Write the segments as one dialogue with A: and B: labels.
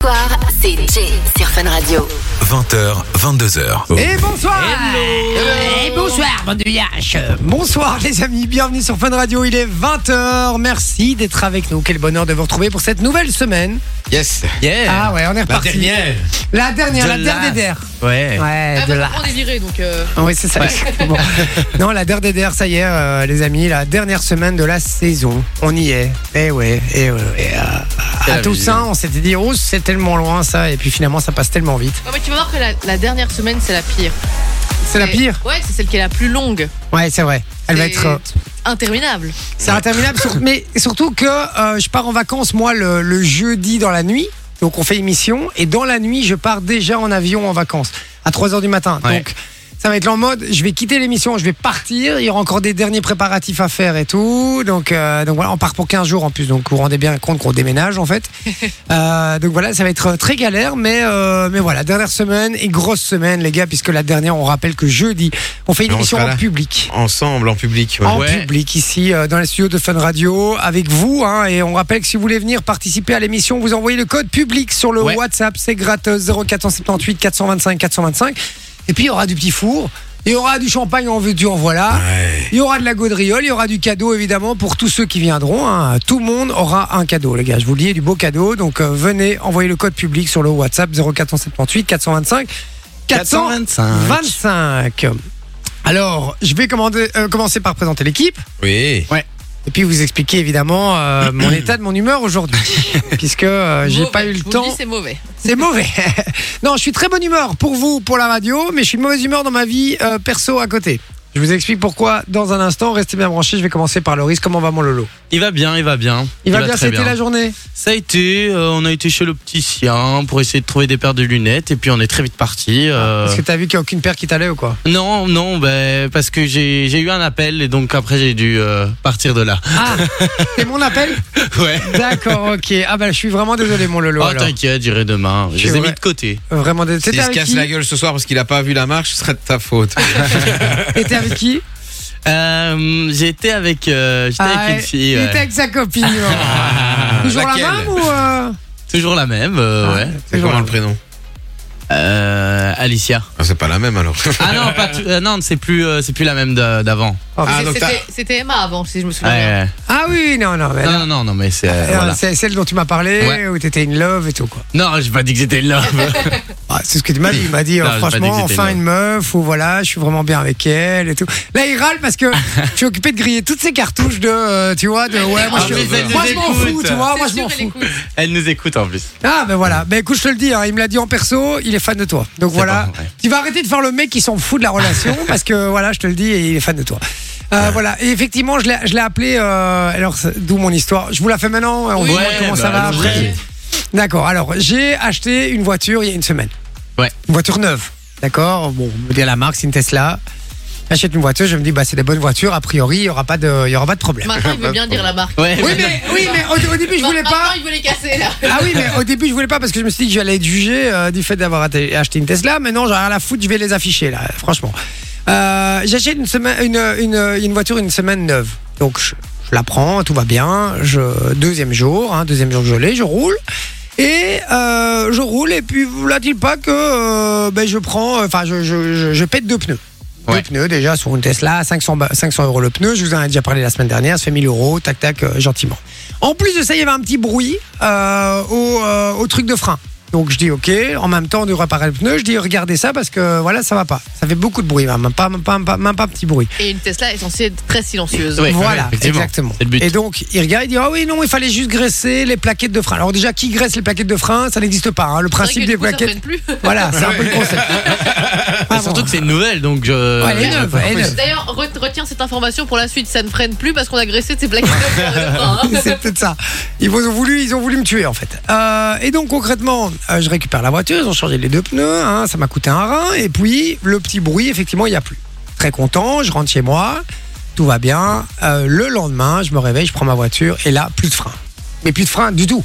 A: soir, c'est Jay sur Fun Radio.
B: 20h, 22h.
C: Et bonsoir
D: Et bonsoir, bande de yach.
C: Bonsoir les amis, bienvenue sur Fun Radio, il est 20h, merci d'être avec nous, quel bonheur de vous retrouver pour cette nouvelle semaine.
E: Yes.
C: Ah ouais, on est
E: La
C: reparti.
E: dernière.
C: La dernière,
E: De
C: la Eh.
E: la-
C: dernière
E: Ouais.
C: Ouais,
F: Ah,
C: de
F: bah,
C: la...
F: on est viré donc. euh,
C: Ah oui, c'est ça. exactement. non, la dernière DDR, ça y est, euh, les amis, la dernière semaine de la saison. On y est. Eh ouais, eh ouais. ouais, euh, à
E: la
C: tout
E: vie.
C: ça, on s'était dit, oh, c'est tellement loin ça, et puis finalement, ça passe tellement vite.
F: Non, mais tu vas voir que la, la dernière semaine, c'est la pire.
C: C'est la
F: Et-
C: pire
F: Ouais, c'est celle qui est la plus longue.
C: Ouais, c'est vrai. Elle va
F: C'est
C: être. euh,
F: Interminable.
C: C'est interminable, sur- mais surtout que euh, je pars en vacances, moi, le, le jeudi dans la nuit. Donc, on fait émission. Et dans la nuit, je pars déjà en avion en vacances à 3 h du matin.
E: Ouais.
C: Donc, ça va être là en mode je vais quitter l'émission, je vais partir. Il y aura encore des derniers préparatifs à faire et tout. Donc, euh, donc voilà, on part pour 15 jours en plus. Donc, vous vous rendez bien compte qu'on déménage en fait. Euh, donc voilà, ça va être très galère, mais, euh, mais voilà, dernière semaine et grosse semaine, les gars, puisque la dernière, on rappelle que jeudi, on fait une
E: Mais on
C: émission
E: sera
C: en
E: là.
C: public
E: Ensemble, en public. ouais.
C: en
E: Ouais.
C: public ici euh, dans les studios de Fun Radio avec vous. hein, et on rappelle que si vous voulez venir participer à l'émission, vous envoyez le code public sur le
E: Ouais.
C: WhatsApp, c'est gratos 0478 425 425. Et puis il y aura du petit four. Il y aura du champagne en veux-tu en voilà. Il y aura de la gaudriole, il y aura du cadeau évidemment pour tous ceux qui viendront. hein. Tout le monde aura un cadeau, les gars. Je vous le dis, du beau cadeau. Donc euh, venez envoyer le code public sur le WhatsApp 0478 425 425. Alors, je vais commander- euh, commencer par présenter l'équipe
E: Oui.
C: et puis vous expliquer évidemment euh, mon état de mon humeur aujourd'hui, puisque euh, j'ai
F: Mauvais.
C: pas eu le
F: bah, Je vous
C: temps.
F: dis, c'est mauvais.
C: C'est mauvais. non, je suis très bonne humeur pour vous, pour la radio, mais je suis de mauvaise humeur dans ma vie euh, perso à côté. Je vous explique pourquoi dans un instant. Restez bien branchés. Je vais commencer par Loris. Comment va mon Lolo
G: Il va bien, il va bien.
C: Il va bien.
G: très
C: C'était la journée.
G: Ça a été, euh, on a été chez l'opticien pour essayer de trouver des paires de lunettes et puis on est très vite parti. euh,
C: Parce que t'as vu qu'il n'y a aucune paire qui t'allait ou quoi
G: Non, non, ben, parce que j'ai j'ai eu un appel et donc après j'ai dû euh, partir de là.
C: Ah, c'est mon appel.
G: Ouais.
C: D'accord, ok. Ah bah je suis vraiment désolé mon Lolo.
G: Oh
C: alors.
G: t'inquiète, j'irai demain. Je
C: Tu
G: les ai
C: vois.
G: mis de côté.
C: Vraiment désolé. T'étais
E: S'il se
C: avec
E: casse
C: qui
E: la gueule ce soir parce qu'il a pas vu la marche, ce serait de ta faute.
C: T'étais avec qui
G: Euh, j'étais avec, euh, j'étais
C: Ah,
G: avec une fille,
C: Il
G: ouais.
C: était avec sa copine. ouais. Toujours la
E: Laquelle
C: même ou euh,
G: toujours la même,
C: Ah,
G: euh, ouais.
E: C'est comment le prénom
G: Euh, Alicia.
E: Ah, C'est pas la même alors.
G: Ah non, pas tu- euh, non, c'est plus, euh, c'est plus la même d'a- d'avant.
E: Ah,
F: C'est-
E: donc t'as-
F: c'était- C'était Emma avant, si je me souviens. bien.
G: Ouais,
C: Ah oui, non, non. mais
G: ouais.
C: là,
G: Non, non, non, non, mais c'est euh,
C: euh,
G: voilà.
C: C'est celle dont tu m'as parlé,
G: Ouais.
C: où t'étais in love et tout, quoi.
G: Non, j'ai pas dit que j'étais love.
C: Ah, c'est ce que tu m'as dit. Il m'a dit, euh,
G: Non, j'ai pas
C: franchement,
G: dit que c'était
C: enfin
G: in
C: une meuf, ou voilà, je suis vraiment bien avec elle et tout. Là, il râle parce que je suis occupé de griller toutes ces cartouches de, euh, tu vois, de, ouais, moi
G: Ah,
C: je
G: mais
C: suis-
G: elle
C: moi,
G: nous
C: je m'en fous,
G: écoute.
C: tu vois,
F: C'est
C: Ah, moi je
F: sûr,
C: m'en
F: elle
C: fous.
F: écoute.
G: Elle nous écoute en plus.
C: Ah, ben voilà. Ben écoute, je te le dis, hein, il me l'a dit en perso, il est fan de toi. Donc
G: C'est
C: voilà.
G: pas vrai.
C: Tu vas arrêter de faire le mec qui s'en fout de la relation parce que voilà, je te le dis, et il est fan de toi. Euh, Voilà, et effectivement, je l'ai je l'ai appelé, euh, alors c'est- d'où mon histoire. Je vous la fais maintenant, hein, on
F: Oui,
C: voit
F: ouais,
C: comment ça
G: bah,
C: va
G: allons-y.
C: après. D'accord, alors j'ai acheté une voiture il y a une semaine.
G: Ouais.
C: Une voiture neuve, d'accord Bon, on me dit la marque, c'est une Tesla. J'achète une voiture, je me dis, bah c'est des bonnes voitures, a priori, il n'y aura, pas de- il y aura pas de problème.
F: Maintenant, il veut bien dire la marque.
G: Ouais,
C: Oui,
G: mais-
C: mais, oui, mais au, au début, Bah, je voulais
F: Maintenant,
C: pas.
F: il veut les casser là.
C: Ah oui, mais au début, je voulais pas parce que je me suis dit que j'allais être jugé euh, du fait d'avoir até- acheté une Tesla. Maintenant, j'ai rien à la foutre, je vais les afficher, là, franchement. Euh, J'achète une, semaine- une, une, une voiture une semaine neuve. Donc, je, je la prends, tout va bien. Je, deuxième jour, hein, deuxième jour que je l'ai, je roule. Et euh, je roule, et puis, vous l'a-t-il pas que euh, ben, je prends, enfin, je, je, je, je pète deux pneus. Deux
G: Ouais.
C: pneus, déjà, sur une Tesla, 500, ba- 500 euros le pneu. Je vous en ai déjà parlé la semaine dernière, ça fait 1000 euros, tac, tac, euh, gentiment. En plus de ça, il y avait un petit bruit euh, au, euh, au truc de frein. Donc je dis ok, en même temps on devrait réparer le pneu, je dis regardez ça parce que voilà ça va pas. Ça fait beaucoup de bruit, même pas, même pas, même pas, même pas un petit bruit.
F: Et une Tesla est censée être très silencieuse.
G: Ouais,
C: voilà,
G: ouais, effectivement.
C: exactement.
G: C'est le but.
C: Et donc il regarde, il dit ah oui non il fallait juste graisser les plaquettes de frein. Alors déjà qui graisse les plaquettes de frein, ça n'existe pas. hein. Le
F: C'est vrai que
C: principe
F: du
C: des
F: coup, ça
C: plaquettes,
F: freine plus.
C: voilà c'est un peu le concept. Ah,
G: Et surtout
C: bon.
G: que c'est une nouvelle, donc euh, je.
C: Ouais, elle est neuve, elle est neuve.
F: D'ailleurs, re- retiens cette information pour la suite. Ça ne freine plus parce qu'on a graissé de ces plaquettes. de frein, hein.
C: c'est peut-être ça. Ils ont voulu, ils ont voulu me tuer en fait. Euh, et donc concrètement, euh, je récupère la voiture, ils ont changé les deux pneus, hein, ça m'a coûté un rein. Et puis le petit bruit, effectivement, il n'y a plus. Très content, je rentre chez moi, tout va bien. Euh, le lendemain, je me réveille, je prends ma voiture et là, plus de frein. Mais plus de frein du tout.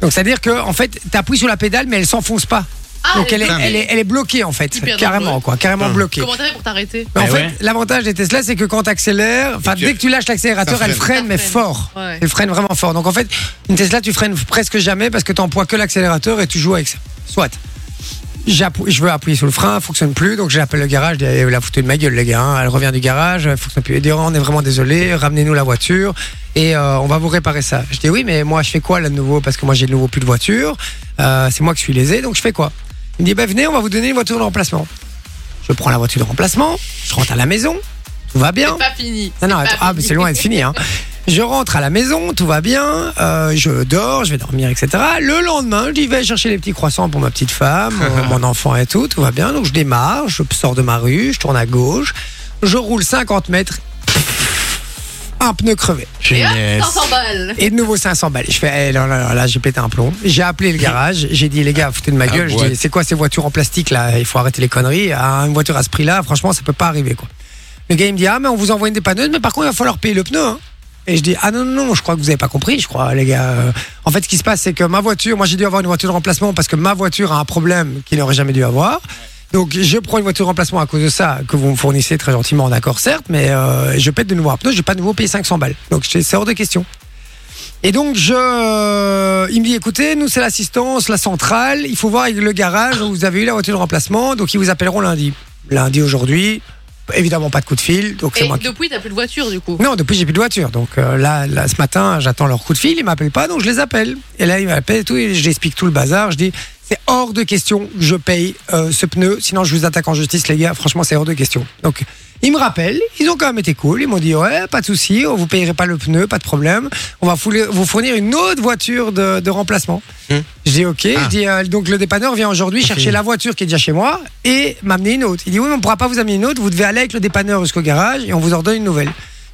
C: Donc c'est à dire que en fait, t'appuies sur la pédale, mais elle s'enfonce pas.
F: Ah,
C: Donc elle est,
F: putain,
C: elle, est, elle est bloquée en fait,
F: Hyper
C: carrément
F: dangereux.
C: quoi, carrément
E: Putain.
C: bloquée.
F: Comment t'as fait pour t'arrêter
C: Mais en
G: Eh
C: fait,
G: ouais.
C: l'avantage des Tesla, c'est que quand t'accélères, enfin
E: Et tu-
C: dès que tu lâches l'accélérateur,
E: ça
C: elle
E: freine.
C: freine mais
F: Ça freine.
C: fort.
F: Ouais.
C: Elle freine vraiment fort. Donc en fait, une Tesla, tu freines presque jamais parce que t'emploies que l'accélérateur et tu joues avec ça. Soit. J'appuie- Je veux appuyer sur le frein, fonctionne plus, donc j'appelle le garage, je dis, Eh, la foutue de ma gueule les gars, hein. elle revient du garage, elle fonctionne plus. Elle dit oh, on est vraiment désolé, ramenez-nous la voiture et euh, on va vous réparer ça. Je dis oui mais moi je fais quoi là de nouveau parce que moi j'ai de nouveau plus de voiture, Euh, c'est moi qui suis lésé donc je fais quoi Il me dit ben venez on va vous donner une voiture de remplacement. Je prends la voiture de remplacement, je rentre à la maison, tout va bien.
F: C'est pas fini.
C: Non, non,
F: pas
C: attends, ah,
F: fini.
C: mais c'est loin d'être fini. Hein. Je rentre à la maison, tout va bien, euh, je dors, je vais dormir, etc. Le lendemain, j'y vais chercher les petits croissants pour ma petite femme, euh, mon enfant et tout, tout va bien. Donc je démarre, je sors de ma rue, je tourne à gauche, je roule 50 mètres, un pneu crevé.
F: Et hop,
G: Punaise.
F: 500 balles.
C: Et de nouveau 500 balles. Je fais, eh, là, là, là, là, j'ai pété un plomb. J'ai appelé le garage. J'ai dit, les gars, foutez de ma gueule. Je
E: boîte.
C: dis, c'est quoi ces voitures en plastique là Il faut arrêter les conneries. Ah, Une voiture à ce prix-là, franchement, ça peut pas arriver quoi. Le gars, il me dit, ah, mais on vous envoie une dépanneuse, mais par contre, il va falloir payer le pneu. hein. Et je dis, ah non, non, non, je crois que vous avez pas compris, je crois, les gars. Euh, En fait, ce qui se passe, c'est que ma voiture, moi, j'ai dû avoir une voiture de remplacement parce que ma voiture a un problème qu'il n'aurait jamais dû avoir. Donc, je prends une voiture de remplacement à cause de ça, que vous me fournissez très gentiment, d'accord, certes, mais euh, je pète de nouveau un pneu, je vais pas de nouveau payer 500 balles. Donc, c'est c'est hors de question. Et donc, je, il me dit, écoutez, nous, c'est l'assistance, la centrale, il faut voir avec le garage où vous avez eu la voiture de remplacement, donc ils vous appelleront lundi. Lundi aujourd'hui, évidemment pas de coup de fil, donc c'est
F: Et
C: moi qui...
F: depuis, t'as plus de voiture du coup.
C: Non, depuis j'ai plus de voiture. Donc euh, là, là, ce matin, j'attends leur coup de fil, ils m'appellent pas, donc je les appelle. Et là, ils m'appellent et tout, et j'explique tout le bazar. Je dis, c'est hors de question que je paye euh, ce pneu, sinon je vous attaque en justice, les gars. Franchement, c'est hors de question. Donc ils me rappellent, ils ont quand même été cool. Ils m'ont dit, ouais, pas de souci, on vous payerez pas le pneu, pas de problème. On va fouler- vous fournir une autre voiture de, de remplacement.
E: Hmm.
C: Je dis, ok.
E: Ah.
C: Je dis, euh, donc le dépanneur vient aujourd'hui chercher la voiture qui est déjà chez moi et m'amener une autre. Il dit, oui, mais on pourra pas vous amener une autre, vous devez aller avec le dépanneur jusqu'au garage et on vous en donne une nouvelle.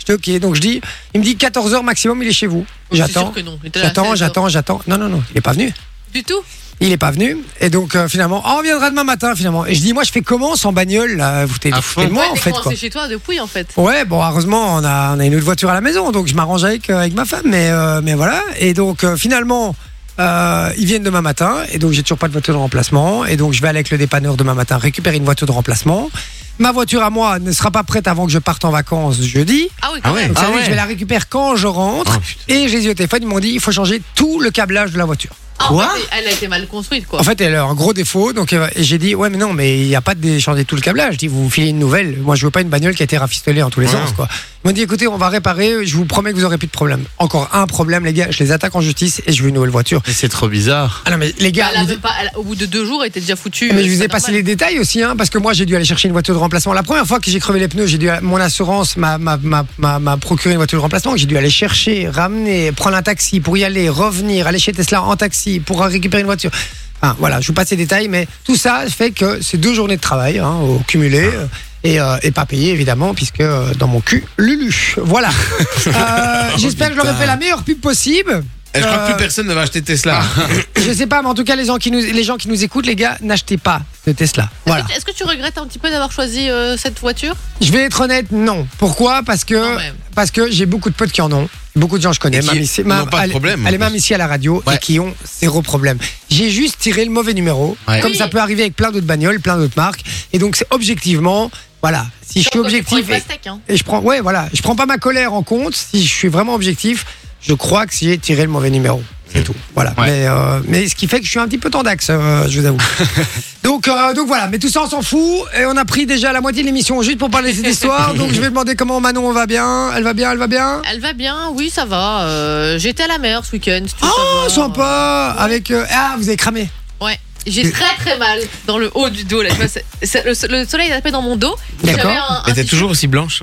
C: Je dis, ok. Donc je dis, il me dit 14h maximum, il est chez vous.
F: Je suis
C: J'attends.
F: sûre que non. Il était là à
C: J'attends,
F: 16
C: j'attends, j'attends. Non, non, non, il est pas venu.
F: Du tout.
C: Il est pas venu. Et donc euh, finalement, Ah, on viendra demain matin finalement. Et je dis, moi je fais comment sans bagnole là Vous t'es
G: À
C: foutez de
G: fond.
C: moi
F: Ouais,
C: en
F: t'es
C: fait quoi.
F: coincé chez toi depuis en fait.
C: Ouais, bon, heureusement, on a, on a une autre voiture à la maison, donc je m'arrange avec, euh, avec ma femme, mais, euh, mais voilà. Et donc, euh, finalement, euh, ils viennent demain matin, et donc j'ai toujours pas de voiture de remplacement, et donc je vais aller avec le dépanneur demain matin récupérer une voiture de remplacement. Ma voiture à moi ne sera pas prête avant que je parte en vacances jeudi.
F: Ah oui, quand
E: Ah ouais.
F: même.
C: Donc, ça veut dire que
G: ouais.
C: Je vais la récupérer quand je rentre.
E: Oh, putain.
C: et j'ai dit au téléphone, ils m'ont dit, il faut changer tout le câblage de la voiture.
F: Ah, en
G: Quoi
F: fait, Elle a été mal construite quoi.
C: En fait, elle a un gros défaut. Donc, euh, et j'ai dit, ouais, mais non, mais il n'y a pas de changer tout le câblage. Je dis, vous vous filez une nouvelle. Moi, je veux pas une bagnole qui a été rafistolée en tous les
E: Ouais.
C: sens, quoi. Ils m'ont dit, écoutez, on va réparer. Je vous promets que vous aurez plus de problème. Encore un problème, les gars. Je les attaque en justice et je veux une nouvelle voiture.
G: Mais c'est trop bizarre.
C: Ah non, mais les gars.
F: Elle a
C: vous-
F: même pas- elle- au bout de deux jours, elle était déjà foutue.
C: Ah, Mais je
F: euh,
C: vous ai
F: c'est
C: passé les
F: normal.
C: détails aussi, hein, parce que moi j'ai dû aller chercher une voiture de remplacement. La première fois que j'ai crevé les pneus, j'ai dû mon assurance m'a m'a- m'a- m'a- m'a procuré une voiture de remplacement. que J'ai dû aller chercher, ramener, prendre un taxi pour y aller, revenir, aller chez Tesla en taxi pour récupérer une voiture. Enfin, voilà, je vous passe les détails, mais tout ça fait que c'est deux journées de travail hein, au cumulé. euh, Et, euh, et pas payé évidemment puisque euh, dans mon cul Lulu voilà Euh, j'espère que j'aurai fait la meilleure pub possible
E: Et je crois que
C: Euh,
E: plus personne ne va acheter Tesla.
C: je sais pas mais en tout cas les gens qui nous les gens qui nous écoutent les gars n'achetez pas de Tesla voilà
F: Est-ce que tu regrettes un petit peu d'avoir choisi euh, cette voiture
C: Je vais être honnête, non. Pourquoi Parce que
F: Quand même.
C: parce que j'ai beaucoup de potes qui en ont. Beaucoup de gens que je connais,
E: Et qui
C: même ici,
E: n'ont
C: même-
E: pas de
C: allez-
E: problème, en
C: allez,
E: plus.
C: même ici à la radio, et
G: Ouais.
C: qui ont zéro problème. J'ai juste tiré le mauvais numéro,
G: Ouais.
C: comme
F: Oui.
C: ça peut arriver avec plein d'autres bagnoles, plein d'autres marques. Et donc c'est objectivement, voilà. Si je suis
F: Comme quand tu prends une
C: objectif et,
F: pastèque, hein.
C: et je prends, ouais, voilà, je prends pas ma colère en compte. Si je suis vraiment objectif, je crois que j'ai tiré le mauvais numéro. C'est tout, voilà.
G: Ouais.
C: Mais, euh, mais ce qui fait que je suis un petit peu tendax, euh, je vous avoue. Donc, euh, donc voilà, mais tout ça on s'en fout et on a pris déjà la moitié de l'émission juste pour parler de cette histoire. Donc je vais demander comment Manon va bien, elle va bien, elle va bien.
F: Elle va bien, oui, ça va. Euh, J'étais à la mer ce week-end. si tu veux
C: Oh
F: savoir.
C: sympa avec euh, ah vous avez cramé.
F: Ouais. J'ai très très mal dans le haut du dos. Là. Tu vois, c'est- c'est- le, so- le soleil a tapé dans mon dos.
C: D'accord.
F: J'avais un- un
E: Et t'es
F: t-shirt
E: toujours aussi blanche.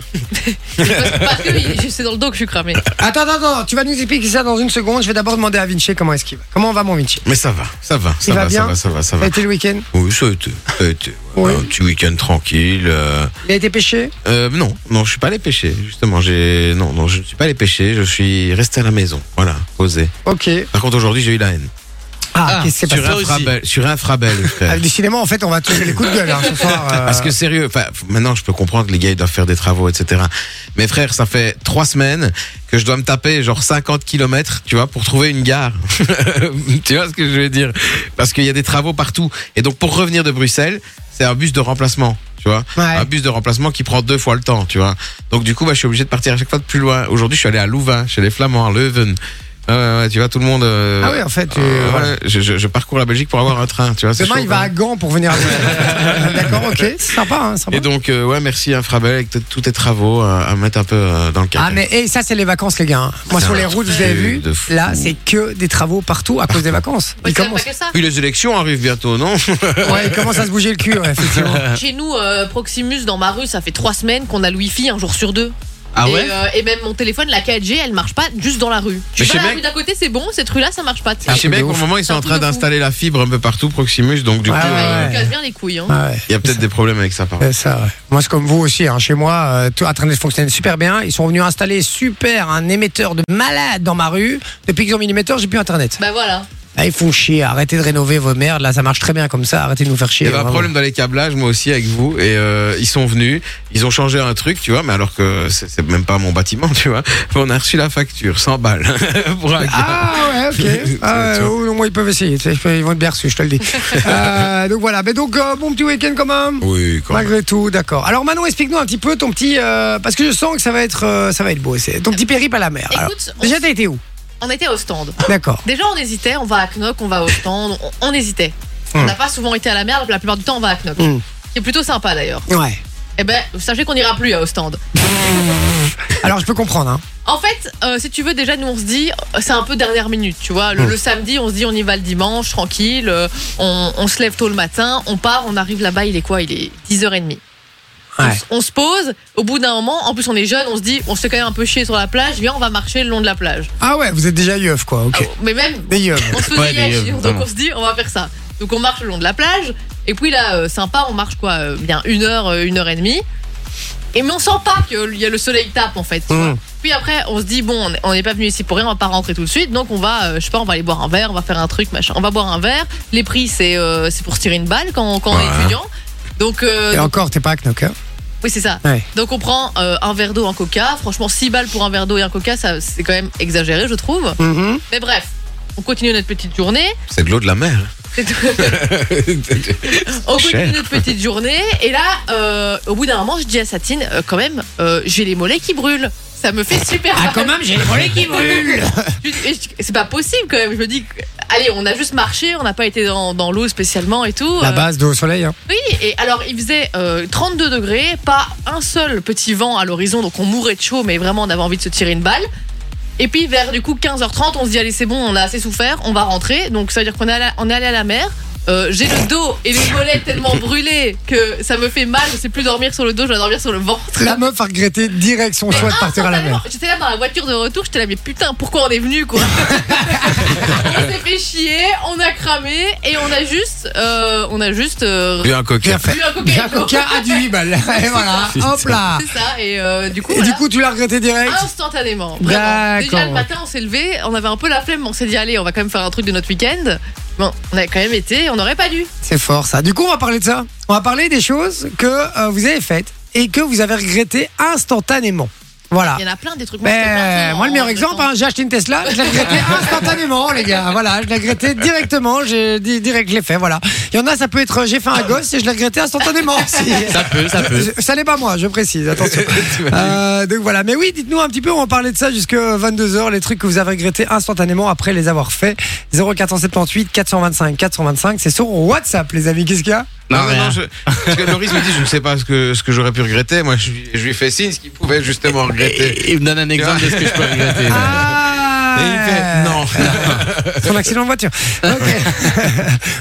F: Parce que oui, c'est dans le dos que je suis cramée.
C: Attends attends attends, tu vas nous expliquer ça dans une seconde. Je vais d'abord demander à Vinci comment est-ce qu'il va. Comment va mon Vinci
E: Mais ça va, ça va, ça
C: va
E: va, ça
C: bien
E: va, ça va, ça
C: Ça
E: va.
C: a été le week-end.
E: Oui, ça a été, ça a été.
C: Oui.
E: Un petit week-end tranquille. euh,
C: Il a été pêché.
E: Euh, non, non, je suis pas allé pêcher. Justement, j'ai non, non, je ne suis pas allé pêcher. Je suis resté à la maison. Voilà, posé.
C: Ok.
E: Par contre, aujourd'hui, j'ai eu la haine.
C: Ah, qu'est-ce qui s'est
E: sur
C: passé
G: toi
E: un
G: aussi.
E: frabel, sur un frabel, frère.
C: Ah, Décidément, en fait, on va tous les coups de gueule hein, ce soir. euh,
E: Parce que sérieux, enfin, f- maintenant je peux comprendre que les gars ils doivent faire des travaux, etc. Mais frère, ça fait trois semaines que je dois me taper genre 50 km, tu vois, pour trouver une gare. tu vois ce que je veux dire Parce qu'il y a des travaux partout. Et donc pour revenir de Bruxelles, c'est un bus de remplacement, tu vois.
C: Ouais.
E: Un bus de remplacement qui prend deux fois le temps, tu vois. Donc du coup, bah, je suis obligé de partir à chaque fois de plus loin. Aujourd'hui, je suis allé à Louvain, chez les Flamands, à Leuven. Ouais, ouais, ouais, tu vois, tout le monde. euh,
C: Ah oui, en fait, tu-
E: euh,
C: voilà.
E: ouais, je, je- je parcours la Belgique pour avoir un train, tu vois. c'est
C: Demain,
E: chaud, hein.
C: il va
E: quand
C: à
E: même.
C: Gand pour venir. à- D'accord, ok. C'est sympa, hein, sympa.
E: Et donc, euh, ouais, merci à Frabel avec t- tous tes travaux euh, à mettre un peu euh, dans le cadre.
C: Ah mais et ça c'est les vacances les gars. hein. Moi
E: C'est
C: sur
E: un
C: les
E: truc
C: routes vous avez
E: de-
C: vu,
E: de fou.
C: là c'est que des travaux partout à cause des vacances.
F: Ouais,
C: Ils
F: c'est pas
C: commencent,
F: que ça.
E: Puis les élections arrivent bientôt, non
C: ouais, ils commencent à se bouger le cul ouais, effectivement.
F: Chez nous, euh, Proximus, dans ma rue, ça fait trois semaines qu'on a le wifi un jour sur deux.
G: Ah
F: et,
G: ouais
F: euh, et même mon téléphone, la 4G, elle marche pas juste dans la rue. Je
E: Mais
F: suis
E: chez Ah,
F: pas dans
E: mec-
F: la rue d'à côté, c'est bon, cette rue-là, ça marche pas. tu sais.
E: Je sais bien qu'au moment, ils sont
F: C'est un
E: en train
F: truc de fou.
E: d'installer la fibre un peu partout, Proximus, donc du
C: Ouais,
E: coup,
F: Ah Ouais,
E: euh,
F: Il me casse bien les couilles. Hein.
C: Ah ouais.
E: il y a peut-être des problèmes avec ça, par
C: C'est ça, ouais. Moi, c'est comme vous aussi. Hein. Chez moi, euh, tout en train de fonctionner super bien. Ils sont venus installer super un émetteur de malade dans ma rue. Depuis qu'ils ont mis l'émetteur, j'ai plus internet.
F: Bah voilà.
C: Ah, ils font chier. Arrêtez de rénover vos merdes. Là, ça marche très bien comme ça. Arrêtez de nous faire
E: Il
C: chier.
E: y avait un
C: vraiment.
E: problème dans les câblages, moi aussi, avec vous. Et euh, ils sont venus, ils ont changé un truc, tu vois, mais alors que c'est c'est même pas mon bâtiment, tu vois. On a reçu la facture, 100 balles. pour un câble.
C: Ah ouais, ok. Ah, ouais, au au moins, ils peuvent essayer. tu sais, Ils vont être bien reçus, je te le dis. Euh, donc voilà. Mais donc, euh, bon petit week-end quand même.
E: Oui, quand même.
C: Malgré tout, d'accord. Alors Manon, explique-nous un petit peu ton petit, euh, parce que je sens que ça va être, euh, ça va être beau. C'est ton petit périple à la mer. Alors,
F: Écoute, on-
C: déjà, t'as été où
F: On était au stand.
C: D'accord.
F: Déjà, on hésitait, on va à Knock, on va au stand, on, on hésitait. On n'a pas souvent été à la mer, donc la plupart du temps, on va à Knock.
C: Mm.
F: C'est plutôt sympa d'ailleurs.
C: Ouais.
F: Eh ben, sachez qu'on n'ira plus à au stand.
C: Alors, je peux comprendre. Hein.
F: En fait, euh, si tu veux, déjà, nous, on se dit, euh, c'est un peu dernière minute, tu vois.
C: Mm.
F: Le, le samedi, on se dit, on y va le dimanche, tranquille. euh, on, on se lève tôt le matin, on part, on arrive là-bas, il est quoi Il est 10h30. On
C: Ouais.
F: s- On se pose, au bout d'un moment, en plus on est jeune, on se dit, on se fait quand même un peu chier sur la plage, viens, on va marcher le long de la plage.
C: Ah ouais, vous êtes déjà yeuf, quoi. Ok.
F: Mais même,
C: Des yeufs.
F: on se faisait
G: Ouais,
F: hier
G: mais, euh,
F: chier, donc
G: vraiment.
F: on se dit on va faire ça. Donc on marche le long de la plage et puis là euh, sympa on marche quoi euh, bien une heure euh, une heure et demie et mais on sent pas que euh, il y a le soleil tape en fait. tu vois.
C: Mm.
F: Puis après on se dit bon on est- on n'est pas venu ici pour rien on va pas rentrer tout de suite donc on va euh, je sais pas on va aller boire un verre on va faire un truc machin on va boire un verre les prix c'est euh, c'est pour se tirer une balle quand quand on est
E: Ouais.
F: étudiant donc, euh,
C: Et
F: donc-
C: encore, t'es pas à Knock, hein
F: oui c'est ça
C: Ouais.
F: donc on prend euh, un verre d'eau un coca franchement 6 balles pour un verre d'eau et un coca ça c'est quand même exagéré je trouve
C: Mhm.
F: mais bref on continue notre petite journée
E: C'est de l'eau de la mer.
F: C'est tout. On
E: Cher.
F: continue notre petite journée et là, euh, au bout d'un moment, je dis à Satine, euh, quand même, euh, j'ai les mollets qui brûlent. Ça me fait super
C: Ah,
F: mal.
C: quand même, j'ai les mollets qui brûlent.
F: Je dis, eh, C'est pas possible quand même. Je me dis, allez, on a juste marché, on n'a pas été dans, dans l'eau spécialement et tout.
C: La
F: Euh,
C: base de au soleil. Hein.
F: oui, et alors il faisait euh, 32 degrés, pas un seul petit vent à l'horizon, donc on mourait de chaud, mais vraiment on avait envie de se tirer une balle. Et puis vers du coup 15h30, on se dit allez c'est bon, on a assez souffert, on va rentrer. Donc ça veut dire qu'on est, allé- on est allé à la mer. Euh, J'ai le dos et les mollets tellement brûlés que ça me fait mal, je sais plus dormir sur le dos, je vais dormir sur le ventre.
C: La meuf a regretté direct son choix de partir à la mer.
F: J'étais là dans la voiture de retour, j'étais là mais putain pourquoi on est venu quoi On s'est fait chier, on a cramé et on a juste, euh, on a juste euh,
E: Puis un coca.
F: bu un coca.
C: Bien coquin a du Nibal. Et voilà, hop là.
F: C'est ça, et euh, du coup,
C: Ah. Et
F: voilà,
C: du coup, tu l'as regretté direct
F: instantanément. vraiment.
C: D'accord.
F: Déjà, le matin, on s'est levé, on avait un peu la flemme, mais on s'est dit, allez, on va quand même faire un truc de notre week-end. Bon, on a quand même été, on n'aurait pas dû.
C: C'est fort ça. Du coup, on va parler de ça. On va parler des choses que euh, vous avez faites et que vous avez regrettées instantanément. Voilà.
F: Il y en a plein des trucs.
C: Mais
F: c'était plein de
C: euh,
F: temps
C: Ah. moi, le
F: en-
C: meilleur
F: de
C: exemple,
F: temps.
C: hein, j'ai acheté une Tesla, je l'ai regretté instantanément, les gars. Voilà, je l'ai regretté directement, j'ai dit direct, je l'ai fait, voilà. Il y en a, ça peut être euh, j'ai fait un gosse et je l'ai regretté instantanément. Si.
G: Ça peut, ça peut.
C: Je- Ça n'est pas moi, je précise, attention. Euh, donc voilà, mais oui, dites-nous un petit peu, on va parler de ça jusqu'à 22h, les trucs que vous avez regrettés instantanément après les avoir faits. 0478 425 425, c'est sur WhatsApp, les amis, qu'est-ce qu'il y a
E: Non,
G: Non,
E: non,
G: mais,
C: hein.
E: non,
G: euh,
E: je, parce que Loris me dit, je ne sais pas ce que, ce que j'aurais pu regretter. Moi, je, lui- je lui fais signe ce qu'il pouvait justement regretter.
G: Il me donne un exemple de ce que je peux regretter.
C: Ah.
E: Et il fait, non.
C: Son Ah accident de voiture. Ok.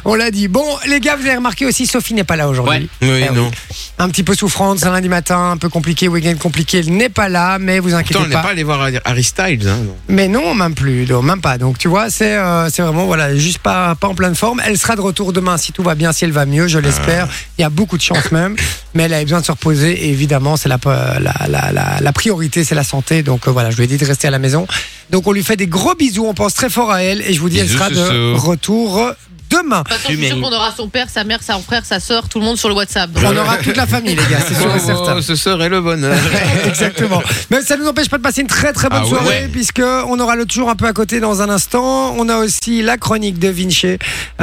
C: on l'a dit. Bon, les gars, vous avez remarqué aussi, Sophie n'est pas là aujourd'hui.
G: Ouais.
E: Oui,
C: Eh oui.
E: non.
C: Un petit peu souffrante, c'est un lundi matin, un peu compliqué, week-end compliqué, elle n'est pas là, mais vous inquiétez
E: Pourtant, on n'est
C: pas.
E: pas allé voir Harry Styles. Hein, non.
C: Mais non, même plus, non, même pas. Donc tu vois, c'est euh, c'est vraiment voilà, juste pas pas en pleine forme. Elle sera de retour demain si tout va bien, si elle va mieux, je l'espère. Il y a beaucoup de chance même. mais elle avait besoin de se reposer. Et évidemment, c'est la, la, la, la, la priorité, c'est la santé. Donc euh, voilà, je lui ai dit de rester à la maison. Donc on lui fait des gros bisous, on pense très fort à elle. Et je vous dis, elle
E: Bisous,
C: sera de
E: Soso.
C: retour demain.
F: De toute façon, je suis sûr qu'on aura son père, sa mère, son frère, sa sœur, tout le monde sur le WhatsApp.
C: On aura toute la famille, les gars, c'est sûr et certain.
E: Oh, ce serait le bonheur.
C: Exactement. Mais ça ne nous empêche pas de passer une très très bonne
E: Ah ouais.
C: soirée,
E: Ouais.
C: puisque on aura le toujours un peu à côté dans un instant. On a aussi la chronique de Vinci.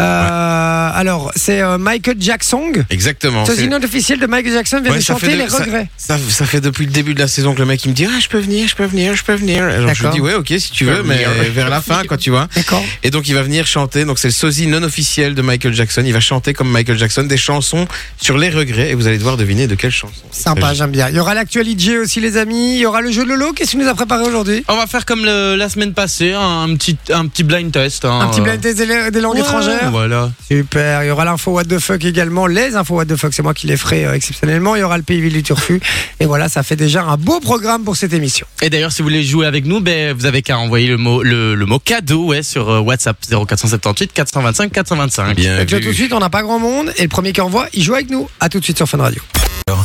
C: Euh, Alors, c'est euh, Michael Jackson.
E: Exactement.
C: C'est
E: c'est-
C: une note officielle de Michael Jackson vient
E: Ouais,
C: de
E: ça
C: chanter
E: fait de-
C: les regrets.
E: Ça, ça fait depuis le début de la saison que le mec il me dit ah je peux venir, je peux venir, je peux venir. Et genre, je lui
C: D'accord.
E: dis ouais ok si tu veux, mais euh, vers la fin quoi tu vois.
C: D'accord.
E: Et donc il va venir chanter. Donc c'est le sosie non officiel de Michael Jackson. Il va chanter comme Michael Jackson des chansons sur les regrets et vous allez devoir deviner de quelle chanson.
C: Sympa, j'aime bien. Il y aura l'actualité aussi, les amis. Il y aura le jeu de Lolo. Qu'est-ce qu'il nous a préparé aujourd'hui
G: On va faire comme le- la semaine passée, hein, un, petit, un petit blind test. hein,
C: Un petit
G: euh,
C: blind test des, la- des langues
G: ouais,
C: étrangères.
G: Voilà.
C: Super. Il y aura l'info What the fuck également. Les infos What the fuck, c'est moi qui les ferai euh, exceptionnellement. Il y aura le pays du Turfu. Et voilà, ça fait déjà un beau programme pour cette émission.
G: Et d'ailleurs, si vous voulez jouer avec nous, ben, vous avez qu'à envoyer le mot, le, le mot cadeau ouais, sur euh, WhatsApp 0478 425 425.
E: Bien
C: Donc là, tout de
E: vu.
C: suite, on n'a pas grand monde. Et le premier qui envoie, il joue avec nous. À tout de suite sur Fun Radio.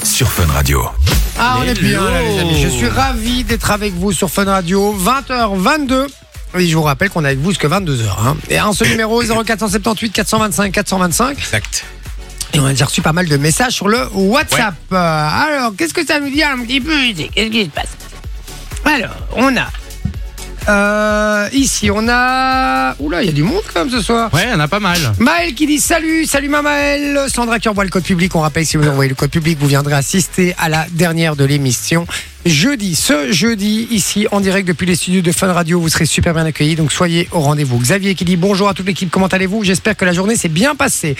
B: sur Fun Radio.
C: Ah, on est bien là, les amis. Je
G: Hello.
C: suis ravi d'être avec vous sur Fun Radio, 20h22. Oui, je vous rappelle qu'on est avec vous jusqu'à 22h. hein. Et un seul numéro, 0478 425 425.
E: Exact.
C: Et on a déjà reçu pas mal de messages sur le WhatsApp. Euh, alors, qu'est-ce que ça nous dit un petit peu c'est- Qu'est-ce qui se passe Alors, on a. euh, ici, on a. Oula, il y a du monde quand même ce soir.
G: Ouais, on a pas mal.
C: Maël qui dit salut, salut ma Maël. Sandra qui envoie le code public. On rappelle, si vous envoyez le code public, vous viendrez assister à la dernière de l'émission. Jeudi, ce jeudi, ici, en direct depuis les studios de Fun Radio, vous serez super bien accueillis. Donc soyez au rendez-vous. Xavier qui dit bonjour à toute l'équipe, comment allez-vous J'espère que la journée s'est bien passée.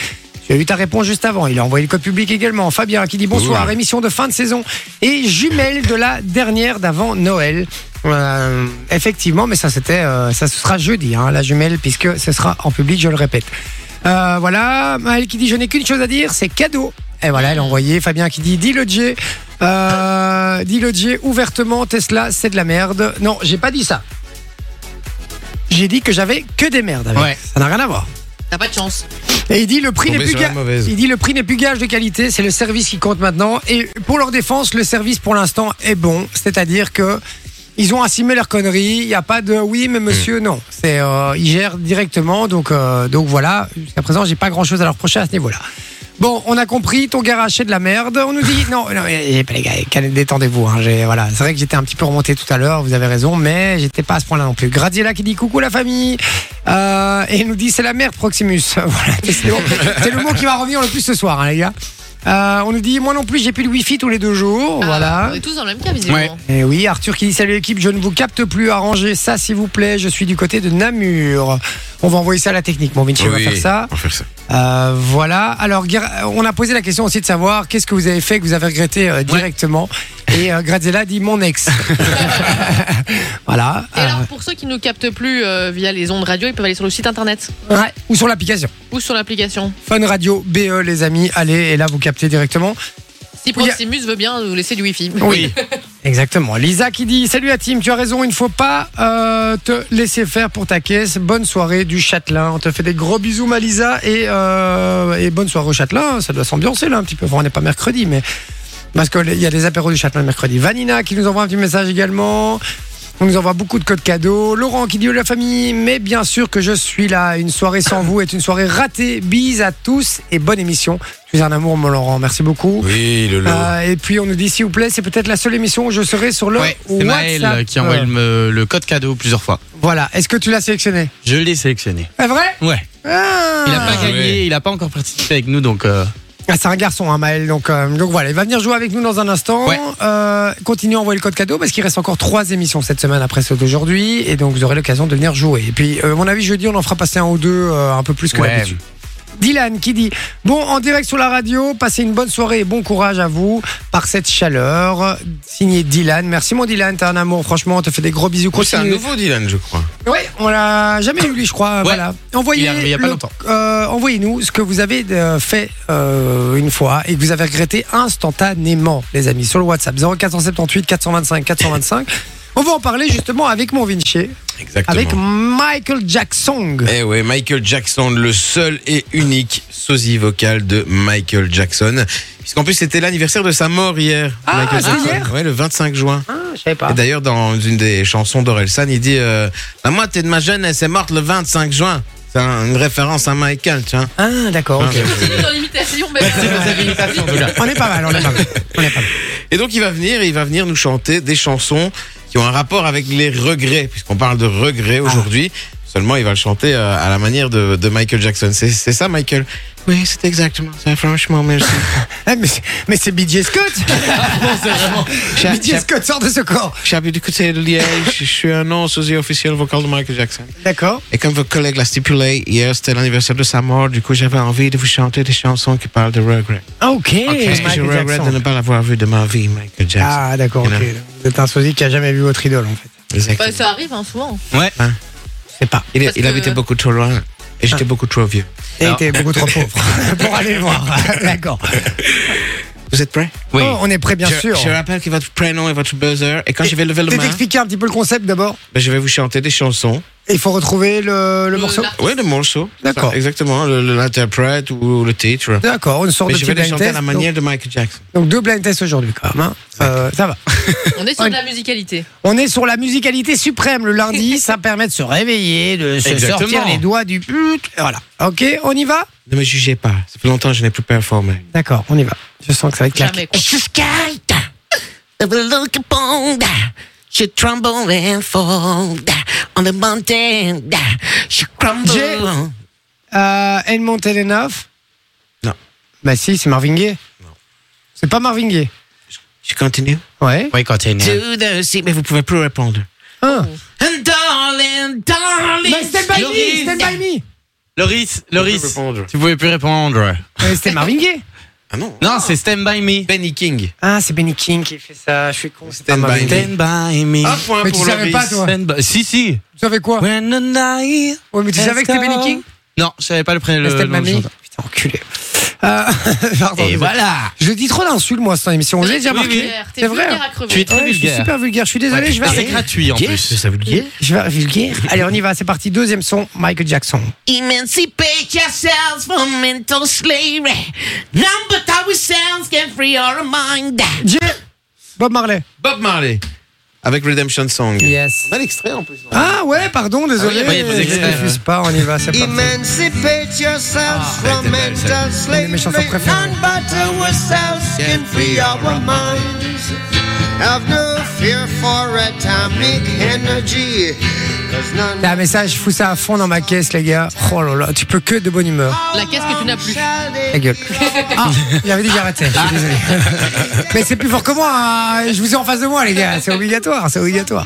C: Tu as eu ta réponse juste avant. Il a envoyé le code public également. Fabien qui dit bonsoir,
E: Oui.
C: émission de fin de saison et jumelle de la dernière d'avant Noël. Euh, effectivement, mais ça c'était, euh, ça ce sera jeudi, hein, la jumelle, puisque ce sera en public, je le répète. Euh, voilà, Maëlle qui dit je n'ai qu'une chose à dire, c'est cadeau. Et voilà, elle a envoyé. Fabien qui dit dis le J, euh, dis le J ouvertement, Tesla c'est de la merde. Non, j'ai pas dit ça. J'ai dit que j'avais que des merdes. Avec.
G: Ouais.
C: Ça n'a rien à voir.
F: T'as pas de chance.
C: Et il dit le prix n'est
E: Tombé
C: plus
E: sur la
C: ga-
E: mauvaise.
C: il dit le prix n'est plus gage de qualité, c'est le service qui compte maintenant. Et pour leur défense, le service pour l'instant est bon, c'est-à-dire que ils ont assimé leur connerie. Il n'y a pas de oui mais
E: Hmm.
C: monsieur non, c'est euh, ils gèrent directement. Donc euh, donc voilà, jusqu'à présent j'ai pas grand-chose à leur reprocher à ce niveau-là. Bon, on a compris, ton garage c'est de la merde. On nous dit non, non, eh, eh, les gars, calmez- détendez-vous. hein, j'ai- voilà, c'est vrai que j'étais un petit peu remonté tout à l'heure. Vous avez raison, mais j'étais pas à ce point-là non plus. Gradiella qui dit coucou la famille Euh, et il nous dit c'est la merde Proximus. voilà, c'est le, mot- c'est le mot qui va revenir le plus ce soir, hein, les gars. Euh, on nous dit moi non plus, j'ai plus le wifi tous les deux jours. voilà.
F: Ah, on est tous dans le même cas, visiblement.
G: Ouais.
C: Et oui, Arthur qui dit salut l'équipe, je ne vous capte plus, arrangez ça s'il vous plaît, je suis du côté de Namur. On va envoyer ça à la technique, mon Vinci, on va
E: Oui,
C: faire ça.
E: On va faire ça.
C: Euh, voilà. Alors, Guer- on a posé la question aussi de savoir qu'est-ce que vous avez fait que vous avez regretté euh, directement. Et euh, Graziella dit mon ex. voilà.
F: Et alors, pour ceux qui ne nous captent plus euh, via les ondes radio, ils peuvent aller sur le site internet
C: Euh, ouais. Ou sur l'application.
F: ou sur l'application.
C: Fun Radio BE, les amis. Allez, et là, vous captez directement.
F: Si Proximus veut bien nous laisser du wifi.
C: Oui. Exactement. Lisa qui dit Salut à Tim, tu as raison, il ne faut pas euh, te laisser faire pour ta caisse. Bonne soirée du Châtelain. On te fait des gros bisous, ma Lisa, et, euh, et bonne soirée au Châtelain. Ça doit s'ambiancer là un petit peu. Bon, on n'est pas mercredi, mais. Parce qu'il y a des apéros du Châtelain le mercredi. Vanina qui nous envoie un petit message également. On nous envoie beaucoup de codes cadeaux. Laurent qui dit oh, la famille, mais bien sûr que je suis là. Une soirée sans vous est une soirée ratée. Bise à tous et bonne émission. Tu es un amour, mon Laurent. Merci beaucoup.
E: Oui le
C: Euh, et puis on nous dit s'il vous plaît, c'est peut-être la seule émission où je serai sur le
G: Ouais, c'est
C: WhatsApp.
G: Maël euh, qui envoie
C: Euh,
G: le, le code cadeau plusieurs fois.
C: Voilà. Est-ce que tu l'as sélectionné
G: Je l'ai sélectionné.
C: C'est vrai
G: Ouais.
C: Ah.
G: Il a pas
E: Ah,
G: gagné,
E: ouais.
G: il a pas encore participé avec nous, donc euh,
C: Ah, c'est un garçon, hein, Maël. Donc, euh, donc voilà, il va venir jouer avec nous dans un instant.
G: Ouais.
C: Euh, continuez à envoyer le code cadeau parce qu'il reste encore trois émissions cette semaine après celle d'aujourd'hui. Et donc vous aurez l'occasion de venir jouer. Et puis, euh, à mon avis, jeudi, on en fera passer un ou deux euh, un peu plus que
G: Ouais.
C: d'habitude. Dylan qui dit Bon, en direct sur la radio, passez une bonne soirée et bon courage à vous par cette chaleur. Signé Dylan. Merci, mon Dylan. T'es un amour. Franchement, on te fait des gros bisous.
E: C'est un
C: Continue.
E: nouveau Dylan je crois.
C: Oui, on l'a jamais eu lui, je crois. Voilà. Envoyez,
G: Il est arrivé il y a pas
C: le-
G: longtemps.
C: euh, envoyez-nous ce que vous avez euh, fait euh, une fois et que vous avez regretté instantanément, les amis, sur le WhatsApp 0478 425 425. On va en parler justement avec mon Vinci,
E: Exactement.
C: avec Michael Jackson.
E: Eh ouais, Michael Jackson, le seul et unique sosie vocal de Michael Jackson. Parce qu'en plus, c'était l'anniversaire de sa mort hier.
C: Ah,
E: Michael
C: c'est
E: Jackson.
C: hier
E: Ouais, le 25 juin.
C: Ah, je savais pas.
E: Et d'ailleurs, dans une des chansons d'Orelsan, il dit euh, La moitié de ma jeunesse est morte le 25 juin. C'est un- une référence à Michael, tu vois.
C: Ah, d'accord, ok.
F: Continue dans l'imitation, mais.
G: Ah,
C: On est pas mal, on est pas mal. On est pas mal.
E: Et donc, il va venir et il va venir nous chanter des chansons qui ont un rapport avec les regrets, puisqu'on parle de regrets aujourd'hui. Seulement, il va le chanter euh, à la manière de, de Michael Jackson. C'est c'est ça, Michael Oui, c'est exactement ça. Franchement, merci.
C: Ah, mais c'est- mais c'est BJ Scott BJ Scott sort de ce corps
E: J'habite du côté de Liège. Je suis un non sosie officiel vocal de Michael Jackson.
C: D'accord.
E: Et comme vos collègues l'a stipulé, hier c'était l'anniversaire de sa mort, du coup j'avais envie de vous chanter des chansons qui parlent de regret.
C: Ah, ok.
E: Parce que je
C: Michael
E: regrette de ne
C: Jackson.
E: pas l'avoir vu de ma vie, Michael Jackson.
C: Ah, d'accord, ok.
E: You know.
C: Vous êtes un sosie qui a jamais vu votre idole, en fait.
E: Exactement.
F: Bah, ça arrive hein, souvent.
C: Je sais pas.
E: il
F: parce
E: il
F: que-
E: habitait beaucoup trop loin et j'étais beaucoup trop vieux.
C: Et
G: Alors-
C: t'es beaucoup trop pauvre pour aller le voir. D'accord.
E: Vous êtes prêts
G: Oui.
C: Oh, on est prêt, bien
E: je,
C: sûr.
E: Je rappelle que votre prénom est votre buzzer et quand je vais lever le
C: Peut-être
E: main,
C: expliquer un petit peu le concept d'abord.
E: ben, je vais vous chanter des chansons.
C: Et Il faut retrouver le, le morceau.
F: l'artiste.
E: Oui, des morceaux.
C: D'accord.
E: Ça, Exactement, le- le- l'interprète ou le titre.
C: D'accord, une sorte
E: Mais
C: de
E: je
C: petit
E: vais les
C: blind
E: chanter à
C: test.
E: la
C: Donc,
E: manière de Michael Jackson.
C: donc deux blind tests aujourd'hui quand même. hein. Euh, ça va.
F: On est sur de la musicalité.
C: On est sur la musicalité suprême le lundi. ça permet de se réveiller, de se
G: Exactement.
C: sortir les doigts du but. Voilà. Ok, on y va
E: Ne me jugez pas, ça fait longtemps que je n'ai plus performé.
C: D'accord, on y va. Je sens que ça va être clair.
F: Jamais quoi.
C: J'ai euh, Edmond Telenoff.
E: Non.
C: Bah si, c'est Marvin Gaye. C'est pas Marvin Gaye.
E: Je continue
C: Ouais.
G: Oui, continue.
E: To the sea- mais vous pouvez plus répondre.
C: Hein.
E: And darling, darling.
C: Mais Stand by me, Stand by me.
G: Loris, Loris,
E: répondre.
G: tu pouvais plus répondre.
C: Euh, C'était Marvin Gaye.
E: Ah non.
G: Non, c'est Stand By Me.
E: Benny King.
C: Ah, c'est Benny King qui fait ça. Je suis con. c'est pas
E: Stand by
C: Marvin
E: me.
C: Gaye.
G: Stand By Me.
E: Un point
C: Mais tu
E: pour
C: savais
E: Loris.
C: pas, toi.
G: Stand by... Si, si.
C: Tu savais quoi
G: When the night
C: Ouais, mais tu
G: has
C: savais que c'était
G: come.
C: Benny King
G: Non, je savais pas le prénom.
C: Estelle
G: le nom du
C: Mamie.
G: chanteur.
C: Putain, enculé. Euh,
E: Eh
C: pardon.
G: Et
E: ben.
C: désolé.
G: voilà.
C: Je dis trop d'insultes, moi, cette émission. J'ai déjà
F: T'es
C: marqué.
F: vulgaire, t'es
C: C'est vrai.
F: vulgaire
C: hein.
F: à crever.
G: Tu es très
C: Ouais, je suis
G: vulgaire.
C: super vulgaire. Je suis désolé, je vais
G: C'est
C: arrêter.
G: gratuit en plus.
E: ça veut dire
C: Je vais vulgaire. Allez, on y va. C'est parti. Deuxième son, Michael Jackson.
H: Emancipate yourselves from mental slavery. Number ourselves can free our mind.
C: Dieu. Bob Marley.
E: Bob Marley. Avec Redemption Song.
C: Yes.
E: On a l'extrait en plus.
C: Ah ouais, pardon, désolé.
E: Ah oui, il y a pas
C: je
E: d'extrait, ouais.
C: diffuse pas. On y va. C'est parti.
H: Emancipate yourselves
E: Ah,
H: from
E: elle était belle,
H: mental
C: Une de mes
H: slavery.
C: chansons préférées.
H: Number ourselves can free our minds. Have no fear for atomic energy. 'cause none
C: Ah mais ça, je fous ça à fond dans ma caisse, les gars. Oh là là, tu peux que être de bonne humeur.
F: La caisse que tu n'as plus.
H: shall it
C: La gueule. Ah, il avait dit que j'arrêtais. Je suis désolé. Mais c'est plus fort que moi. hein. Je vous ai en face de moi, les gars. C'est obligatoire. C'est obligatoire.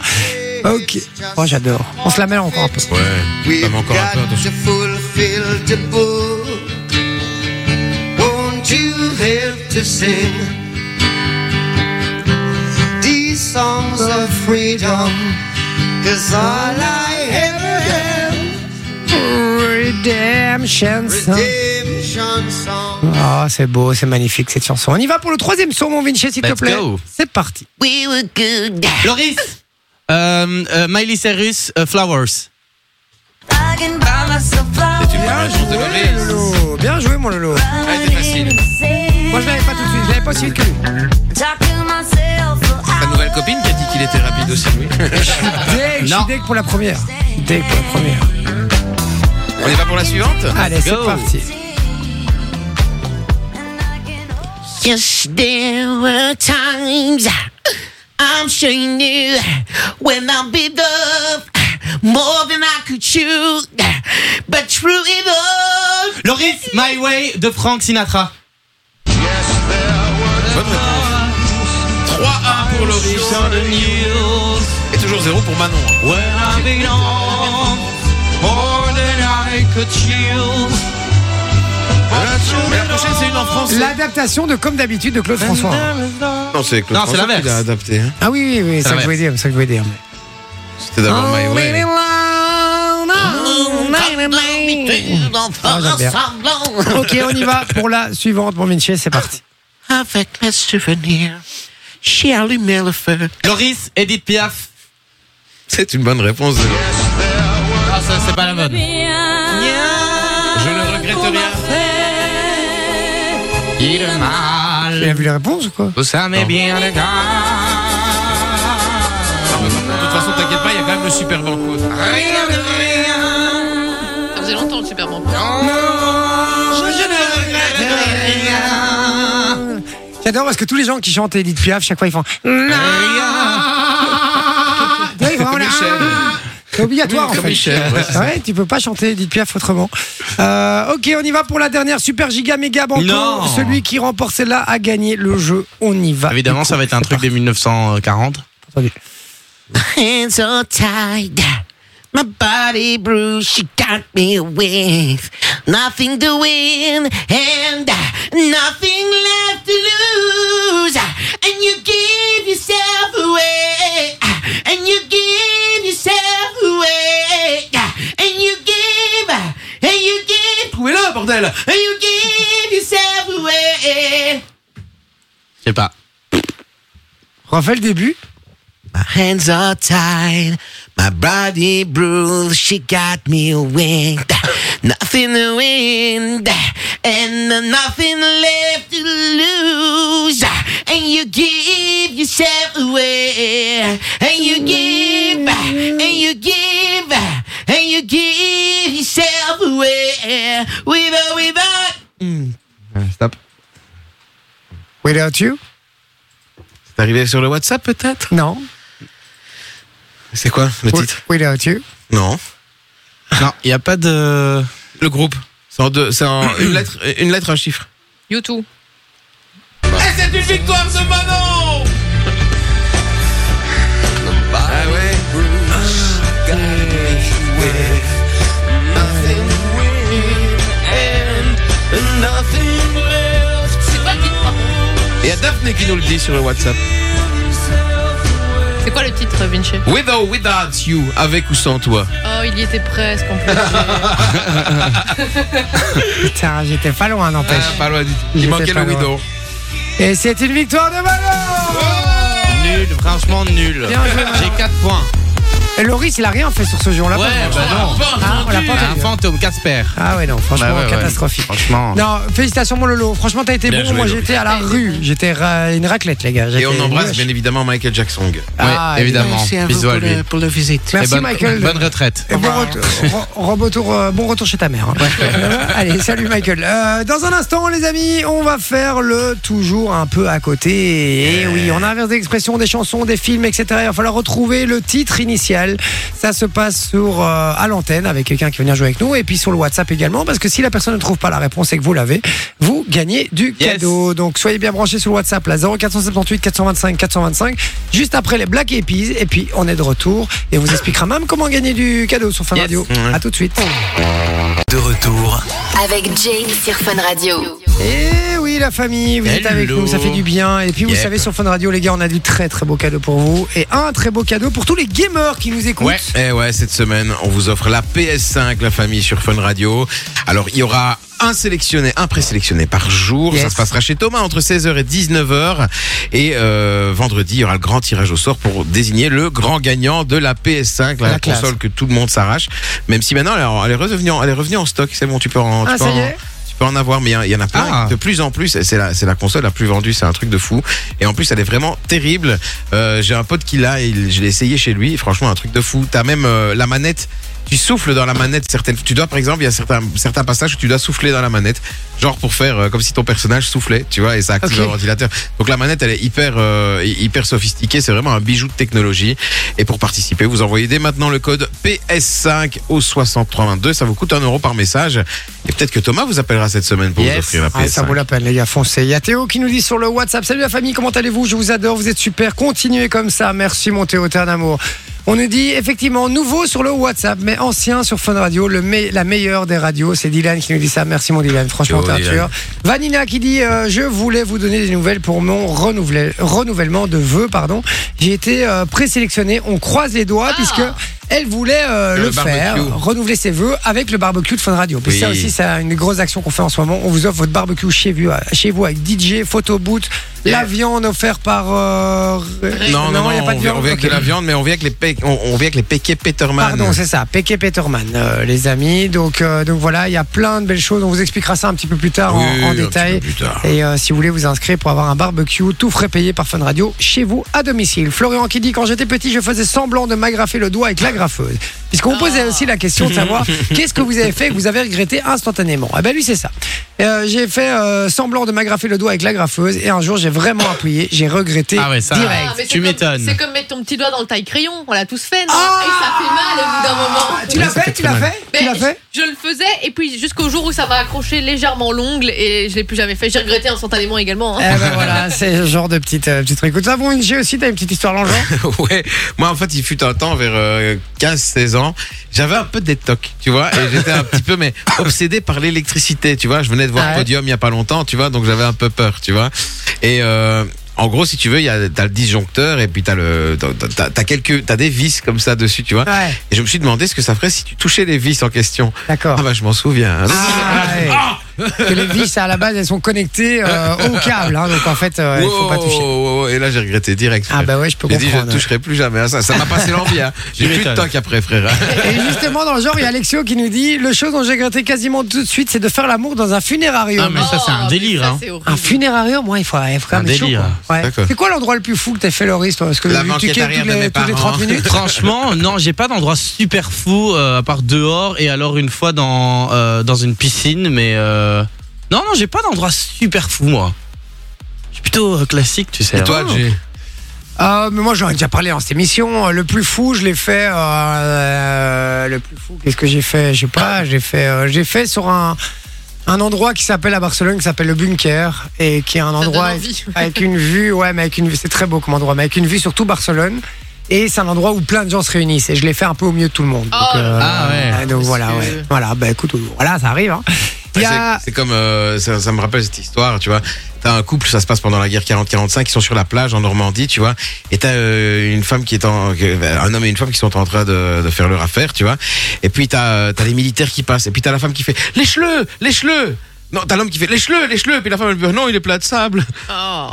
C: Ok. Oh, j'adore. On se la mêle encore un peu.
E: Ouais.
H: We've
E: Ça va encore un
H: got
E: peu, attention.
H: to fulfill the book. Won't you help to sing these songs of freedom? Cause all I ever have
C: Redemption Song.
H: redemption songs.
C: Oh, c'est beau, c'est magnifique cette chanson. On y va pour le troisième son, mon Vinci, s'il te
G: Let's
C: plaît.
G: go.
C: C'est parti.
A: We were good.
G: Loris. Euh, euh, Miley Cyrus, euh, Flowers.
I: I can buy myself flowers.
E: Tu
G: Ah,
E: parles de chanter Loris.
C: Lolo. Bien joué, mon Lolo.
E: Ah, c'est facile.
C: Moi, je l'avais pas tout de suite. Je l'avais pas aussi vite que lui.
I: Talk to myself uh, for
E: Ta nouvelle copine qui a dit qu'il était rapide aussi, lui.
C: Dès que je suis
G: Non.
C: dès que pour la première. Dès que pour la première.
E: On y va pour la suivante
C: Allez, c'est
G: go.
C: parti.
H: Yes, there were times I'm sure you knew when I bit off more than I could chew. But true enough,
G: Loris, My Way de Frank Sinatra.
E: Bonne réponse. 3-1 pour Loris. Et toujours 0 pour Manon. La prochaine, c'est une en France.
C: L'adaptation de Comme d'habitude de Claude François.
E: Non, c'est Claude
G: Non,
E: François
G: c'est
E: qui
G: l'inverse.
E: l'a adapté. hein.
C: Ah oui, oui, oui, c'est ça que je voulais dire. c'est ça que hein. je voulais dire.
E: C'était d'abord
C: Oh,
E: My Way.
C: Ah, j'aime bien. Ok, on y va pour la suivante, mon Vinci, c'est parti.
H: avec mes souvenirs, j'ai allumé le feu.
G: Loris, Edith Piaf.
E: C'est une bonne réponse. de Loris.
G: Ah, ça, c'est pas la bonne.
E: Je ne regrette rien.
G: Il mal
C: il a vu la réponse ou quoi
G: Vous savez bien, les gars.
E: De toute façon, t'inquiète pas, il y a quand même le super banco.
F: Ça faisait longtemps le Super Banco.
C: J'adore parce que tous les gens qui chantent Edith Piaf, chaque fois ils font. Oui, vraiment, là. ah, C'est obligatoire en fait. Ouais, tu peux pas chanter Edith Piaf autrement. Euh, ok, on y va pour la dernière super giga méga banco.
G: Non.
C: Celui qui remporte celle-là a gagné le jeu. On y va.
G: Évidemment, ça va être un truc des 1940.
H: Hands so tight, my body bruised. She got me with nothing to win and nothing left to lose. And you give yourself away. And you give yourself away. And you give. And you give. Trouvez-le, bordel. And you give yourself away.
G: Je sais pas.
C: Refais le début.
H: My hands are tied, my body bruised. She got me winged, nothing to win, and nothing left to lose. And you give yourself away, and you give, and you give, and you give yourself away. mm. Without, without.
E: Ah, Stop.
C: Without you
E: C'est arrivé sur le WhatsApp peut-être
C: Non.
E: C'est quoi le titre
C: Without you
E: Non.
G: Non, il n'y a pas de.
E: Le groupe C'est en deux, c'est en une lettre, une lettre, un chiffre.
F: YouTube.
E: Ah ouais. Ah,
F: C'est quoi le titre par contre
E: Il y a Daphné qui nous le dit sur le WhatsApp.
F: C'est quoi le titre, Vinci
E: With or without you, avec ou sans toi.
F: Oh, il y était presque en plus.
C: Putain, j'étais pas loin,
E: Ah,
C: n'empêche.
E: pas loin du tout.
C: Il
E: Il
C: était
E: manquait
C: pas
E: le
C: loin.
E: widow.
G: bah.
C: Et c'est une victoire de Malo
G: Nul, franchement nul.
C: Bien joué, Manon.
G: J'ai 4 points.
C: Et Loris, il a rien fait sur ce jeu, on l'a
G: Ouais,
C: pas vu.
G: bah non.
C: Ah, on l'a pas
G: Un
C: entendu.
G: fantôme, Casper.
C: Ah ouais, non, franchement,
G: Bah ouais, ouais.
C: catastrophique.
G: Franchement.
C: Non, félicitations mon Lolo. Franchement, t'as été
E: Bien
C: bon.
E: joué,
C: Moi,
E: Lolo.
C: j'étais à la rue. J'étais ra- une raclette, les gars.
E: Et
C: J'étais
E: on embrasse
C: moche.
E: bien évidemment Michael Jackson.
C: Ah,
G: ouais, évidemment.
H: Merci à vous
G: Bisous à
H: pour
G: lui.
H: le- pour la visite.
C: Merci,
G: Et bonne,
C: Michael.
G: Bonne retraite.
C: Bon retour, re- re- retour, euh, bon retour chez ta mère. hein. Euh, Allez, salut Michael. Euh, dans un instant, les amis, on va faire le toujours un peu à côté. Et oui, on inverse des expressions, des chansons, des films, etc. Il va falloir retrouver le titre initial. Ça se passe sur euh, à l'antenne avec quelqu'un qui va venir jouer avec nous et puis sur le WhatsApp également parce que si la personne ne trouve pas la réponse et que vous l'avez, vous gagnez du
G: Yes.
C: cadeau. Donc soyez bien branchés sur le WhatsApp là 0478 425 425 juste après les Black Eyed et puis on est de retour et on vous expliquera même comment gagner du cadeau sur Fun
G: Yes.
C: Radio.
E: Ouais.
C: À tout de suite.
B: De retour,
A: Avec Jay sur Fun Radio.
C: Et Eh oui, la famille, vous êtes
G: Hello.
C: avec nous, ça fait du bien. Et puis, vous
G: Yep.
C: savez, sur Fun Radio, les gars, on a du très très beau cadeau pour vous. Et un très beau cadeau pour tous les gamers qui nous écoutent.
E: Ouais. Et Eh ouais, cette semaine, on vous offre la PS5, la famille sur Fun Radio. Alors, il y aura un sélectionné, un présélectionné par jour.
C: Yes.
E: Ça se passera chez Thomas entre 16h et 19h. Et euh, vendredi, il y aura le grand tirage au sort pour désigner le grand gagnant de la PS5, la,
C: La classe.
E: console que tout le monde s'arrache. Même si maintenant, elle est- elle est revenue, en- elle est revenue en stock. C'est bon, tu peux en, tu
C: Ah,
E: peux
C: ça
E: en-
C: y est
E: tu peux en avoir, mais il y en- il y en a plein.
G: Ah.
E: De plus en plus, c'est la, c'est la console la plus vendue, c'est un truc de fou. Et en plus, elle est vraiment terrible. Euh, J'ai un pote qui l'a, il- je l'ai essayé chez lui, franchement, un truc de fou. T'as même euh, la manette, tu souffles dans la manette. Certaines, tu dois, par exemple, il y a certains, certains passages où tu dois souffler dans la manette, genre pour faire euh, comme si ton personnage soufflait, tu vois, et ça active
C: Ok.
E: le ventilateur. Donc la manette, elle est hyper, euh, hy- hyper sophistiquée, c'est vraiment un bijou de technologie. Et pour participer, vous envoyez dès maintenant le code PS5 au 6322, ça vous coûte un euro par message. Et peut-être que Thomas vous appellera cette semaine pour
G: Yes.
E: vous offrir la PS5.
C: Ah, ça vaut la peine, les gars, foncez. Il y a Théo qui nous dit sur le WhatsApp Salut la famille, comment allez-vous Je vous adore, vous êtes super. Continuez comme ça. Merci, mon Théo, t'es un amour. On nous dit effectivement nouveau sur le WhatsApp, mais ancien sur Fun Radio, le me- la meilleure des radios. C'est Dylan qui nous dit ça. Merci, mon Dylan. Franchement,
E: Yo,
C: t'es un
E: Dylan.
C: tueur. Vanina qui dit euh, Je voulais vous donner des nouvelles pour mon renouvelé- renouvellement de vœux. Pardon. J'ai été euh, présélectionné. On croise les doigts puisque elle voulait euh,
E: Ah. Le
C: le, faire,
E: barbecue.
C: renouveler ses vœux avec le barbecue de Fun Radio. Puis
E: Oui.
C: euh, ça aussi, c'est une grosse action qu'on fait en ce moment. On vous offre votre barbecue chez vous, chez vous avec DJ, photo boot, La viande offerte par. euh, Ré-
E: Non, non, non,
C: il n'y a pas de
E: on, vient-
C: viande.
E: on vient avec
C: ok.
E: de la viande, mais on vient avec les, pe- on, on vient avec les Peké Peterman.
C: Pardon, c'est ça, P.K. Peterman, euh, les amis. Donc, euh, donc voilà, il y a plein de belles choses. On vous expliquera ça un petit peu plus tard en-
E: Oui,
C: en,
E: un petit peu
C: détail.
E: plus tard.
C: Et euh, si vous voulez vous inscrire pour avoir un barbecue tout frais payé par Fun Radio chez vous à domicile. Florian qui dit Quand j'étais petit, je faisais semblant de m'agraffer le doigt avec la graffeuse. Puisqu'on
F: Ah.
C: posait aussi la question de savoir qu'est-ce que vous avez fait que vous avez regretté instantanément. Eh ben lui, c'est ça. Euh, j'ai fait euh, semblant de m'agrafer le doigt avec la graffeuse et un jour, j'ai vraiment appuyé, j'ai regretté
G: Ah ouais, ça-
C: direct.
F: mais c'est
G: tu
F: comme-
G: m'étonnes.
F: C'est comme mettre ton petit doigt dans le taille-crayon, on l'a tous fait, non
C: Ah
F: Et ça fait mal au bout d'un moment. Ben,
C: Tu l'as
E: ça
C: fait,
E: fait
C: tu
E: très
C: l'as
E: mal.
C: fait, tu l'as
F: je-
C: fait
F: je, le faisais, et puis jusqu'au jour où ça m'a accroché légèrement l'ongle, et je l'ai plus jamais fait. J'ai regretté instantanément également. hein.
C: Eh ben voilà, c'est ce genre de petite, euh, petit truc. Nous avons une G aussi, t'as une petite histoire l'enjeu
E: ouais. Moi, en fait, il fut un temps, vers 15-16 ans, j'avais un peu de tocs, tu vois, et j'étais un petit peu, mais obsédé par l'électricité, tu vois. Je venais de voir
C: Ah ouais.
E: Podium il y a pas longtemps, tu vois, donc j'avais un peu peur, tu vois. Et euh, en gros, si tu veux, il y a- t'as le disjoncteur et puis t'as le, t'as- t'as t'as quelques, t'as des vis comme ça dessus, tu vois.
C: Ouais,
E: Et je me suis demandé ce que ça ferait si tu touchais les vis en question.
C: d'accord.
E: Ah bah, je m'en souviens.
C: Ah, ouais. Parce que les vis à la base elles sont connectées euh, au câble, hein, donc en fait euh, il faut pas
E: Wow,
C: toucher.
E: wow, wow, et là, j'ai regretté direct.
C: Ah
E: frère.
C: bah ouais, je peux
E: J'ai dit, je ne
C: comprendre.
E: toucherai plus jamais à ça. Ça m'a passé l'envie. Hein. J'ai
G: Tu
E: plus de
G: m'étonnes.
E: toc après, frère. hein.
C: Et justement dans le genre, il y a Alexio qui nous dit le chose dont j'ai regretté quasiment tout de suite, c'est de faire l'amour dans un funérarium.
G: Ah, mais ça, c'est un
F: Oh, mais
G: délire,
F: ça,
G: hein.
F: c'est horrible.
C: Un funérarium, moi, il faut, il faut quand
G: Un
C: même être chaud,
G: délire.
C: quoi. Ouais.
E: D'accord.
C: C'est quoi l'endroit le plus fou que t'as fait, Loris, toi Parce que
E: La
C: tu
E: banquette
C: quittes
E: arrière
C: tous
E: de
C: les,
E: mes
C: tous les
E: parents. hein.
C: 30 minutes.
G: Franchement, non, j'ai pas d'endroit super fou euh, à part dehors et alors une fois dans euh, dans une piscine, mais euh, non, non, j'ai pas d'endroit super fou moi. Je suis plutôt euh, classique, tu sais.
E: Et toi,
G: Ah.
E: Jay
C: Euh, mais moi j'en ai déjà parlé dans cette émission. Euh, Le plus fou, je l'ai fait. euh, euh, le plus fou, qu'est-ce que j'ai fait Je sais pas. J'ai fait. euh, j'ai fait sur un un endroit qui s'appelle à Barcelone, qui s'appelle le bunker et qui est un
F: Ça donne
C: endroit
F: envie.
C: avec une vue. Ouais, mais avec une vue, c'est très beau comme endroit, mais avec une vue sur tout Barcelone. Et c'est un endroit où plein de gens se réunissent. Et je l'ai fait un peu au milieu de tout le monde. Donc,
F: Oh là
G: là. Ah ouais.
C: donc voilà,
F: Parce que-
C: ouais. Voilà, bah écoute, voilà, ça arrive. Hein. Il y a-
E: C'est c'est comme euh, ça, ça me rappelle cette histoire, tu vois. T'as un couple, ça se passe pendant la guerre 40-45, ils sont sur la plage en Normandie, tu vois. Et t'as euh, une femme qui est en, que- ben, un homme et une femme qui sont en train de, de faire leur affaire, tu vois. Et puis t'as euh, t'as les militaires qui passent. Et puis t'as la femme qui fait lèche-le, lèche-le. Non, t'as l'homme qui fait lèche-le, lèche-le. Puis la femme elle dit non, il est plat de sable.
F: Oh.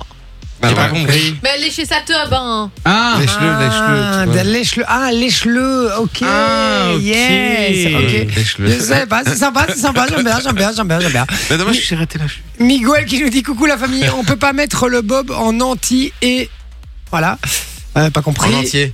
E: Bah,
G: J'ai pas
E: ouais.
G: compris.
F: Mais lécher sa teub, hein.
G: Ah.
E: Lèche-le,
C: Ah,
E: lèche-le. tu vois.
C: lèche-le. Ah, lèche-le. Ok.
G: Ah, ok.
C: Yes. Ok.
E: Euh, Lèche-le.
C: Je sais pas, c'est sympa, c'est sympa, j'aime bien, j'aime bien, j'aime bien, j'aime bien.
E: Mais dommage, j'ai raté la chute.
C: Miguel qui nous dit coucou la famille, on peut pas mettre le bob en anti et voilà. Euh, pas compris.
E: En entier.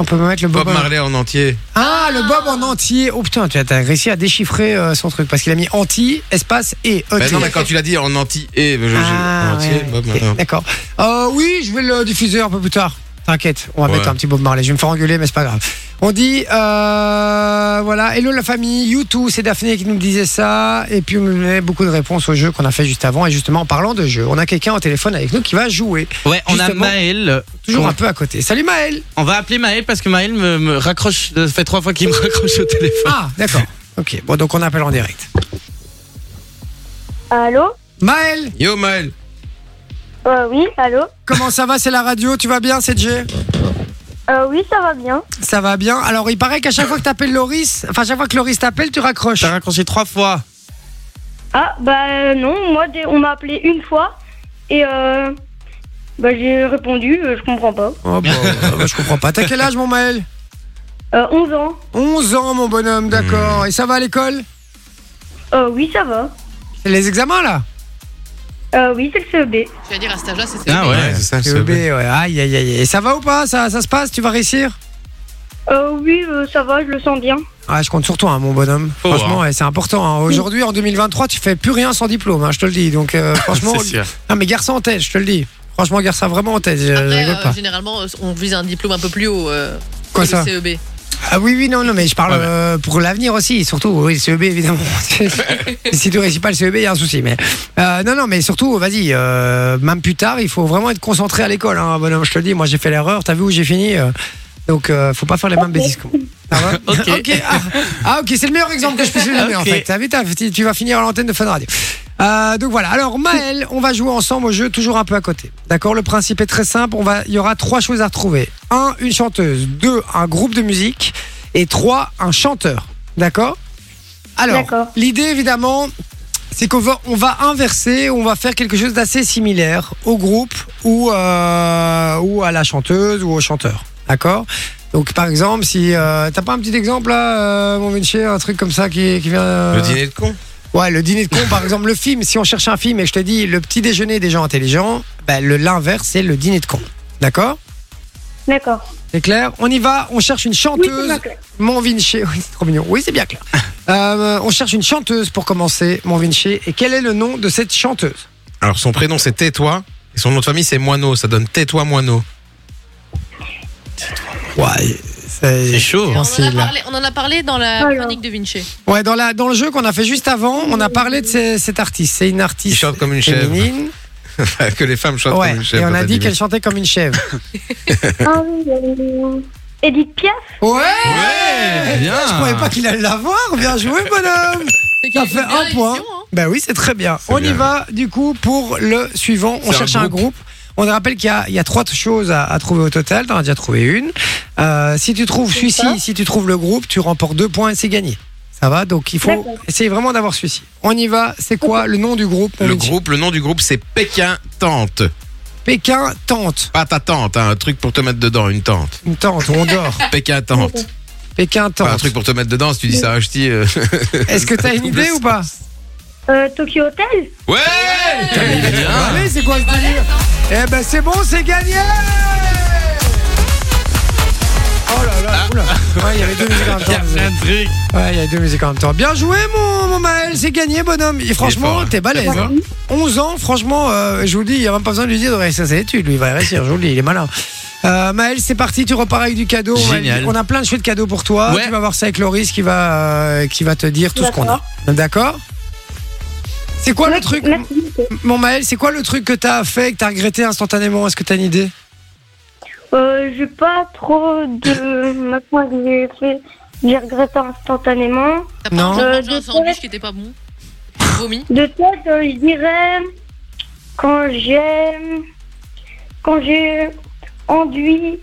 C: On peut pas mettre le bob.
E: Bob
C: en-
E: Marley en entier.
C: Ah, le bob en entier. Oh putain, tu as t'as réussi à déchiffrer euh, son truc parce qu'il a mis anti, espace et ET.
E: Mais Ben non, mais quand tu l'as dit en entier, eh, je- je-
C: Ah,
E: en entier,
C: ouais,
E: Bob
C: ok,
E: Marley.
C: D'accord. Euh, oui, je vais le diffuser un peu plus tard. T'inquiète, on va
E: Ouais.
C: mettre un petit Bob Marley. Je vais me faire engueuler, mais c'est pas grave. On dit, euh, voilà, hello la famille, you too, c'est Daphné qui nous disait ça. Et puis, on nous donnait beaucoup de réponses au jeu qu'on a fait juste avant. Et justement, en parlant de jeu, on a quelqu'un au téléphone avec nous qui va jouer.
G: Ouais, on a
C: Justement.
G: Maël.
C: Toujours
G: on,
C: un peu à côté. Salut Maël
G: on va appeler Maël parce que Maël me, me raccroche. Ça fait trois fois qu'il me raccroche au téléphone.
C: Ah, d'accord. Ok, bon, donc on appelle en direct.
J: Allô
C: Maël,
E: Yo, Maël.
J: euh, Oui, allô
C: comment ça va C'est la radio, tu vas bien, c'est Jay
J: euh, Oui, ça va bien.
C: Ça va bien. Alors, il paraît qu'à chaque fois que t'appelles Loris, enfin, à chaque fois que Loris t'appelle, tu raccroches.
G: T'as raccroché trois fois.
J: Ah, bah euh, non, moi, dès- on m'a appelé une fois et euh, bah, j'ai répondu, euh, je comprends pas.
C: Oh, bah, bah, je comprends pas. T'as quel âge, mon Maël
J: Euh, 11 ans
C: 11 ans, mon bonhomme,
G: Hmm.
C: d'accord. Et ça va à l'école
J: euh, Oui, ça va.
C: C'est les examens, là
J: Euh, oui, c'est le CEB.
F: Tu vas dire à cet âge-là, c'est
G: Ah ouais.
E: c'est ça,
C: CEB, E ouais. Aïe, aïe, aïe. Et ça va ou pas ça, ça se passe Tu vas réussir
J: Euh, oui, euh, ça va, je le sens bien.
C: ah, je compte sur toi, hein, mon bonhomme.
G: Faut
C: franchement,
G: voir.
C: ouais, c'est important. hein. Aujourd'hui, en 2023, tu fais plus rien sans diplôme, hein, je te le dis. Donc, euh, franchement,
G: C'est sûr.
C: ah, mais garde ça en tête, je te le dis. Franchement, garde ça vraiment en tête. je- je
F: Après,
C: rigole
F: euh,
C: pas.
F: généralement, euh, on vise un diplôme un peu plus haut. euh,
C: Quoi
F: que le
C: ça
F: CEB.
C: Ah oui, oui, non, non, mais je parle
G: Ouais, mais-
C: euh, pour l'avenir aussi, surtout. Oui, le CEB, évidemment. si tu réussis pas le CEB, il y a un souci. Mais euh, non, non, mais surtout, vas-y, euh, même plus tard, il faut vraiment être concentré à l'école. Hein, bonhomme, je te le dis, moi j'ai fait l'erreur, t'as vu où j'ai fini euh, donc, euh, faut pas faire les mêmes bêtises. que moi. Ça va
G: Ok.
C: Ah, ah, ok, c'est le meilleur exemple que je puisse lui donner en
G: Ok.
C: fait. T'as vu, t'as- tu tu vas finir à l'antenne de Fun Radio. Euh, donc voilà. Alors Maël, on va jouer ensemble au jeu toujours un peu à côté. D'accord. Le principe est très simple. On va, il y aura trois choses à retrouver. Un, une chanteuse. Deux, un groupe de musique. Et trois, un chanteur. D'accord. Alors,
J: D'accord.
C: l'idée évidemment, c'est qu'on va, on va inverser, on va faire quelque chose d'assez similaire au groupe ou, euh, ou à la chanteuse ou au chanteur. D'accord Donc, par exemple, si. euh, T'as pas un petit exemple là, euh, mon Vinci, un truc comme ça qui, qui vient. euh,
E: Le dîner de con.
C: Ouais, le dîner de con, par exemple, le film. Si on cherche un film et je te dis le petit déjeuner des gens intelligents, ben, le- l'inverse, c'est le dîner de con. D'accord
J: D'accord.
C: C'est clair On y va, on cherche une
J: Oui, c'est
C: chanteuse.
J: ma classe.
C: Mon Vinci, oui, c'est trop mignon. Oui, c'est bien clair. Euh, on cherche une chanteuse pour commencer, Mon Vinci. Et quel est le nom de cette chanteuse
E: Alors son prénom c'est Tais-toi et son nom de famille c'est Moineau. Ça donne Tais-toi Moineau.
C: Ouais,
G: C'est
C: c'est
G: chaud.
F: hein. On en,
C: facile.
F: a parlé, on en a parlé dans la
J: Alors.
F: chronique de Vinci.
C: Ouais, dans, la, dans le jeu qu'on a fait juste avant, on a parlé de ces- cette artiste. C'est une
E: Il
C: artiste
E: chante comme une chèvre.
C: féminine.
E: que les femmes chantent
C: Ouais,
E: comme une chèvre.
C: et on
E: t'as
C: a dit
E: oui.
C: qu'elle chantait comme une chèvre.
J: Ah oui, euh, Edith Piaf
C: Ouais,
G: bien.
C: Je croyais pas qu'il allait la voir. Bien joué, bonhomme
F: C'est
C: Ça
F: qu'il y
C: fait
F: a une
C: un
F: belle
C: point.
F: élection, hein.
C: Ben oui, c'est très bien. On y
E: bien.
C: va du coup pour le suivant. On
E: C'est un
C: cherche un groupe. On rappelle qu'il y a- il y, a trois choses à, à trouver au total. T'en as déjà trouvé une. Euh, si tu trouves celui-ci, si tu trouves le groupe, tu remportes deux points et c'est gagné. Ça va Donc il faut
J: D'accord.
C: essayer vraiment d'avoir celui-ci. On y va. C'est quoi le nom du groupe on
E: Le
C: le dit.
E: groupe, le nom du groupe c'est Pékin Tente.
C: Pékin Tente.
E: Pas ta tente, hein, un truc pour te mettre dedans, une tente.
C: Une tente où on dort.
E: Pékin Tente.
C: Pékin
E: Pas un
C: Tente.
E: truc pour te mettre dedans si tu dis ça à Hachti. euh,
C: Est-ce que t'as une
E: double
C: idée ou pas
J: euh, Tokyo Hotel
E: Ouais
C: Allez, c'est quoi ce délire Eh ben c'est bon, c'est gagné Oh là là, oula. Ouais, il y avait deux musiques en même temps. désolé.
G: truc.
C: Ouais, il y avait deux musiques en même temps. Bien joué, mon, mon Maël, c'est gagné, bonhomme. Et
E: fort,
C: franchement,
E: hein.
C: t'es balèze.
E: Il est fort.
C: 11 ans, franchement, euh, je vous le dis, il n'y a même pas besoin de lui dire de réussir ses études. Lui, il va réussir, je vous le dis, il est malin. Euh, Maël, c'est parti, tu repars avec du cadeau. Maël,
G: Génial.
C: On a plein de chouettes cadeaux pour toi.
G: Ouais.
C: Tu vas voir ça avec Loris qui va, euh, qui va te dire tout ce qu'on a. D'accord C'est quoi le
J: Merci-
C: truc
J: merci beaucoup.
C: mon Maël, c'est quoi le truc que t'as fait, que t'as regretté instantanément Est-ce que t'as une idée
J: Euh, j'ai pas trop de maintenant que j'ai fait, j'ai regretté instantanément.
F: T'as pas
C: Non. Eh
F: mangé
J: Euh,
F: un
J: je
F: sandwich
J: sais.
F: qui était pas bon. Tu vomis.
J: De tête, euh, je dirais quand j'ai quand j'ai enduit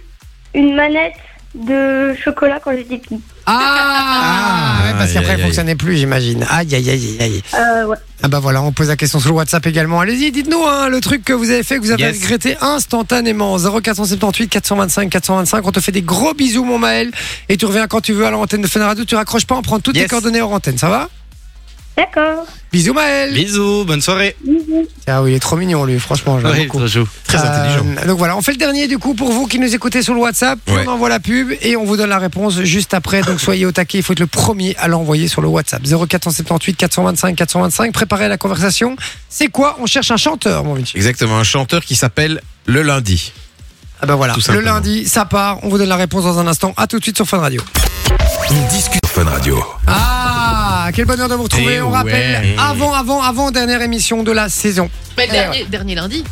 J: une manette de chocolat quand j'étais petite.
C: Ah, ouais, Parce
E: Aïe,
C: qu'après,
E: aïe,
C: il
E: aïe.
C: fonctionnait plus, j'imagine. Aïe, aïe, aïe, aïe.
J: Euh, ouais.
C: Ah bah voilà, on pose la question sur le WhatsApp également. Allez-y, dites-nous hein, le truc que vous avez fait, que vous avez
G: Yes.
C: regretté instantanément. 0478 425 425. On te fait des gros bisous, mon Maël. Et tu reviens quand tu veux à l'antenne de Fun Radio. Tu raccroches pas, on prend toutes
G: Yes.
C: tes coordonnées hors antenne, ça va
J: D'accord.
C: Bisous, Maël.
G: Bisous, bonne soirée.
J: Bisous.
C: Ah oui, il est trop mignon, lui. Franchement, j'aime
G: Ouais,
C: beaucoup.
G: ça joue. Très
C: Euh,
G: intelligent.
C: donc voilà, on fait le dernier du coup pour vous qui nous écoutez sur le WhatsApp. Puis
E: Ouais.
C: On envoie la pub et on vous donne la réponse juste après. Donc soyez au taquet, il faut être le premier à l'envoyer sur le WhatsApp. 0478 425 425. Préparez la conversation. C'est quoi On cherche un chanteur, mon Vinci.
E: Exactement, un chanteur qui s'appelle Le Lundi.
C: Ah ben voilà,
E: Tout
C: le
E: simplement.
C: lundi, ça part. On vous donne la réponse dans un instant. À tout de suite sur Fun Radio.
B: On discute Fun Radio.
C: Ah, quel bonheur de vous retrouver.
G: Eh
C: on rappelle
G: ouais.
C: avant, avant, avant dernière émission de la saison.
F: Mais le
C: Ouais,
F: dernier, dernier lundi.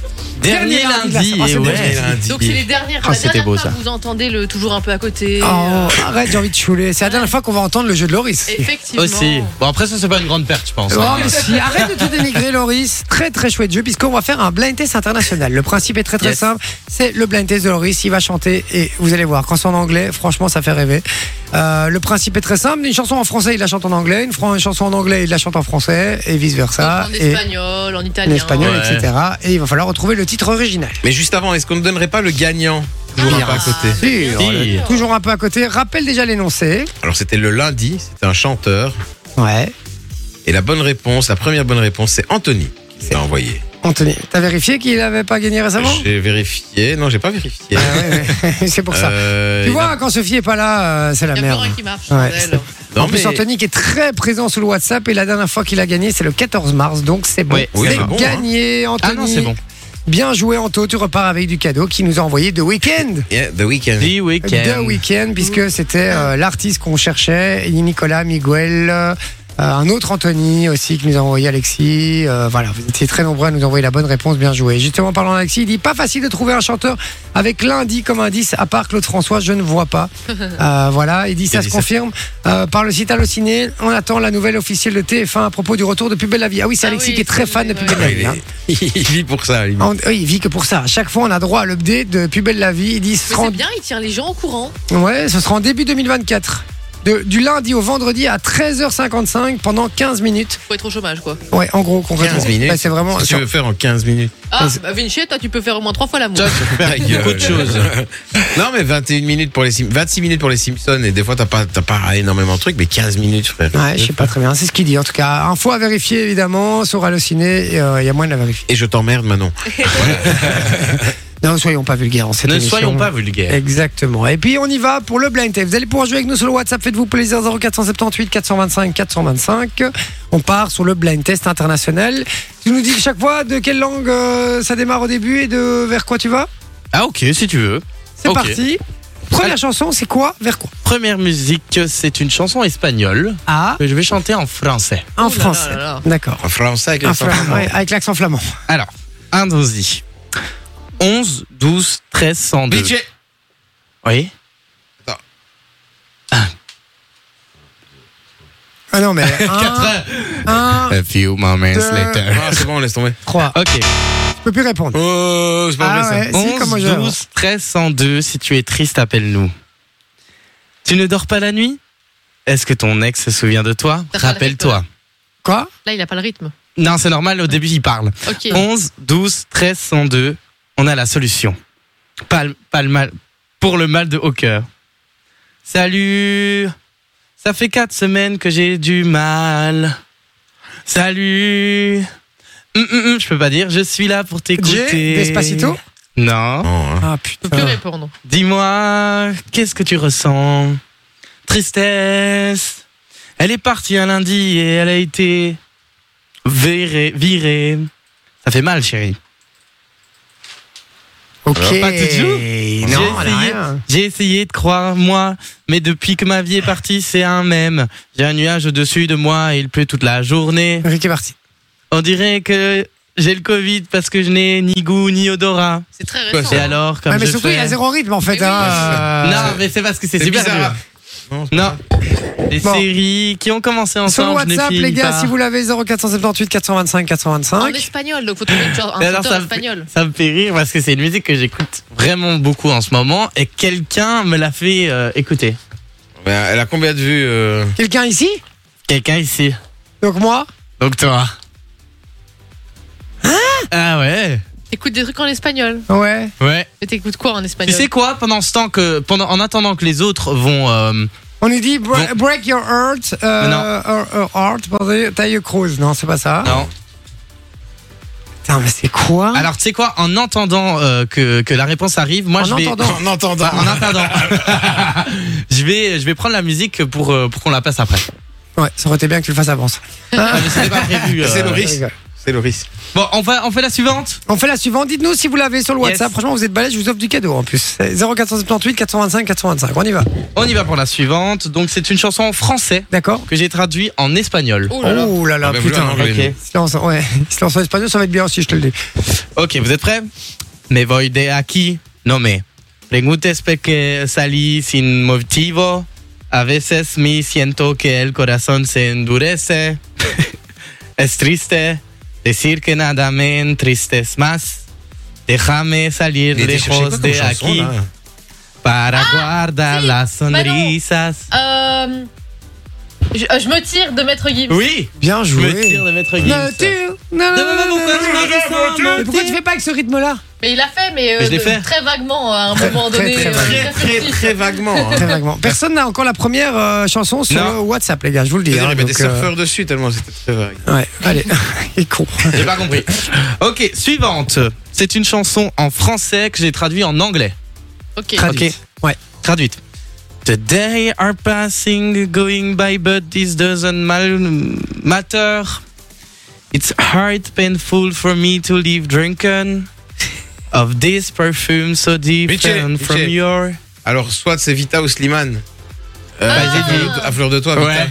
G: Dernier,
C: Dernier
G: lundi,
C: lundi, là, c'est-
G: et
C: oh, c'est
G: ouais.
C: déjà-
F: Donc c'est les dernières.
G: Ah,
F: la
G: c'était
F: dernière
G: beau,
F: fois
G: ça.
F: que Vous entendez le toujours un peu à côté. euh,
C: Oh, arrête, j'ai envie de chouler. C'est la dernière fois qu'on va entendre le jeu de Loris.
F: Effectivement.
G: Aussi. Bon, après, ça, c'est pas une grande perte, je pense.
C: Oh, mais si, arrête de tout dénigrer, Loris. Très très chouette jeu, puisqu'on va faire un blind test international. Le principe est très très
G: Yes.
C: simple. C'est le blind test de Loris. Il va chanter et vous allez voir. Quand c'est en anglais, franchement, ça fait rêver. Euh, le principe est très simple. Une chanson en français, il la chante en anglais. Une, fran- une chanson en anglais, il la chante en français et vice versa.
F: en
C: Et
F: espagnol, en
C: en
F: italien.
C: espagnol,
G: Ouais.
C: etc. Et il va falloir retrouver le titre original.
E: Mais juste avant, est-ce qu'on ne donnerait pas le gagnant Toujours un pas à côté.
C: Sûr.
G: Si.
C: Toujours un peu à côté. Rappelle déjà l'énoncé.
E: Alors c'était Le Lundi, c'était un chanteur.
C: Ouais.
E: Et la bonne réponse, la première bonne réponse, c'est Anthony qui l'a envoyé.
C: Anthony, t'as vérifié qu'il avait pas gagné récemment
E: J'ai vérifié. Non, j'ai pas vérifié.
C: Ah ouais, ouais. C'est pour Ah, ça.
E: Euh,
C: tu
E: il
C: vois,
E: a-
C: quand Sophie est pas là, euh, c'est la
F: Il y a
C: merde.
F: plus rien qui marche.
C: Ouais,
F: bordel.
C: c'est-
E: Non,
C: en plus,
E: mais-
C: Anthony qui est très présent sur le WhatsApp et la dernière fois qu'il a gagné, c'est le 14 mars, donc c'est bon.
G: Oui,
E: oui,
C: c'est
E: c'est bon, hein.
C: gagné, Anthony.
G: Ah non, c'est bon.
C: Bien joué, Anto. Tu repars avec du cadeau qui nous a envoyé de week-end.
E: Yeah, The Weeknd.
G: The
C: De
G: Weeknd.
C: week-end, puisque c'était euh, l'artiste qu'on cherchait, Il y a Nicolas, Miguel, euh, un autre Anthony aussi que nous a envoyé Alexis. euh, voilà, vous étiez très nombreux à nous envoyer la bonne réponse, bien joué. Justement, en parlant d'Alexis, il dit pas facile de trouver un chanteur avec lundi comme indice, à part Claude François, je ne vois pas. Euh, voilà, il dit ça
E: Il
C: se
E: dit ça.
C: confirme euh, par le site Allociné. On attend la nouvelle officielle de TF1 à propos du retour de Plus Belle la Vie. Ah oui, c'est
F: Ah
C: Alexis
F: oui,
C: qui est très
F: c'est
C: fan de
F: lui,
C: Plus
F: ouais.
C: Belle la
E: Ouais,
C: Vie.
E: il,
C: hein.
E: est- il vit pour ça. à la limite.
C: On- oui, il vit que pour ça. À chaque fois, on a droit à l'update de Plus Belle la Vie. Il dit ce
F: Mais
C: sera en
F: c'est bien, il tient les gens au courant.
C: Ouais, ce sera en début 2024. de- du lundi au vendredi à 13h55 pendant 15 minutes.
F: Faut être au chômage, quoi.
C: Ouais, en gros, concrètement.
E: 15 minutes.
C: Ouais, bah, c'est vraiment.
E: Qu'est-ce que tu veux faire en 15 minutes
F: Ah, bah Vinci, toi, tu peux faire au moins trois fois l'amour.
E: Beaucoup
G: de choses.
E: non, mais 21 minutes pour les Sim- 26 minutes pour les Simpsons, et des fois, t'as pas, t'as pas énormément de trucs, mais 15 minutes, frère.
C: Ouais, je sais pas très bien. C'est ce qu'il dit. En tout cas, info à vérifier évidemment sur Allociné. Il y a moyen de la vérifier.
E: Et je t'emmerde, Manon.
C: Non, soyons pas vulgaires. En cette
G: Ne
C: émission.
G: soyons pas vulgaires.
C: Exactement. Et puis on y va pour le blind test. Vous allez pouvoir jouer avec nous sur le WhatsApp. Faites-vous plaisir 0478 425 425. On part sur le blind test international. Tu nous dis chaque fois de quelle langue euh, ça démarre au début et de vers quoi tu vas.
G: Ah ok, si tu veux.
C: C'est
G: Ok.
C: parti. Première
G: Allez.
C: chanson, c'est quoi Vers quoi
G: Première musique, c'est une chanson espagnole
C: Ah,
G: que je vais chanter en français.
C: en
F: là là
C: français.
F: là là.
C: D'accord.
E: En français, avec
C: Un
E: les
C: flam- ouais, avec l'accent flamand.
G: Alors, allons-y. 11, 12, 13, 102.
E: DJ.
G: Oui.
C: Ah non, mais. 1,
G: A few moments
C: Deux. later.
E: Ah, c'est bon, laisse tomber.
C: 3.
G: Ok.
C: Je peux plus répondre.
E: Oh, c'est pas
C: Ah
E: vrai, ça.
C: ouais. si,
G: 11,
C: comme moi,
G: 12, 13, 102. Si tu es triste, appelle-nous. Tu ne dors pas la nuit Est-ce que ton ex se souvient de toi Rappelle-toi.
C: Quoi
F: Là, il a pas le rythme.
G: Non, c'est normal, au début, il parle.
F: Ok.
G: 11, 12, 13, 102. On a la solution. Pas, le- pas le mal. Pour le mal de Hawker. Salut. Ça fait quatre semaines que j'ai du mal. Salut. Hum, hum, hum, je peux pas dire, je suis là pour
C: J'ai
G: t'écouter.
C: Despacito
G: Non.
E: Non, hein.
C: Ah
F: Faut plus
C: putain.
F: répondre.
G: Dis-moi, qu'est-ce que tu ressens Tristesse. Elle est partie un lundi et elle a été virée. virée. Ça fait mal, chérie.
C: Ok.
G: Pas tout de suite
C: Non,
G: J'ai
C: elle a
G: essayé.
C: rien.
G: J'ai essayé de croire, moi, mais depuis que ma vie est partie, c'est un même. J'ai un nuage au-dessus de moi et il pleut toute la journée.
C: Ricky Martin.
G: On dirait que j'ai le Covid parce que je n'ai ni goût ni odorat.
F: C'est très
E: Quoi,
F: récent.
G: Et alors, comme
C: Ouais, mais
G: je
C: surtout,
G: fais-
C: il a zéro rythme en
F: Mais
C: fait.
F: oui,
C: hein, euh,
G: Non, mais c'est parce que c'est
E: C'est
G: super
E: bizarre.
G: dur. Non. Les
C: Bon.
G: séries qui ont commencé
C: Sur le
G: ensemble, je ne
C: WhatsApp,
G: finis
C: les gars,
G: pas.
C: si vous l'avez, 0478 425
F: En
C: 425.
F: espagnol, donc faut trouver une chanson- un
G: Mais alors,
F: chanteur
G: ça, me fait-
F: espagnol.
G: ça me fait rire parce que c'est une musique que j'écoute vraiment beaucoup en ce moment et quelqu'un me l'a fait euh, écouter.
E: Ben, Elle a combien de vues euh,
C: Quelqu'un ici
G: Quelqu'un ici.
C: Donc moi
G: Donc toi. ah ouais.
F: T'écoutes des trucs en espagnol.
C: Ouais.
G: Ouais.
F: Mais t'écoutes quoi en
G: Tu
F: espagnol
G: sais quoi pendant ce temps que pendant en attendant que les autres vont euh,
C: On nous dit bre-
G: Bon.
C: Break Your Heart. Euh,
G: Non.
C: Or- or- heart, pardon, Taille Cruz. Non, c'est pas ça.
G: non.
C: Putain, mais c'est quoi
G: Alors tu sais quoi en entendant euh, que, que la réponse arrive, moi
C: En
G: je vais
C: entendant.
E: En entendant.
G: en attendant. je vais je vais prendre la musique pour euh, pour qu'on la passe après.
C: Ouais, ça aurait été bien que tu le fasses avant ça.
G: Ah, mais c'était pas prévu. euh.
E: C'est Loris.
C: Je rigole.
E: C'est Loris.
G: Bon, on fait, on fait la suivante.
C: On fait la suivante. Dites-nous si vous l'avez sur le
G: Yes.
C: WhatsApp. Franchement, vous êtes balèze, je vous offre du cadeau en plus. C'est 0478 425 425. On y va.
G: On y va pour la suivante. Donc, c'est une chanson en français
C: D'accord
G: que j'ai traduit en espagnol.
F: Oh là là.
C: Oh là là,
E: Ah, ben,
C: putain.
E: voilà, non, je l'ai
G: Ok.
C: Silence, ouais. Silence en espagnol, ça va être bien aussi, je te le dis.
G: Ok, vous êtes prêts Me voy de aquí. No me. Preguntes que salí sin motivo. A veces me siento que el corazón se endurece. es triste decir que nada me entristece más. Déjame salir
E: Il était chercher quoi
G: lejos
E: comme
G: de
E: chanson,
G: aquí
E: là
G: para guardar
F: si,
G: las
F: bah non.
G: sonrisas.
F: Euh, je, euh, je me tire de Maître Gibbs.
G: oui,
C: Bien
G: je
C: joué.
G: me tire de Maître Gims.
C: Ne tire- non, non,
G: Non,
C: non,
G: mais
C: non,
G: pourquoi
C: non,
G: tu
C: non, non,
G: me ressembles,
C: non.
G: hein,
C: Mais pourquoi tu fais pas avec ce rythme-là
F: Mais il l'a fait, mais, euh,
G: Mais je l'ai
F: de-
G: fait.
F: très vaguement à un moment
C: très,
F: donné.
C: très
F: euh,
C: vaguement.
E: Très,
F: subtil.
E: très vaguement. hein.
C: Très vaguement. Personne n'a encore la première euh, chanson sur
G: Non.
C: le WhatsApp, les gars, je vous le
E: Je
C: dis.
E: veux dire, Il y
C: hein,
E: avait des
C: donc, euh,
E: surfeurs dessus tellement c'était très vague.
C: ouais, allez, il est con.
G: J'ai pas compris. Ok, suivante. C'est une chanson en français que j'ai traduit en anglais.
F: Ok.
C: Traduite. Ouais.
G: Traduite. The day are passing, going by, but this doesn't mal- matter. It's hard, painful for me to live drunken. Of this perfume so different
E: Miché,
G: from
E: Miché.
G: your.
E: Alors, soit c'est Vita ou Slimane. Euh,
F: Ah.
E: à fleur de- à fleur de toi, Vita.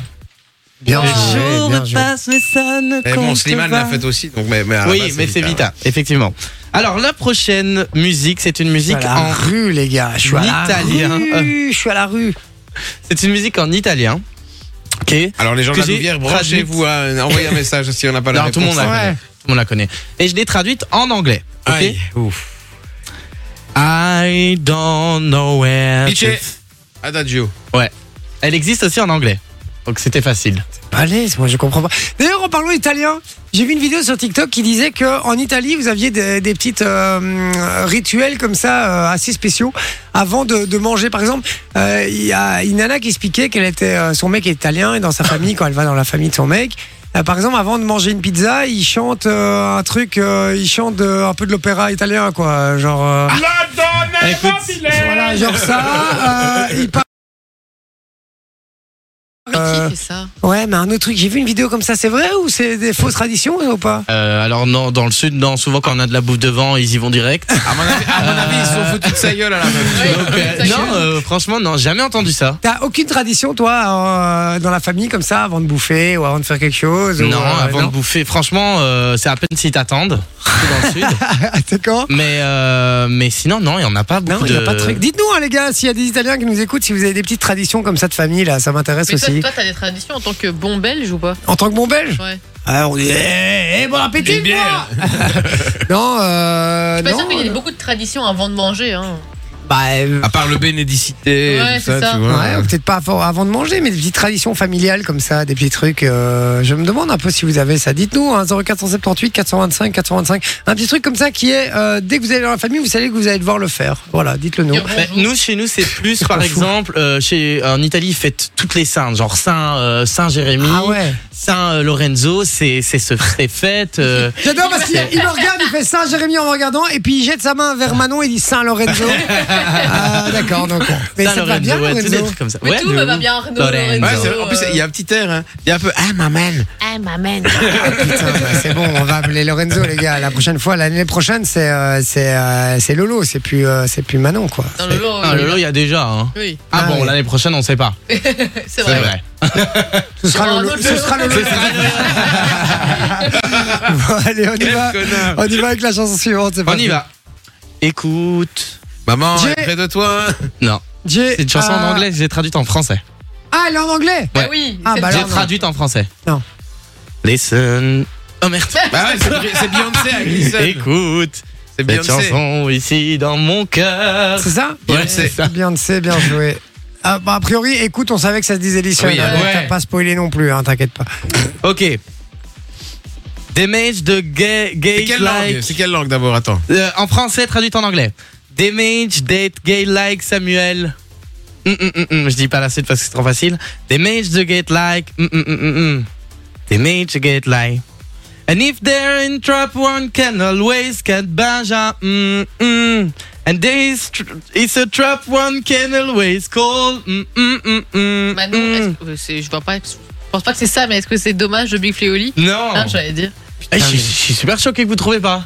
C: Bien
E: Ah,
G: Les
C: joué,
G: jours
C: bien joué.
G: passent, mais ça ne
E: Et Eh bon,
G: compte
E: Slimane
G: pas.
E: l'a fait aussi. Donc, mais, mais à la
G: Oui,
E: base,
G: mais c'est
E: Vita.
G: Vita, effectivement. Alors, la prochaine musique, c'est une
C: Je suis
G: musique
C: à la
G: en
C: rue, les gars. Je suis à la
G: Italien.
C: rue. Je suis à la rue.
G: C'est une musique en italien. Ok.
E: Alors, les gens de la
G: Que j'ai
E: Louvière,
G: traduite.
E: branchez-vous, hein, envoyez un message si on n'a pas la
G: Non,
E: réponse.
G: tout le monde la
C: Ah, ouais.
G: connaît. Tout le monde la connaît. Et je l'ai traduite en anglais. Ok.
E: Aïe, ouf.
G: I don't know where. to-
E: Pitché. Adagio.
G: Ouais. Elle existe aussi en anglais. Donc c'était facile.
C: À l'aise, moi je comprends pas. D'ailleurs, en parlant italien, j'ai vu une vidéo sur TikTok qui disait que en Italie, vous aviez des, des petites euh, rituels comme ça euh, assez spéciaux avant de, de manger. Par exemple, euh, il y a une nana qui expliquait qu'elle était euh, son mec est italien et dans sa famille, quand elle va dans la famille de son mec. euh, par exemple, avant de manger une pizza, il chante euh, un truc, euh, il chante euh, un peu de l'opéra italien, quoi. euh, Genre, euh,
G: Écoute,
C: voilà, genre ça. euh, il parle-
F: Mais
C: Euh,
F: qui fait ça
C: Ouais, mais un autre truc, j'ai vu une vidéo comme ça, c'est vrai ou c'est des fausses traditions ou pas
G: euh, alors non, dans le sud, non, souvent quand on a de la bouffe devant, ils y vont direct.
E: À mon avis, à mon avis, ils se sont foutus de sa gueule à la meuf.
F: Oui,
G: Donc, euh,
F: ça y est.
G: non, euh, franchement, non, jamais entendu ça.
C: T'as aucune tradition, toi, euh, dans la famille, comme ça, avant de bouffer ou avant de faire quelque chose ou,
G: Non,
C: euh,
G: avant de bouffer, franchement, euh, c'est à peine s'ils t'attendent. surtout dans le sud.
C: Ah, c'est quand
G: Mais, euh, mais sinon, non, il n'y en a pas
C: Non,
G: beaucoup
C: il
G: de.
C: n'y a pas de truc. Dites-nous, hein, les gars, s'il y a des Italiens qui nous écoutent, si vous avez des petites traditions comme ça de famille, là, ça m'intéresse
F: Mais toi,
C: aussi.
F: toi, t'as des traditions en tant que bon belge ou pas
C: En tant que bon belge
F: Ouais.
C: Ah, on dit, eh, eh, bon appétit, moi Non, euh.
F: Je suis pas
C: non,
F: sûre qu'il y ait
C: euh,
F: beaucoup de traditions avant de manger. Hein.
C: Bah, euh,
E: À part le bénédicité,
F: Ouais,
E: tout ça,
F: c'est ça.
E: tu
C: ouais,
E: vois.
C: ou peut-être pas avant, avant de manger, mais des petites traditions familiales comme ça, des petits trucs. euh, je me demande un peu si vous avez ça. Dites-nous, hein, 0478 425 425. Un petit truc comme ça qui est, euh, dès que vous allez dans la famille, vous savez que vous allez devoir le faire. Voilà, dites-le nous.
F: Dire bonjour.
G: Bah, nous, chez nous, c'est plus, par
C: pas fou.
G: exemple, euh, chez, en Italie, ils fêtent toutes les saintes, genre Saint, euh, Saint Jérémy,
C: Ah ouais.
G: Saint euh, Lorenzo, c'est c'est ce c'est fête. euh,
C: J'adore parce qu'il il me regarde, il fait Saint Jérémy en me regardant, et puis il jette sa main vers Manon et dit Saint Lorenzo. ah, d'accord, donc. bon. Mais
G: Saint
C: ça te va
G: Lorenzo,
C: bien,
G: ouais, tout des
C: Lorenzo.
G: trucs comme ça.
F: Mais
G: Ouais,
F: tout
G: de
F: me va
G: ouf.
F: bien, Renaud.
G: Lorenzo.
E: Ouais, c'est- en plus, il y a un petit air, hein. Il y a un peu, ah, maman.
I: Ah, ma man.
C: Putain, bah, c'est bon, on va appeler Lorenzo, les gars. La prochaine fois, l'année prochaine, c'est euh, c'est euh, c'est Lolo, c'est plus euh, c'est plus Manon, quoi.
F: Dans le lot,
G: Ah,
F: oui.
G: Lolo, il y a déjà. hein.
F: Oui,
G: Ah,
C: Ah
G: bon,
C: ouais.
G: l'année prochaine, on sait pas.
F: c'est
G: C'est
F: vrai.
G: vrai.
C: Ce sera
F: Sur un
C: Lolo.
F: autre
C: Ce
F: Lolo.
C: sera Lolo. Bon, allez, on y va.
E: connard.
C: On y va avec la chanson suivante. c'est
G: On
C: parti.
G: y va. Écoute.
E: Maman,
C: J'ai-
E: elle est près de toi. hein.
G: Non,
C: J'ai,
G: c'est une chanson en
C: euh,
G: anglais, j'ai traduite en français.
C: Ah, elle est en anglais.
F: Bah
G: Ouais.
F: oui,
C: Ah,
F: c'est
C: bah
F: le-
G: J'ai
C: alors, non.
G: traduite en français.
C: Non.
G: Listen. Oh merde.
E: Bah ouais, c'est c'est Beyoncé à Gleason.
G: Écoute,
E: C'est
G: cette
E: Beyoncé.
G: chanson ici dans mon cœur.
C: C'est ça
E: Beyoncé.
C: Beyoncé, bien joué. Ah, bah, a priori, écoute, on savait que ça se disait Lisson.
E: Oui,
C: hein,
G: ouais.
C: donc T'as pas spoilé non plus, hein, t'inquiète pas.
G: Ok. Damage de gay,
E: C'est
G: gay
E: quelle langue
G: like.
E: C'est quelle langue d'abord Attends.
G: Euh, en français, traduite en anglais. Damage date gay like Samuel. Hum, hum, hum, hum, Je dis pas la suite parce que c'est trop facile. Damage the gate like. hum, hum, hum, hum, hum. Damage the gate like. And if they're in trap, one can always get Baja. Mm, mm. And there is tr- it's a trap, one can always call. Mm, mm, mm, mm,
F: Manon,
G: mm.
F: est-ce que- euh, c'est- je vois pas. Je pense pas que c'est ça, mais est-ce que c'est dommage de Big Fleoli
G: Non!
F: Ah, j'allais dire.
G: Eh, je, suis- je suis super choqué que vous trouvez pas.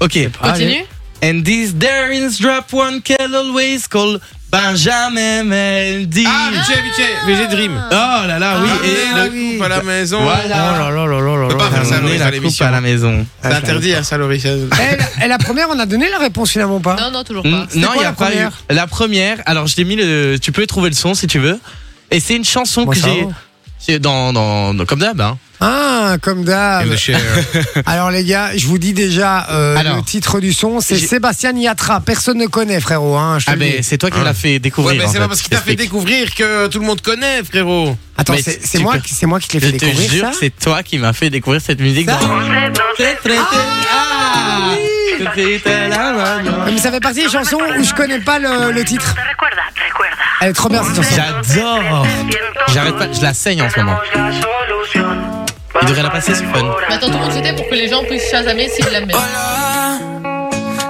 G: Ok.
F: Continue.
G: And these darings drop one can always call Benjamin Mendy.
E: Ah, Viché, Viché, Viché Dream.
G: oh là là, oui.
E: Ah,
G: et
E: merde,
G: le-
E: la coupe à la maison.
G: Voilà. Ah,
C: Oh là là là là là
E: On peut
C: là
E: pas faire
C: là.
E: ça à
G: on est
E: l'horizon
G: la
E: de
G: coupe
E: l'émission.
G: à la maison.
E: C'est interdit, hein, ça, Laurie.
G: Ah,
C: Eh, la- Et la première, on a donné la réponse finalement ou pas
F: Non, non, toujours
G: N-
F: pas.
C: quoi la
G: pas eu-
C: première
G: La première, alors je t'ai mis le. Tu peux trouver le son si tu veux. Et c'est une chanson
C: Moi,
G: que
C: ça
G: j'ai.
C: va.
G: c'est Dans, dans, dans- comme d'hab, hein.
C: Ah, comme
G: Eh ben,
C: d'hab. Alors les gars, je vous dis déjà euh,
G: Alors.
C: le titre du son, c'est
G: J'ai-
C: Sébastien Yatra. Personne ne connaît, frérot. Hein, je te
G: Ah,
C: le
G: mais
C: dis.
G: c'est toi qui me l'as fait découvrir.
E: Ouais, mais
G: en
E: c'est pas
G: fait.
E: parce qu'il t'a fait
G: T'expliques.
E: découvrir que tout le monde connaît, frérot.
C: Attends,
G: mais
C: c'est- c'est
G: tu
C: moi,
G: peux-
C: qui- c'est moi qui te l'ai
G: Je
C: fait
G: te
C: découvrir
G: jure
C: ça.
G: que c'est toi qui m'as fait découvrir cette musique
C: Ça
G: dans. Très, très, très- Ah Très, très, là, là, là.
C: Mais ça fait partie des chansons où je connais pas le, le titre. Elle est trop bien cette chanson.
G: J'adore J'arrête pas, je la saigne en ce moment. Il devrait la passer sur fun.
F: Mais Attends, tout le monde s'était pour que les gens puissent chasamer s'ils la mettent.
K: Hola,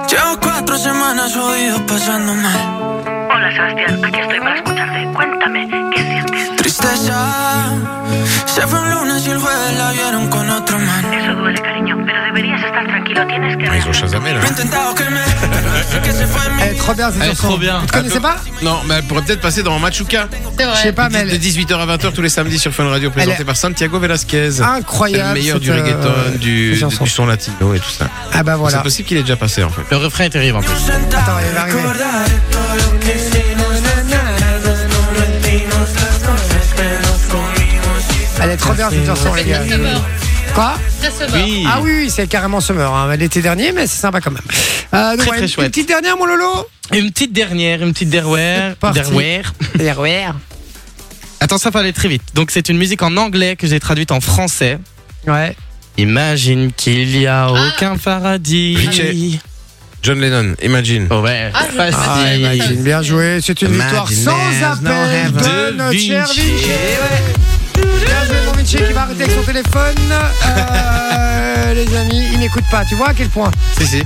K: llevo cuatro semanas jodido pasando mal.
I: Hola, Sebastián. Aquí estoy para escucharte. Cuéntame, ¿qué sientes?
K: Tristeza, se fue un lunes y el jueves la vieron con otro man.
I: Eso duele, cariño, pero deberías estar tranquilo. Tienes que...
E: Ils ont chasamé, là.
K: Lo he intentado que me, pero desde que se fue mi
C: Elle est trop bien cette
G: Elle est
C: chanson.
G: trop bien.
C: Vous connaissez pas
E: Non, mais elle pourrait peut-être passer dans Machuca.
F: C'est
C: Je sais
F: vrai.
C: pas, mais
E: De
C: elle
E: 18h à 20h tous les samedis sur Fun Radio,
C: Elle
E: présenté
C: est-
E: par Santiago Velasquez. C'est
C: incroyable.
E: le meilleur
C: cette,
E: du reggaeton,
C: euh,
E: du,
C: cette chanson.
E: du son latino et tout ça.
C: Ah bah
E: C'est
C: voilà.
E: possible qu'il ait déjà passé, en fait.
G: Le refrain est terrible en plus.
K: sentado.
C: Attends, elle va arriver.
K: Recordaré todo lo que hicimos, las ganadas, nos mentimos, las cosas que nos comimos.
C: Elle est trop bien cette chanson les gars.
F: Très summer.
C: Quoi
F: Très summer.
G: Oh, Oui
C: Ah oui, oui, c'est carrément summer. hein. L'été dernier, mais c'est sympa quand même. Euh, donc,
G: Très,
C: ouais,
G: très
C: une-
G: chouette.
C: Une petite dernière, mon Lolo.
G: Une petite dernière, une petite derrière.
C: parti.
G: Derrière.
C: Derrière.
G: Attention, ça va aller très vite. Donc, c'est une musique en anglais que j'ai traduite en français.
C: Ouais.
G: Imagine qu'il y a aucun paradis.
E: Pitché. John Lennon, imagine.
G: ouais.
F: Ah, je-
G: facile.
C: Ah, imagine, bien joué. C'est une
E: Imagine
C: victoire sans
E: there's no
C: appel
E: heaven.
C: de
G: De
C: notre cher
G: Vinci.
C: Vinci.
E: Eh
C: Bien joué, mon Vinci qui va arrêter avec son téléphone. Euh, les amis, il n'écoute pas. Tu vois à quel point
E: Si, si.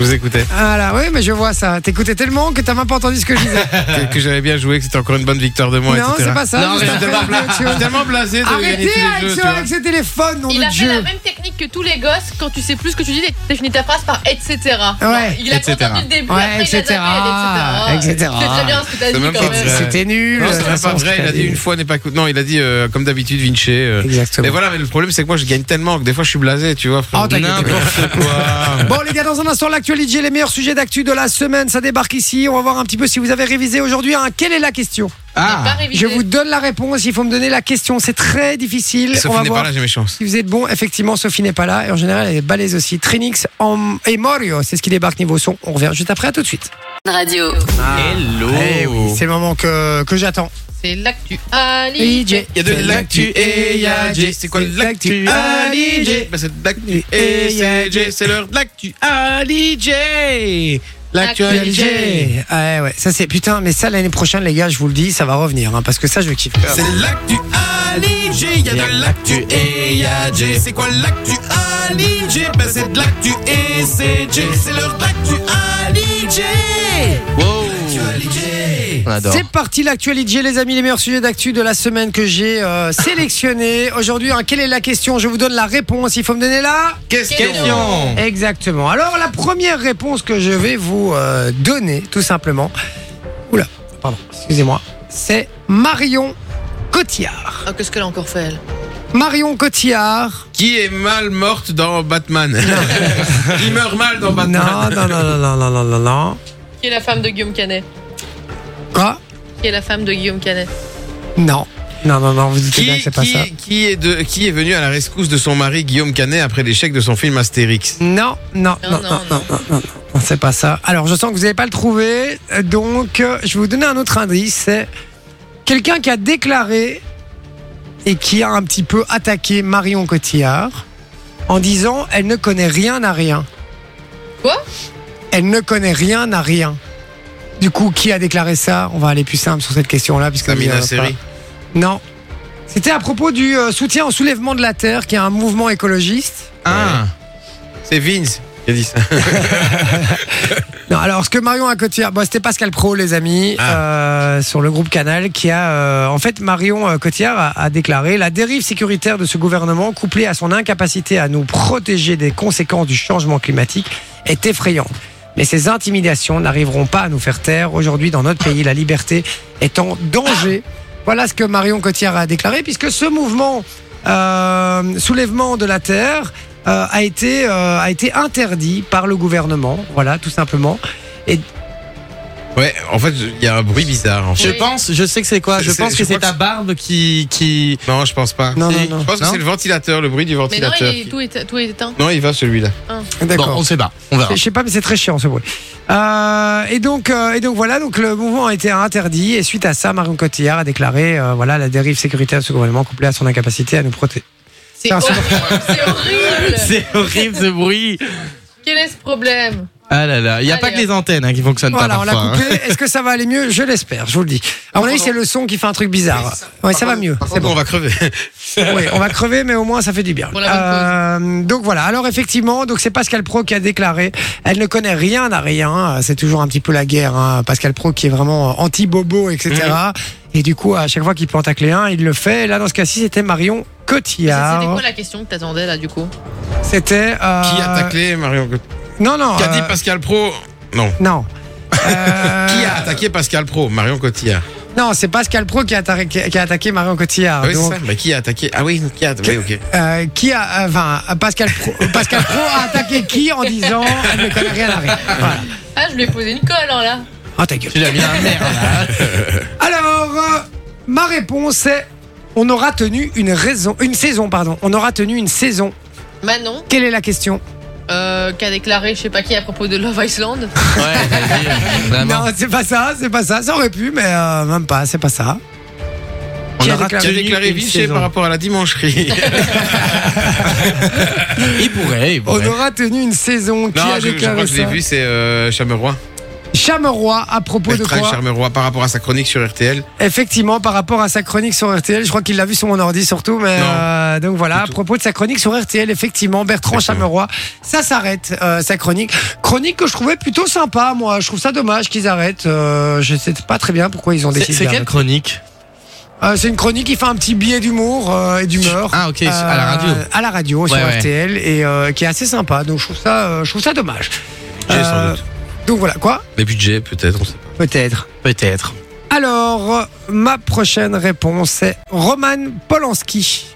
E: Je vous écoutais.
C: Ah là, oui, mais je vois ça. T'écoutais tellement que t'as même pas entendu ce que je disais.
E: que, que j'avais bien joué, que c'était encore une bonne victoire de moi,
C: non,
E: etc.
C: c'est pas ça.
G: Non,
C: juste après,
G: mais je te parle
C: autre chose.
E: Je suis tellement blasé de gagner
C: Arrêtez
E: tous les
C: avec,
E: jeux,
C: ce,
E: tu vois.
C: avec ce téléphone, nom
F: Il
C: de
F: a fait
C: Dieu.
F: la même technique que tous les gosses quand tu sais plus ce que tu dis, t'as fini ta phrase par etc. Genre,
C: Ouais.
F: il a
E: Etc.
F: compté du début,
C: Ouais,
F: après,
C: etc.
F: Il a tapé,
C: Etc.
F: C'est très bien ce que t'as
E: C'est
F: dit
E: même
F: quand
E: pas
F: même.
E: vrai.
C: C'était nul.
E: Non,
C: De
E: c'est
C: toute
E: même pas
C: façon,
E: vrai. Il a dit une fois n'est pas coûte. Non, il a dit euh, comme d'habitude Vinci. euh.
C: Exactement.
E: Mais voilà, mais le problème c'est que moi je gagne tellement que des fois je suis blasé, tu vois.
G: Ah,
E: frère.
C: Oh, t'inquiète,
E: N'importe quoi.
C: Bon les gars, dans un instant l'actualité, les meilleurs sujets d'actu de la semaine, ça débarque ici. On va voir un petit peu si vous avez révisé aujourd'hui. hein. Quelle est la question
F: Pas
G: Ah,
F: révisé.
C: Je vous donne la réponse. Il faut me donner la question. C'est très difficile. On
E: Sophie
C: va
E: n'est
C: voir
E: pas là, j'ai mes chances.
C: si vous êtes bon. Effectivement, Sophie n'est pas là. Et en général, elle est balèze aussi. Trinix en... et Morio, c'est ce qui débarque niveau son. On revient juste après. À tout de suite.
A: Radio.
E: Ah.
G: hello.
C: Eh oui, c'est le moment que, que j'attends.
F: C'est l'actu. Ali.
E: Il y a de l'actu et il y a J. C'est quoi de l'actu Ali J Bah, C'est de l'actu et il y a J. C'est l'heure de l'actu Ali J. L'actu Ali J.
C: Hey, Ah, ouais, ouais, ça c'est putain, mais ça l'année prochaine, les gars, je vous le dis, ça va revenir hein, parce que ça, je kiffe.
E: C'est l'actu Ali J. Il y a de l'actu et il y a J. C'est quoi l'actu Ali J Bah, C'est de l'actu et c'est J. C'est l'heure de l'actu Ali J.
G: Wow.
E: Ali J.
G: On adore.
C: C'est parti l'actualité, les amis, les meilleurs sujets d'actu de la semaine que j'ai euh, sélectionné. Aujourd'hui, hein, quelle est la question Je vous donne la réponse. Il faut me donner la.
G: Question.
C: Exactement. Alors, la première réponse que je vais vous euh, donner, tout simplement, oula, pardon, excusez-moi, c'est Marion Cotillard.
F: Ah, Qu'est-ce qu'elle a encore fait, elle
C: Marion Cotillard.
E: Qui est mal morte dans Batman Il meurt mal dans
C: Non,
E: Batman.
C: non, non, non, non, non, non, non, non.
F: Qui est la femme de Guillaume Canet
C: Quoi
F: Qui est la femme de Guillaume Canet
C: Non. Non, non, non, vous dites bien
E: Qui,
C: que c'est pas
E: qui-
C: ça.
E: qui est de, qui est venu à la rescousse de son mari Guillaume Canet après l'échec de son film Astérix
C: Non, non, non,
F: Non,
C: non,
F: non,
C: non, non,
F: non.
C: non, non, c'est pas ça. Alors, je sens que vous n'avez pas le trouvé, euh, donc euh, je vais vous donner un autre indice. C'est quelqu'un qui a déclaré et qui a un petit peu attaqué Marion Cotillard en disant elle ne connaît rien à rien.
F: Quoi
C: Elle ne connaît rien à rien. Du coup, qui a déclaré ça On va aller plus simple sur cette question-là, puisque vous y
E: Samina
C: arrivez pas.
E: Seri.
C: Non. C'était à propos du euh, soutien au soulèvement de la terre, qui est un mouvement écologiste.
E: Ah, c'est Vince qui a dit ça.
C: Non, alors ce que Marion a Cotillard, bon, c'était Pascal Pro, les amis,
E: Ah.
C: euh, sur le groupe Canal, qui a, euh, en fait, Marion euh, Cotillard a, a déclaré la dérive sécuritaire de ce gouvernement, couplée à son incapacité à nous protéger des conséquences du changement climatique, est effrayante. Mais ces intimidations n'arriveront pas à nous faire taire. Aujourd'hui, dans notre pays, la liberté est en danger. Voilà ce que Marion Cotillard a déclaré, puisque ce mouvement euh, soulèvement de la terre euh, a été euh, a été interdit par le gouvernement. Voilà, tout simplement.
E: Ouais, en fait, il y a un bruit bizarre. En fait.
G: Je
F: Oui.
G: pense, je sais que c'est quoi. Je
E: C'est-
G: pense
E: je
G: que
E: crois que
G: c'est ta
E: c'est-
G: barbe qui qui.
E: Non, je pense pas.
C: Non, non,
G: Si.
C: non.
E: Je pense que
G: Non
E: c'est le ventilateur, le bruit du
F: Mais non, il
E: ventilateur.
F: est- tout, est, tout est éteint.
E: Non, il va celui-là.
G: Bon,
C: Ah, D'accord.
G: on sait pas. On verra.
C: Je sais pas, mais c'est très chiant ce bruit. Euh, et donc, euh, et donc voilà, donc le mouvement a été interdit. Et suite à ça, Marion Cotillard a déclaré, euh, voilà, la dérive sécuritaire de ce gouvernement couplée à son incapacité à nous protéger.
F: C'est
C: C'est un
F: horrible. C'est horrible.
G: C'est horrible ce bruit.
F: Quel est ce problème
G: Ah là là, il y a
F: Allez,
G: pas que
F: hop.
G: les antennes hein, qui fonctionnent
C: Voilà,
G: pas
C: on l'a
G: parfois. hein.
C: coupé. Est-ce que ça va aller mieux Je l'espère, je vous le dis. À mon avis, c'est le son qui fait un truc bizarre. Ouais, ça va mieux.
E: C'est bon, on va crever.
C: Euh, Oui, on va crever, mais au moins ça fait du bien.
F: Pour la bonne
C: Euh, donc voilà. Alors effectivement, donc c'est Pascal Pro qui a déclaré. Elle ne connaît rien à rien. Euh, C'est toujours un petit peu la guerre. hein. Pascal Pro qui est vraiment anti bobo, etc. Et du coup, à chaque fois qu'il peut tacler un, il le fait. Et là, dans ce cas-ci, c'était Marion
F: C'était
C: Cotillard.
F: quoi la question que t'attendais là du coup
C: C'était euh,
E: Qui a taclé Marion Cotillard
C: Non, non.
E: Qui a dit
C: euh,
E: Pascal Pro Non.
C: Non. Euh,
E: Qui a attaqué Pascal Pro Marion Cotillard.
C: Non, c'est Pascal Pro qui a, attaqué- qui a attaqué Marion Cotillard.
E: Ah oui, c'est
C: Donc,
E: ça. Bah, qui a attaqué Ah oui, qui a Oui, ok.
C: Euh, qui a, enfin, Pascal Pro, Pascal Pro a attaqué qui en disant elle ne connaît rien à rien. Voilà.
F: Ah, je lui ai posé une colle hein, là.
C: Ah, ta gueule.
G: Tu l'as mis un nerf là.
C: Alors, euh, ma réponse est on aura tenu une raison, une saison, pardon. On aura tenu une saison.
F: Manon,
C: Quelle est la question
F: euh, qui a déclaré je sais pas qui à propos de Love Island.
G: Ouais,
E: Ah
G: vas-y, vraiment.
C: Non, c'est pas ça, c'est pas ça. Ça aurait pu, mais euh, même pas, c'est pas ça.
E: On
C: Qui a
E: a raté-
C: déclaré
E: j'ai déclaré
C: une
E: Vichy
C: saison.
E: par rapport à la dimancherie. il pourrait, il
C: On aura tenu une saison qui
E: Non,
C: a
E: je, je
C: déclaré
E: crois que je l'ai
C: ça.
E: vu, c'est euh, Chameroy.
C: Chameroy à propos de
E: Bertrand
C: quoi Euh,
E: Chameroy par rapport à sa chronique sur RTL.
C: Effectivement, par rapport à sa chronique sur RTL, je crois qu'il l'a vu sur mon ordi surtout, mais
E: Non.
C: euh, donc voilà, à propos de sa chronique sur RTL, effectivement, Bertrand
E: Exactement.
C: Chameroy, ça s'arrête, euh, sa chronique. Chronique que je trouvais plutôt sympa, moi, je trouve ça dommage qu'ils arrêtent, euh, je sais pas très bien pourquoi ils ont
G: C'est
C: décidé.
G: c'est quelle
C: d'arrêter.
G: chronique
C: Euh, C'est une chronique qui fait un petit billet d'humour euh, et d'humeur. Euh,
G: Ah, ok, à la radio.
E: Euh,
C: À la radio, sur
G: Ouais, ouais.
C: RTL, et euh, qui est assez sympa, donc je trouve ça, euh, je trouve ça dommage.
E: Budget, sans
C: Euh,
E: doute.
C: donc voilà, quoi
E: Les budgets, peut-être, on sait pas.
C: Peut-être.
G: Peut-être.
C: Alors, ma prochaine réponse est Roman Polanski.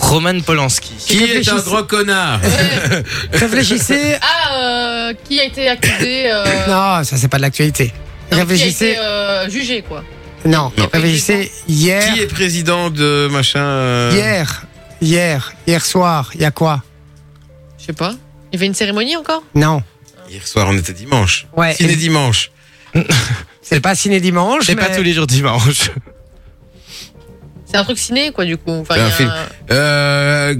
G: Roman Polanski.
E: Qui est
C: réfléchissez.
E: un gros connard
F: Euh,
C: Réfléchissez.
F: Ah, euh, qui a été accusé euh,
C: non, ça c'est pas de l'actualité.
F: non,
C: Réfléchissez.
F: Qui a été euh, jugé, quoi.
C: Non,
E: Non.
C: réfléchissez hier,
E: Qui est président de machin euh,
C: hier, hier, hier soir. Il y a quoi
F: Je sais pas. Il y avait une cérémonie encore
C: Non,
E: Hier soir, on était dimanche.
C: Ouais.
E: Ciné dimanche.
C: c'est pas ciné dimanche.
G: C'est pas
C: mais-
G: tous les jours dimanche.
F: C'est un truc ciné, quoi, du coup. Enfin,
E: C'est
F: il y
E: un
F: a
E: film. Euh,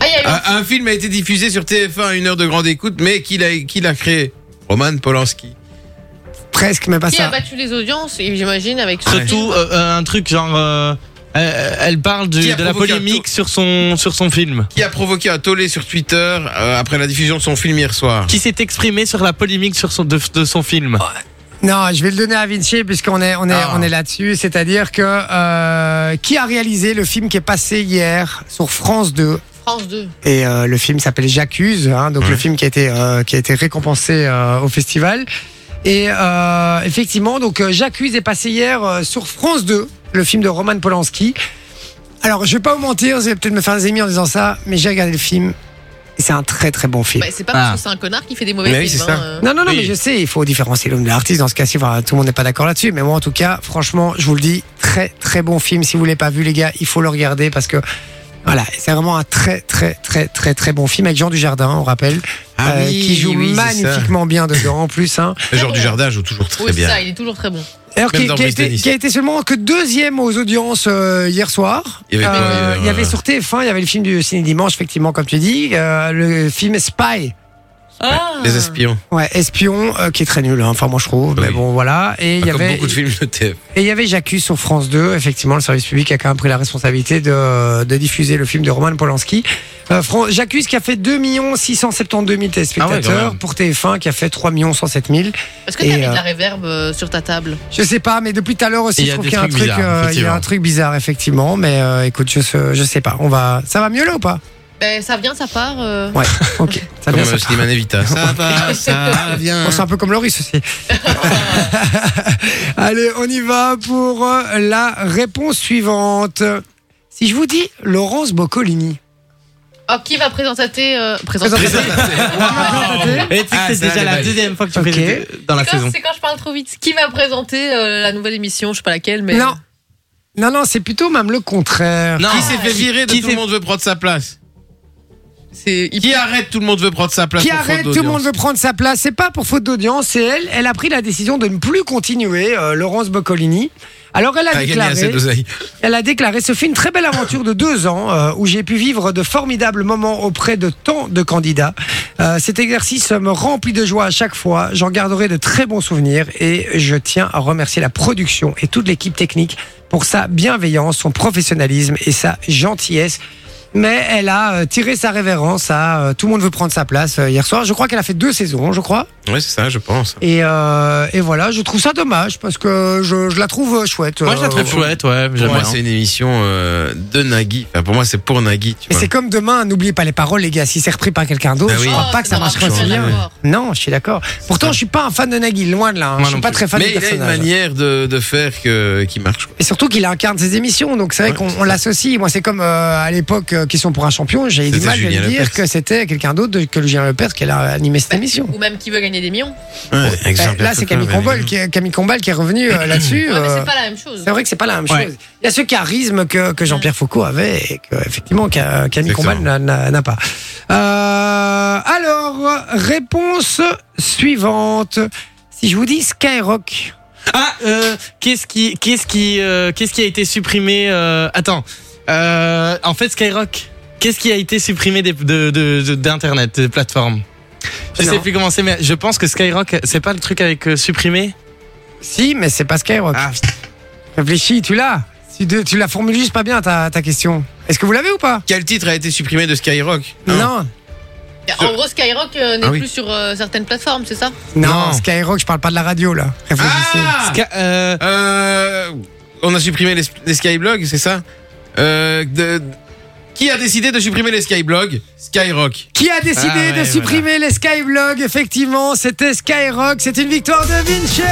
F: Ah, il y a eu
E: un, un film a été diffusé sur TF1 à une heure de grande écoute, mais qui l'a qui l'a créé Roman Polanski.
C: Presque, mais pas
F: qui a
C: ça.
F: battu les audiences, et j'imagine, avec ce
G: Surtout
F: film.
G: euh, euh, un truc genre. euh, elle, elle parle du-
E: Qui a
G: de la
E: provoqué un
G: polémique
E: taux-
G: sur son, sur son film.
E: Qui a provoqué un tollé sur Twitter euh, après la diffusion de son film hier soir
G: Qui s'est exprimé sur la polémique sur son, de, de son
E: Oh,
G: film.
C: Non, je vais le donner à Vinci puisqu'on est, on est,
G: Ah.
C: on est là-dessus. C'est-à-dire que euh, qui a réalisé le film qui est passé hier sur France 2
F: France 2.
C: Et euh, le film s'appelle J'accuse, hein, donc le film qui a été euh, qui a été récompensé euh, au festival. Et euh, effectivement, donc euh, J'accuse est passé hier euh, sur France 2, le film de Roman Polanski. Alors, je vais pas vous mentir, vous allez peut-être me faire des ennemis en disant ça, mais j'ai regardé le film et c'est un très très bon film.
F: Bah, c'est pas parce
G: Ah.
F: que c'est un connard qui fait des mauvais
E: Mais oui,
F: films.
E: c'est
F: hein,
E: ça.
F: euh.
C: Non, non, non,
E: Oui.
C: mais je sais, il faut différencier l'homme de l'artiste dans ce cas-ci. Enfin, tout le monde n'est pas d'accord là-dessus, mais moi, en tout cas, franchement, je vous le dis, très, très bon film. Si vous l'avez pas vu, les gars, il faut le regarder parce que, voilà, c'est vraiment un très, très, très, très, très bon film avec Jean Dujardin, on rappelle,
E: Ah oui,
C: euh, qui joue
E: oui, c'est ça.
C: magnifiquement bien dedans, en plus, hein.
E: Le genre du jardin joue toujours très
F: Oui, c'est
E: bien.
F: ça, il est toujours très bon.
C: Alors,
E: Même
C: qui,
E: dans
C: qui a
E: Bruce
C: été,
E: Dennis.
C: qui a été seulement que deuxième aux audiences euh, hier soir.
E: Il y avait quoi hier,
C: il y avait
E: euh,
C: sur TF1, il y avait le film du ciné dimanche, effectivement, comme tu dis, euh, le film Spy.
F: Ah.
E: Les espions.
C: Ouais, Espion, euh, qui est très nul, hein. enfin moi je trouve, mais
E: Oui.
C: bon voilà. Et il y
E: Comme
C: avait
E: beaucoup de films de TF1.
C: Et il y avait J'accuse sur France 2. Effectivement, le service public a quand même pris la responsabilité de, de diffuser le film de Roman Polanski. Euh, Fran- J'accuse qui a fait 2 672 000
G: Ah ouais, quand
C: téléspectateurs
G: même.
C: pour TF1 qui a fait 3 107 000.
F: Est-ce que
C: Et,
F: t'as mis de
C: euh,
F: la réverb euh, sur ta table
C: Je sais pas, mais depuis tout à l'heure aussi,
G: Et
C: je
G: il y a
C: trouve
G: des
C: qu'il y a un
G: trucs
C: truc,
G: bizarres,
C: euh, il y a un
G: effectivement.
C: truc bizarre effectivement. Mais euh, écoute, je, sais- je sais pas. On va, ça va mieux là ou pas
F: Ben, ça vient, ça part. euh.
C: Ouais. Ok. Ça
E: Comme
C: vient. ça
E: euh,
C: part.
E: Slimane Evita. Ça va, ça vient.
C: Bon, c'est un peu comme Loris aussi. Allez, on y va pour euh, la réponse suivante. Si je vous dis Laurence Boccolini.
F: Oh, qui va présenter euh, présenter-
G: Et tu sais que
E: Ah,
G: c'est
E: ça,
G: déjà
E: elle est
G: la
E: belle.
G: deuxième fois que tu
C: Ok.
G: fais dans la
F: C'est quand-
G: saison.
F: C'est quand je parle trop vite. Qui va présenter euh, la nouvelle émission, je sais pas laquelle, mais.
C: Non. Non, non, c'est plutôt même le contraire.
G: Non.
E: Qui s'est fait virer de
G: Qui
E: tout le
G: s'est-
E: monde veut prendre sa place
F: C'est
E: Qui arrête tout le monde veut prendre sa place
C: Qui
E: en faute
C: arrête, tout le
E: d'audience
C: monde veut prendre sa place. C'est pas pour faute d'audience, c'est elle. Elle a pris la décision de ne plus continuer, euh, Laurence Boccolini. Alors elle a
E: T'as gagné assez
C: déclaré,
E: d'oseille.
C: elle a déclaré, ce fut une très belle aventure de deux ans euh, où j'ai pu vivre de formidables moments auprès de tant de candidats. Euh, cet exercice me remplit de joie à chaque fois. J'en garderai de très bons souvenirs et je tiens à remercier la production et toute l'équipe technique pour sa bienveillance, son professionnalisme et sa gentillesse. Mais elle a euh, tiré sa révérence à euh, tout le monde veut prendre sa place euh, hier soir. Je crois qu'elle a fait deux saisons, je crois.
E: Ouais, c'est ça, je pense.
C: Et, euh, et voilà, je trouve ça dommage parce que je, je la trouve euh, chouette.
G: Moi, je la trouve
E: Oh.
C: Euh,
G: chouette, ouais.
E: Pour
G: j'aime
E: moi,
G: bien.
E: c'est une émission euh, de Nagui. Enfin, pour moi, c'est pour Nagui. Tu
C: Mais
E: vois.
C: c'est comme demain, n'oubliez pas les paroles, les gars. Si c'est repris par quelqu'un d'autre,
E: Bah
C: je
E: oui.
C: crois
F: Oh,
C: pas que ça
F: ça
C: marchera
F: marche
C: aussi
F: pas,
C: bien.
F: d'accord.
C: Non, je suis d'accord. Pourtant, je suis pas un fan de Nagui, loin de là. hein.
G: Moi
C: Je suis
G: non
C: pas
G: plus.
C: très fan
E: Mais
C: du
E: il a une
C: personnage.
E: manière de, de faire que, qui marche. quoi.
C: Et surtout qu'il incarne ses émissions, donc c'est vrai
E: Ouais,
C: qu'on
E: c'est
C: on l'associe. Moi, c'est comme euh, à l'époque euh, qui sont pour un champion, j'ai eu du
E: C'était
C: mal de
E: Julien
C: le dire
E: Lepers.
C: que c'était quelqu'un d'autre de- que le Julien Lepers qui a animé cette émission.
F: Ou même qui veut gagner des millions.
C: Bah, là,
E: hein,
C: c'est Camille Combal, qui, est- Camille Combal qui est revenu euh, là-dessus.
F: Ouais, mais
C: euh,
F: c'est pas la même chose.
C: c'est vrai que c'est pas la même
G: Ouais.
C: chose. Il y a ce charisme que, que Jean-Pierre Foucault avait et que, effectivement, Ca- Camille
E: Exactement.
C: Combal n'a- n'a n'a pas. Euh, alors, réponse suivante. Si je vous dis Skyrock,
G: Ah, euh, qu'est-ce qui, qu'est-ce qui, euh, qu'est-ce qui a été supprimé euh, Attends, Euh, en fait, Skyrock. Qu'est-ce qui a été supprimé des- de- de- de- d'internet, de, des plateformes Je sais plus comment c'est, mais je pense que Skyrock, c'est pas le truc avec euh, supprimer
C: Si, mais c'est pas Skyrock.
E: Ah.
C: Réfléchis, tu l'as. Tu, de- tu la formules juste pas bien ta, ta question. Est-ce que vous l'avez ou pas
E: Quel titre a été supprimé de Skyrock
C: Non.
F: En gros, Skyrock euh, n'est
C: Ah oui.
F: plus sur euh, certaines plateformes, c'est ça
C: Non, Skyrock, je parle pas de la radio là. Réfléchissez.
E: Ah.
G: Ah.
E: Euh, on a supprimé les, les skyblogs, c'est ça Euh, de- Qui a décidé de supprimer les skyblogs Skyrock.
C: Qui a décidé
E: Ah ouais,
C: de
E: voilà.
C: supprimer les Skyblogs Effectivement, c'était Skyrock. C'est une victoire de Vinci.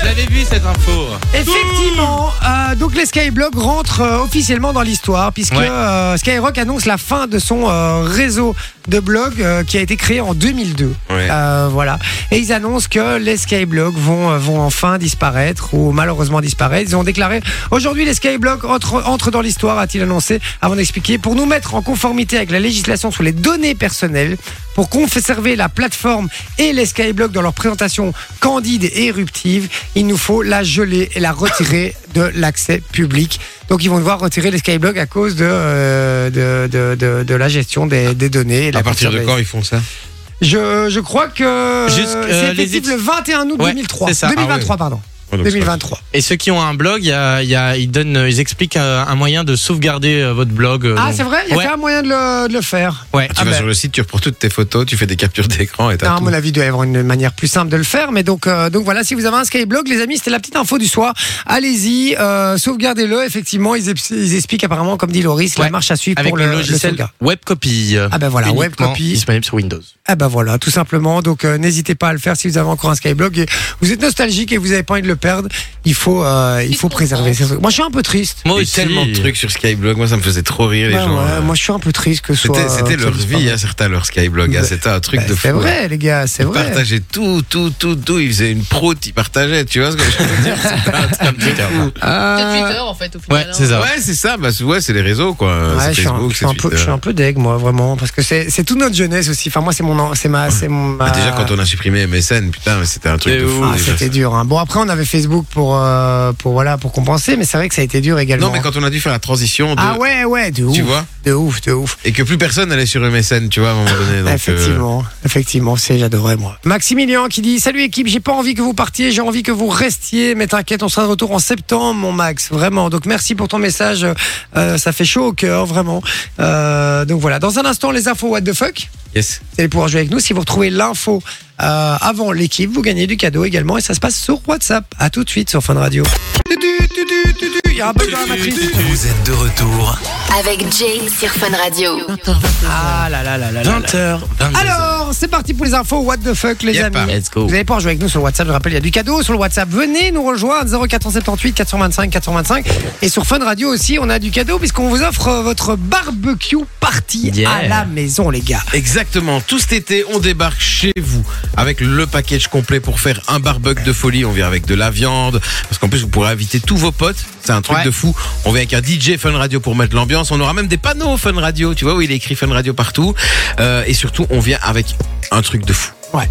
G: Je l'avais vu cette info.
C: Effectivement, euh, donc les Skyblogs rentrent euh, officiellement dans l'histoire puisque
G: Ouais.
C: euh, Skyrock annonce la fin de son euh, réseau de blogs euh, qui a été créé en 2002.
K: Ouais.
C: Euh, voilà. Et ils annoncent que les Skyblogs vont, euh, vont enfin disparaître ou malheureusement disparaître. Ils ont déclaré aujourd'hui les Skyblogs entrent, entrent dans l'histoire, a-t-il annoncé avant d'expliquer, pour nous mettre en conformité avec la législation sur les données personnelles, pour conserver la plateforme et les Skyblogs dans leur présentation candide et éruptive, il nous faut la geler et la retirer de l'accès public. Donc ils vont devoir retirer les Skyblogs à cause de, euh, de, de, de- de la gestion des, des données. et la
E: À partir de quand
C: conservation.
E: ils font ça
C: Je, je crois que
G: Jusque-
C: euh,
G: euh,
C: c'est
G: les
C: effectif
G: études-
C: le 21 août
G: Ouais,
C: 2003.
G: c'est ça. Ah ouais.
C: 2023, pardon.
G: Ouais, donc c'est pas- Euh,
C: 2023.
G: Et ceux qui ont un blog, il y a- il y a- ils, donnent, euh, ils expliquent euh, un moyen de sauvegarder euh, votre blog. euh,
C: Ah,
G: donc-
C: c'est vrai Ah, bah, Il y a
G: Ouais.
C: quand même moyen de le, de le faire.
G: Ouais.
E: Tu vas sur le site, tu reprends toutes tes photos, tu fais des captures d'écran et
C: ben. Non,
E: t'as
C: à
E: tout.
C: mon avis, il doit y avoir une manière plus simple de le faire. Mais donc, euh, donc voilà, si vous avez un Skyblog, les amis, c'était la petite info du soir. Allez-y, euh, sauvegardez-le. Effectivement, ils, ex- ils expliquent apparemment, comme dit Loris, la marche à suivre
G: Avec
C: pour
G: le,
C: le, le
G: logiciel
C: sauvegarde.
G: WebCopy.
C: Ah ben voilà,
G: Uniquement
C: WebCopy.
G: Disponible sur Windows.
C: Ah ben voilà, tout simplement. Donc euh, n'hésitez pas à le faire si vous avez encore un Skyblog et vous êtes nostalgique et vous n'avez pas envie de le perdre. Il faut, euh, il faut préserver. ces trucs. Moi, je suis un peu triste.
E: Il y a eu tellement de trucs sur Skyblog, moi ça me faisait trop rire les
C: Ouais,
E: gens.
C: Ben Bah ouais,
E: euh.
C: moi, je suis un peu triste que ce soit.
E: C'était c'était
C: euh,
E: leur
C: que ce soit
E: vie,
C: pas-
E: hein, certains leur Skyblog. hein,
C: Bah,
E: c'était un truc
C: Bah,
E: de fou.
C: C'est vrai,
E: hein.
C: les gars, c'est
E: Ils
C: vrai.
E: partageaient tout, tout, tout, tout. Ils faisaient une proute, ils partageaient. Tu vois ce que je veux dire C'était un truc de fou.
C: Ah.
F: C'est Twitter en fait, au final. hein.
E: Ouais, c'est ça. Bah, c'est- ouais, c'est les réseaux, quoi.
C: Ouais,
E: C'est
C: je suis un-
E: Facebook,
C: je suis un,
E: c'est
C: peu, je
E: Twitter.
C: suis un peu deg, moi, vraiment, parce que c'est c'est toute notre jeunesse aussi. Enfin, moi, c'est mon, an- c'est ma, c'est mon.
E: Bah,
C: ma-
E: déjà, quand on a supprimé MSN, putain, mais c'était un truc de fou.
C: Ah,
E: déjà.
C: c'était dur. hein. Bon, après, on avait Facebook pour, euh, pour voilà, pour compenser, mais c'est vrai que ça a été dur également.
E: Non, mais quand on a dû faire la transition de.
C: ah ouais, ouais, de ouf.
E: Tu vois
C: De ouf, de ouf.
E: Et que plus personne n'allait sur MSN, tu vois, à un moment donné. donc, euh,
C: Effectivement, effectivement, c'est j'adorais moi. Maximilien qui dit Salut équipe, j'ai pas envie que vous partiez, j'ai envie que vous restiez, mais t'inquiète, on sera de retour en septembre, mon Max, vraiment. Donc merci pour ton message, euh, ça fait chaud au cœur, vraiment. Euh, donc voilà, dans un instant, les infos What the fuck
E: Yes.
C: vous allez pouvoir jouer avec nous. Si vous retrouvez l'info euh, avant l'équipe, vous gagnez du cadeau également. Et ça se passe sur WhatsApp. À tout de suite sur Fun Radio. Il y a un bug dans la matrice.
B: Vous êtes de retour.
A: Avec Jay sur Fun Radio.
C: Ah là là là là
G: 20h,
C: Alors, c'est parti pour les infos. What the fuck, les
G: Yep.
C: amis.
G: Let's
E: Oh.
G: go.
C: Vous allez pouvoir jouer avec nous sur le WhatsApp. Je rappelle, il y a du cadeau sur le WhatsApp. Venez nous rejoindre 0478 425 425. Et sur Fun Radio aussi, on a du cadeau puisqu'on vous offre euh, votre barbecue party
E: Yeah.
C: à la maison, les gars.
E: Exactement. Tout cet été, on débarque chez vous avec le package complet pour faire un barbecue de folie. On vient avec de la viande. Parce qu'en plus, vous pourrez inviter tous vos potes. C'est un truc de fou. On vient avec un DJ Fun Radio pour mettre l'ambiance. On aura même des panneaux Fun Radio. Tu vois où il est écrit Fun Radio partout. Euh, et surtout, on vient avec un truc de fou.
C: Ouais.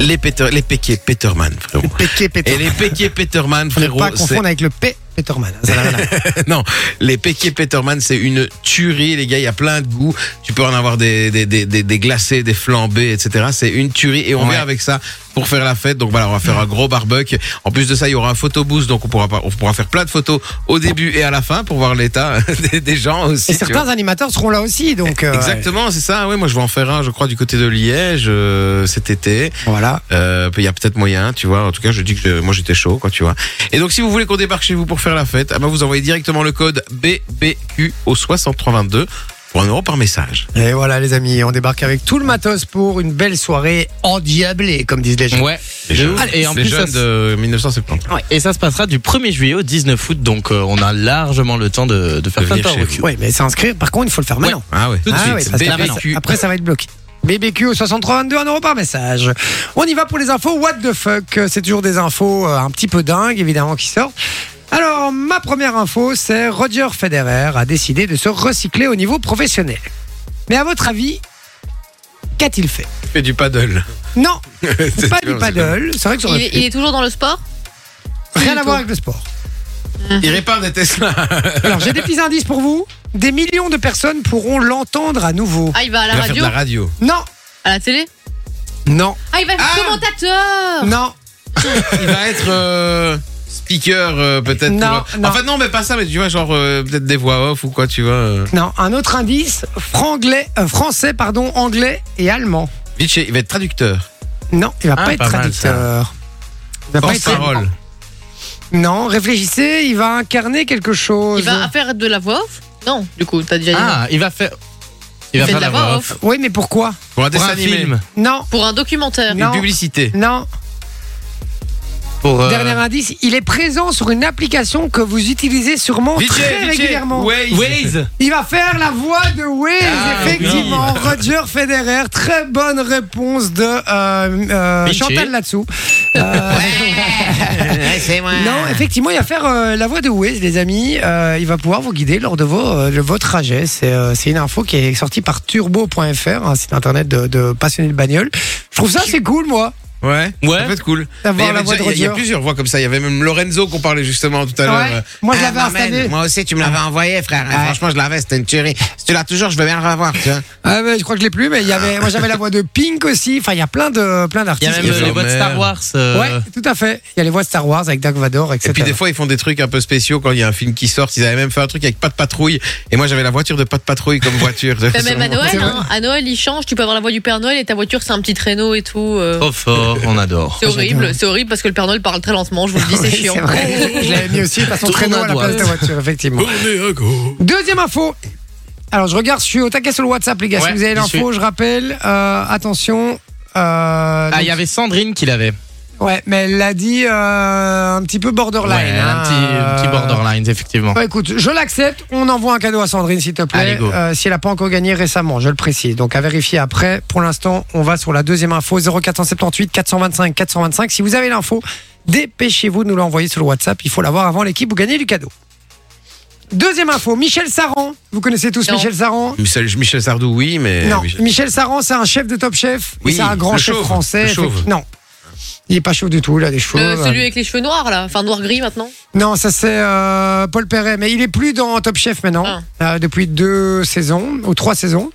E: Les, Peter, les Péquets Peterman, frérot.
C: Péquet, péter.
E: Et les Péquets Peterman,
C: Faut
E: frérot.
C: Pas
E: c'est-
C: confondre avec le P. Peterman.
E: non, les Peké Peterman, c'est une tuerie, les gars. Il y a plein de goûts. Tu peux en avoir des, des, des, des, des glacés, des flambés, etc. C'est une tuerie. Et on vient avec ça pour faire la fête. Donc voilà, on va faire un gros barbecue. En plus de ça, il y aura un photo boost. Donc on pourra, pas- on pourra faire plein de photos au début et à la fin pour voir l'état des, des gens aussi.
C: Et
E: tu
C: certains
E: vois.
C: animateurs seront là aussi. Donc, euh,
E: Exactement, c'est ça. Oui, moi je vais en faire un, je crois, du côté de Liège euh, cet été.
C: Voilà.
E: Euh, Il y a peut-être moyen, tu vois. En tout cas, je dis que je- moi j'étais chaud, quoi, tu vois. Et donc, si vous voulez qu'on débarque chez vous pour faire la fête, ah ben, vous envoyez directement le code BBQ au 6322 pour un euro par message.
C: Et voilà, les amis, on débarque avec tout le matos pour une belle soirée endiablée, comme disent les gens.
G: Ouais.
E: Les
G: De
E: jeunes,
G: ouf. Et en
E: les
G: plus,
E: jeunes
G: ça-
E: de 1970.
G: Ouais, Et ça se passera du 1er juillet au 19 août, donc euh, on a largement le temps de, de faire
E: De
G: plein de
E: venir chez
G: barbecue.
C: Oui, mais s'inscrire, par contre, il faut le faire maintenant.
E: Ah ouais. Tout de
C: Ah
E: suite.
C: ouais, parce qu'après,
E: BBQ.
C: ça- après, ça va être bloqué. BBQ au 6322, un euro par message. On y va pour les infos. What the fuck euh, C'est toujours des infos euh, un petit peu dingues, évidemment, qui sortent. Alors, ma première info, c'est Roger Federer a décidé de se recycler au niveau professionnel. Mais à votre avis, qu'a-t-il fait
E: fait du paddle.
C: Non,
E: C'est
C: pas
E: sûr,
C: du
E: c'est
C: paddle. C'est vrai que ça
F: Il
C: aurait
F: est, hein.
C: pu.
F: il est toujours dans le sport
C: Rien à voir avec le sport.
E: Il répare des Tesla.
C: Alors, j'ai des petits indices pour vous. Des millions de personnes pourront l'entendre à nouveau.
F: Ah, il va à la
E: Il va faire de
F: radio
E: la radio.
C: Non,
F: À la télé
C: non,
F: Ah, il va être
E: Ah
F: commentateur
C: non.
E: Il va être euh, speaker euh, peut-être.
C: Non,
E: pour-
C: non.
E: Enfin non, mais pas ça. Mais tu vois, genre euh, peut-être des voix off ou quoi, tu vois. euh.
C: Non, un autre indice, franglais, euh, français, pardon, anglais et allemand.
E: Vite, chez- il va être traducteur.
C: Non, il va
E: Ah,
C: pas être
E: pas mal,
C: traducteur. Il va pas être-
E: Porte-parole.
C: Non, réfléchissez, il va incarner quelque chose.
F: Il va faire de la voix off Non, du coup, t'as déjà dit. non.
G: Ah, il va faire. Il
F: Il
G: va
F: fait
G: faire
F: de la voix off
C: Oui, mais pourquoi
E: Pour un
G: Pour
E: dessin
G: un
E: animé.
G: film.
C: Non,
F: pour un documentaire.
E: Une
C: Non.
E: publicité.
C: non.
G: Pour. euh,
C: Dernier indice, il est présent sur une application que vous utilisez sûrement
E: Vite,
C: très
E: vite,
C: régulièrement.
E: Waze.
G: Waze.
C: Il va faire la voix de Waze,
E: Ah,
C: effectivement. Roger Federer, très bonne réponse de euh, euh,
G: Vinci.
C: Chantal là-dessous. Euh,
H: c'est moi.
C: Non, effectivement, il va faire euh, la voix de Waze, les amis. Euh, il va pouvoir vous guider lors de vos, euh, de vos trajets. C'est euh, c'est une info qui est sortie par turbo.fr, un hein, site internet de, de passionnés de bagnole. Je trouve ça c'est cool, moi,
E: Ouais.
G: Ouais.
E: Ça peut être cool. Mais il y
C: d'avoir
E: avait
C: la voix de
E: déjà- Il y, a- il y a
C: Roger.
E: plusieurs voix comme ça. Il y avait même Lorenzo qu'on parlait justement tout à
C: Ouais.
E: l'heure.
C: Moi, je
E: Ah,
C: l'avais
E: m'amène.
C: installé. Ah.
E: Moi aussi, tu me l'avais envoyé, frère. Et Franchement, je l'avais. C'était une tuerie. Si tu l'as toujours, je veux bien le revoir. Tu vois.
C: Ah, mais je crois que je l'ai plus, mais il y avait, moi j'avais la voix de Pink aussi. Enfin, il y a plein de plein
G: Il y
C: d'artistes.
G: a même
E: Il y
G: euh,
E: a
G: les
E: Jean
G: boîtes
E: Mer.
G: Star Wars. euh,
C: Ouais, tout à fait. Il y a les voix de Star Wars avec Dark Vador, etc.
E: Et puis des fois ils font des trucs un peu spéciaux quand il y a un film qui sort. Ils avaient même fait un truc avec pas de patrouille. Et moi j'avais la voiture de pas de patrouille comme voiture.
F: Mais même à Noël, hein, à Noël, il change. Tu peux avoir la voix du Père Noël et ta voiture, c'est un petit traîneau et tout. euh.
G: Trop fort, on adore.
F: C'est horrible, c'est horrible parce que le Père Noël parle très lentement, je vous le dis, c'est
C: Ah, Oui,
F: chiant. Oh.
C: c'est vrai. Je l'avais mis aussi, de toute façon,
G: Tourne
C: traîneau
G: à
C: à la place de ta voiture, effectivement. Deuxième info. Alors, je regarde, je suis au taquet sur le WhatsApp, les gars.
G: Ouais,
C: si vous avez
G: j'y
C: l'info,
G: suis.
C: je rappelle. Euh, attention. euh,
G: Ah,
C: donc-
G: il y avait Sandrine qui l'avait.
C: Ouais, mais elle l'a dit euh, un petit peu borderline.
G: Ouais,
C: hein.
G: un petit, un petit borderline, effectivement.
C: Bah, écoute, je l'accepte. On envoie un cadeau à Sandrine, s'il te plaît.
G: Allez, go.
C: Euh, si elle n'a pas encore gagné récemment, je le précise. Donc, à vérifier après. Pour l'instant, on va sur la deuxième info 0478 425 425. Si vous avez l'info, dépêchez-vous de nous l'envoyer sur le WhatsApp. Il faut l'avoir avant l'équipe. Vous gagnez du cadeau. Deuxième info, Michel Saran. Vous connaissez tous
F: Non.
C: Michel Saran
E: Michel, Michel Sardou, Eh oui, mais.
C: non,
E: Michel-
C: Michel Saran, c'est un chef de Top Chef.
E: Oui,
C: c'est un grand
E: le
C: chef
E: chauve, le
C: français. effectivement.
E: chauve.
C: Non, il est pas chauve du tout. Il a des cheveux.
F: Le- Euh, celui avec les cheveux noirs là, enfin noir-gris maintenant.
C: Non, ça c'est euh, Paul Perret, mais il est plus dans Top Chef maintenant,
F: Ah.
C: euh, depuis deux saisons ou trois saisons.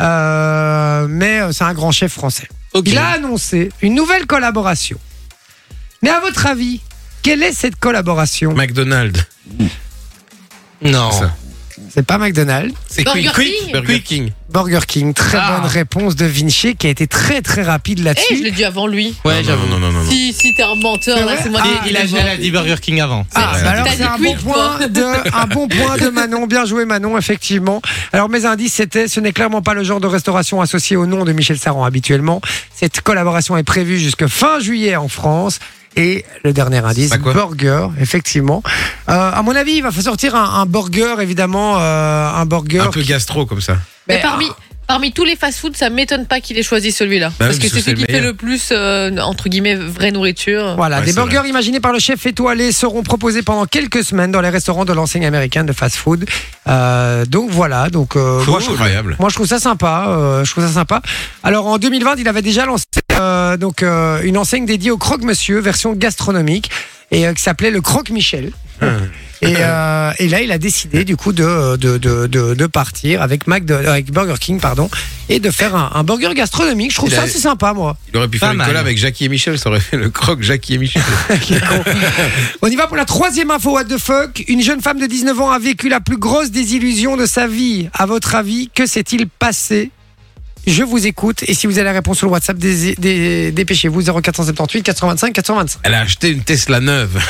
C: Euh, mais euh, c'est un grand chef français.
G: Ok.
C: Il a annoncé une nouvelle collaboration. Mais à votre avis, quelle est cette collaboration
E: McDonald's.
G: Non.
E: Ça.
C: C'est pas McDonald's,
E: C'est
F: Burger
E: Quick-
F: King.
E: Burger King.
C: Burger King. Très
G: Ah.
C: bonne réponse de Vinci qui a été très très rapide
F: Eh, je
C: là-dessus.
F: l'ai dit avant lui.
G: Ouais,
E: Non,
G: j'avoue.
E: non, non, non, non.
F: Si, si t'es un menteur,
C: C'est
F: là,
C: vrai
F: c'est moi
C: Ah,
F: qui
G: Il a, elle a dit Burger King avant.
E: C'est
C: Ah, bah
E: vrai.
C: alors
F: T'as
C: c'est
F: dit
C: un, bon
F: quick,
C: point de, un bon point de Manon. Bien joué Manon, effectivement. Alors mes indices c'était, ce n'est clairement pas le genre de restauration associé au nom de Michel Saran habituellement. Cette collaboration est prévue jusque fin juillet en France. Et le dernier indice,
E: pas quoi
C: burger, effectivement. Euh, à mon avis, il va falloir sortir un, un burger, évidemment, euh, un burger.
E: Un peu gastro comme ça.
F: Mais parmi, parmi tous les fast-food, ça m'étonne pas qu'il ait choisi celui-là.
E: Bah
F: parce
E: oui,
F: que
E: parce que
F: c'est
E: c'est
F: celui qui
E: le
F: fait
E: meilleur.
F: le plus, euh, entre guillemets, vraie nourriture.
C: Voilà,
E: Ouais,
C: des
E: c'est
C: burgers imaginés par le chef étoilé seront proposés pendant quelques semaines dans les restaurants de l'enseigne américaine de fast-food. Euh, donc voilà, donc euh, moi, je,
E: incroyable.
C: Moi, je trouve ça sympa. euh, je trouve ça sympa. Alors, en 2020, il avait déjà lancé euh, donc euh, une enseigne dédiée au croque Monsieur, version gastronomique, et euh, qui s'appelait le Croque Michel.
E: Ah.
C: Et, euh, et là, il a décidé du coup de de, de, de, de partir avec Mac avec Burger King, pardon, et de faire un, un burger gastronomique. Je trouve
E: Il
C: ça
E: a-
C: assez sympa, moi.
E: Il aurait pu
G: Pas
E: faire une
G: mal.
E: collab avec Jackie et Michel, ça aurait fait le croc Jackie et Michel.
C: On y va pour la troisième info. What the fuck Une jeune femme de 19 ans a vécu la plus grosse désillusion de sa vie. À votre avis, que s'est-il passé je vous écoute et si vous avez la réponse sur le WhatsApp, dés- dés- dépêchez-vous 0478 85 425.
E: Elle a acheté une Tesla neuve.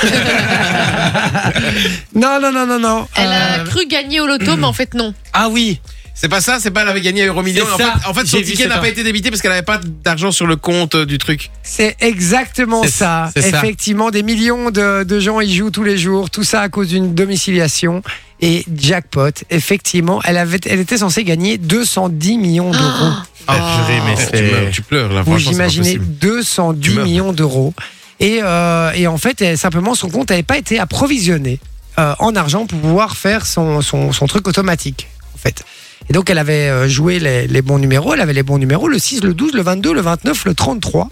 C: Non, non, non, non, non.
F: Elle
C: Euh,
F: a cru gagner au loto, mais en fait, non.
G: Ah oui.
E: C'est pas ça, c'est pas elle avait gagné à Euromillion.
G: C'est
E: En
G: ça.
E: fait, en fait, son
G: J'ai vu,
E: ticket
G: c'est
E: n'a
G: ça.
E: pas été débité parce qu'elle avait pas d'argent sur le compte euh, du truc.
C: C'est exactement
G: C'est-
C: ça.
G: c'est ça.
C: Effectivement, des millions de, de gens y jouent tous les jours. Tout ça à cause d'une domiciliation et jackpot. Effectivement, elle, avait, elle était censée gagner 210 millions d'euros.
G: Ah, purée,
E: Eh,
G: mais
E: tu, meurs,
G: c'est.
E: tu pleures là,
C: Vous
E: franchement, c'est pas
C: imaginez
E: possible.
C: 210
E: Tu meurs.
C: millions d'euros. Et, euh, et en fait, elle- simplement, son compte n'avait pas été approvisionné euh, en argent pour pouvoir faire son, son, son truc automatique, en fait. Et donc, elle avait euh, joué les, les bons numéros. Elle avait les bons numéros le 6, le 12, le 22, le 29, le 33.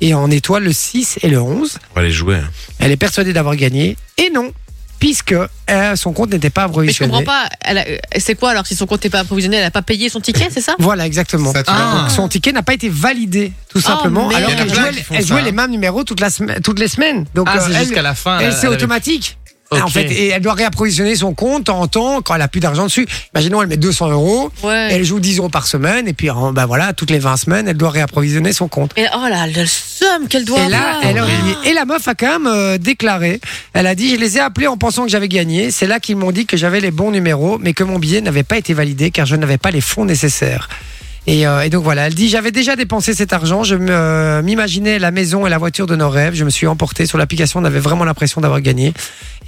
C: Et en étoile, le 6 et le 11.
E: On va les jouer. hein.
C: Elle est persuadée d'avoir gagné. Et non, puisque euh, son compte n'était pas
F: Mais je
C: approvisionné.
F: comprends pas. Elle a- euh, C'est quoi alors si son compte n'est pas approvisionné Elle a pas payé son ticket, c'est ça
C: Voilà, exactement.
E: Ça, tu l'as
C: Donc, son ticket n'a pas été validé, tout
F: Oh,
C: simplement.
F: merde.
C: Alors
F: Il y en a
C: qu'elle
E: plein
C: jouait,
E: qui font
C: elle
E: ça,
C: jouait
E: hein.
C: les mêmes numéros toute la semaine, toutes les semaines. Donc,
G: Ah,
C: euh,
G: c'est
C: elle-
G: jusqu'à la fin.
C: elle,
G: là,
C: c'est
G: avec-
C: automatique. Ah,
G: Ok.
C: En fait, et elle doit réapprovisionner son compte en temps quand elle a plus d'argent dessus. Imaginons, elle met 200 euros,
F: Ouais.
C: elle joue 10 euros par semaine, et puis hein, bah voilà, toutes les 20 semaines, elle doit réapprovisionner son compte.
F: Et oh là, le somme qu'elle doit
C: Et là,
F: avoir. Ah.
C: elle a oublié. Et la meuf a quand même euh, déclaré. Elle a dit Je les ai appelés en pensant que j'avais gagné. C'est là qu'ils m'ont dit que j'avais les bons numéros, mais que mon billet n'avait pas été validé car je n'avais pas les fonds nécessaires. Et, euh, et donc voilà, elle dit J'avais déjà dépensé cet argent. Je me- euh, m'imaginais la maison et la voiture de nos rêves. Je me suis emporté sur l'application. On avait vraiment l'impression d'avoir gagné.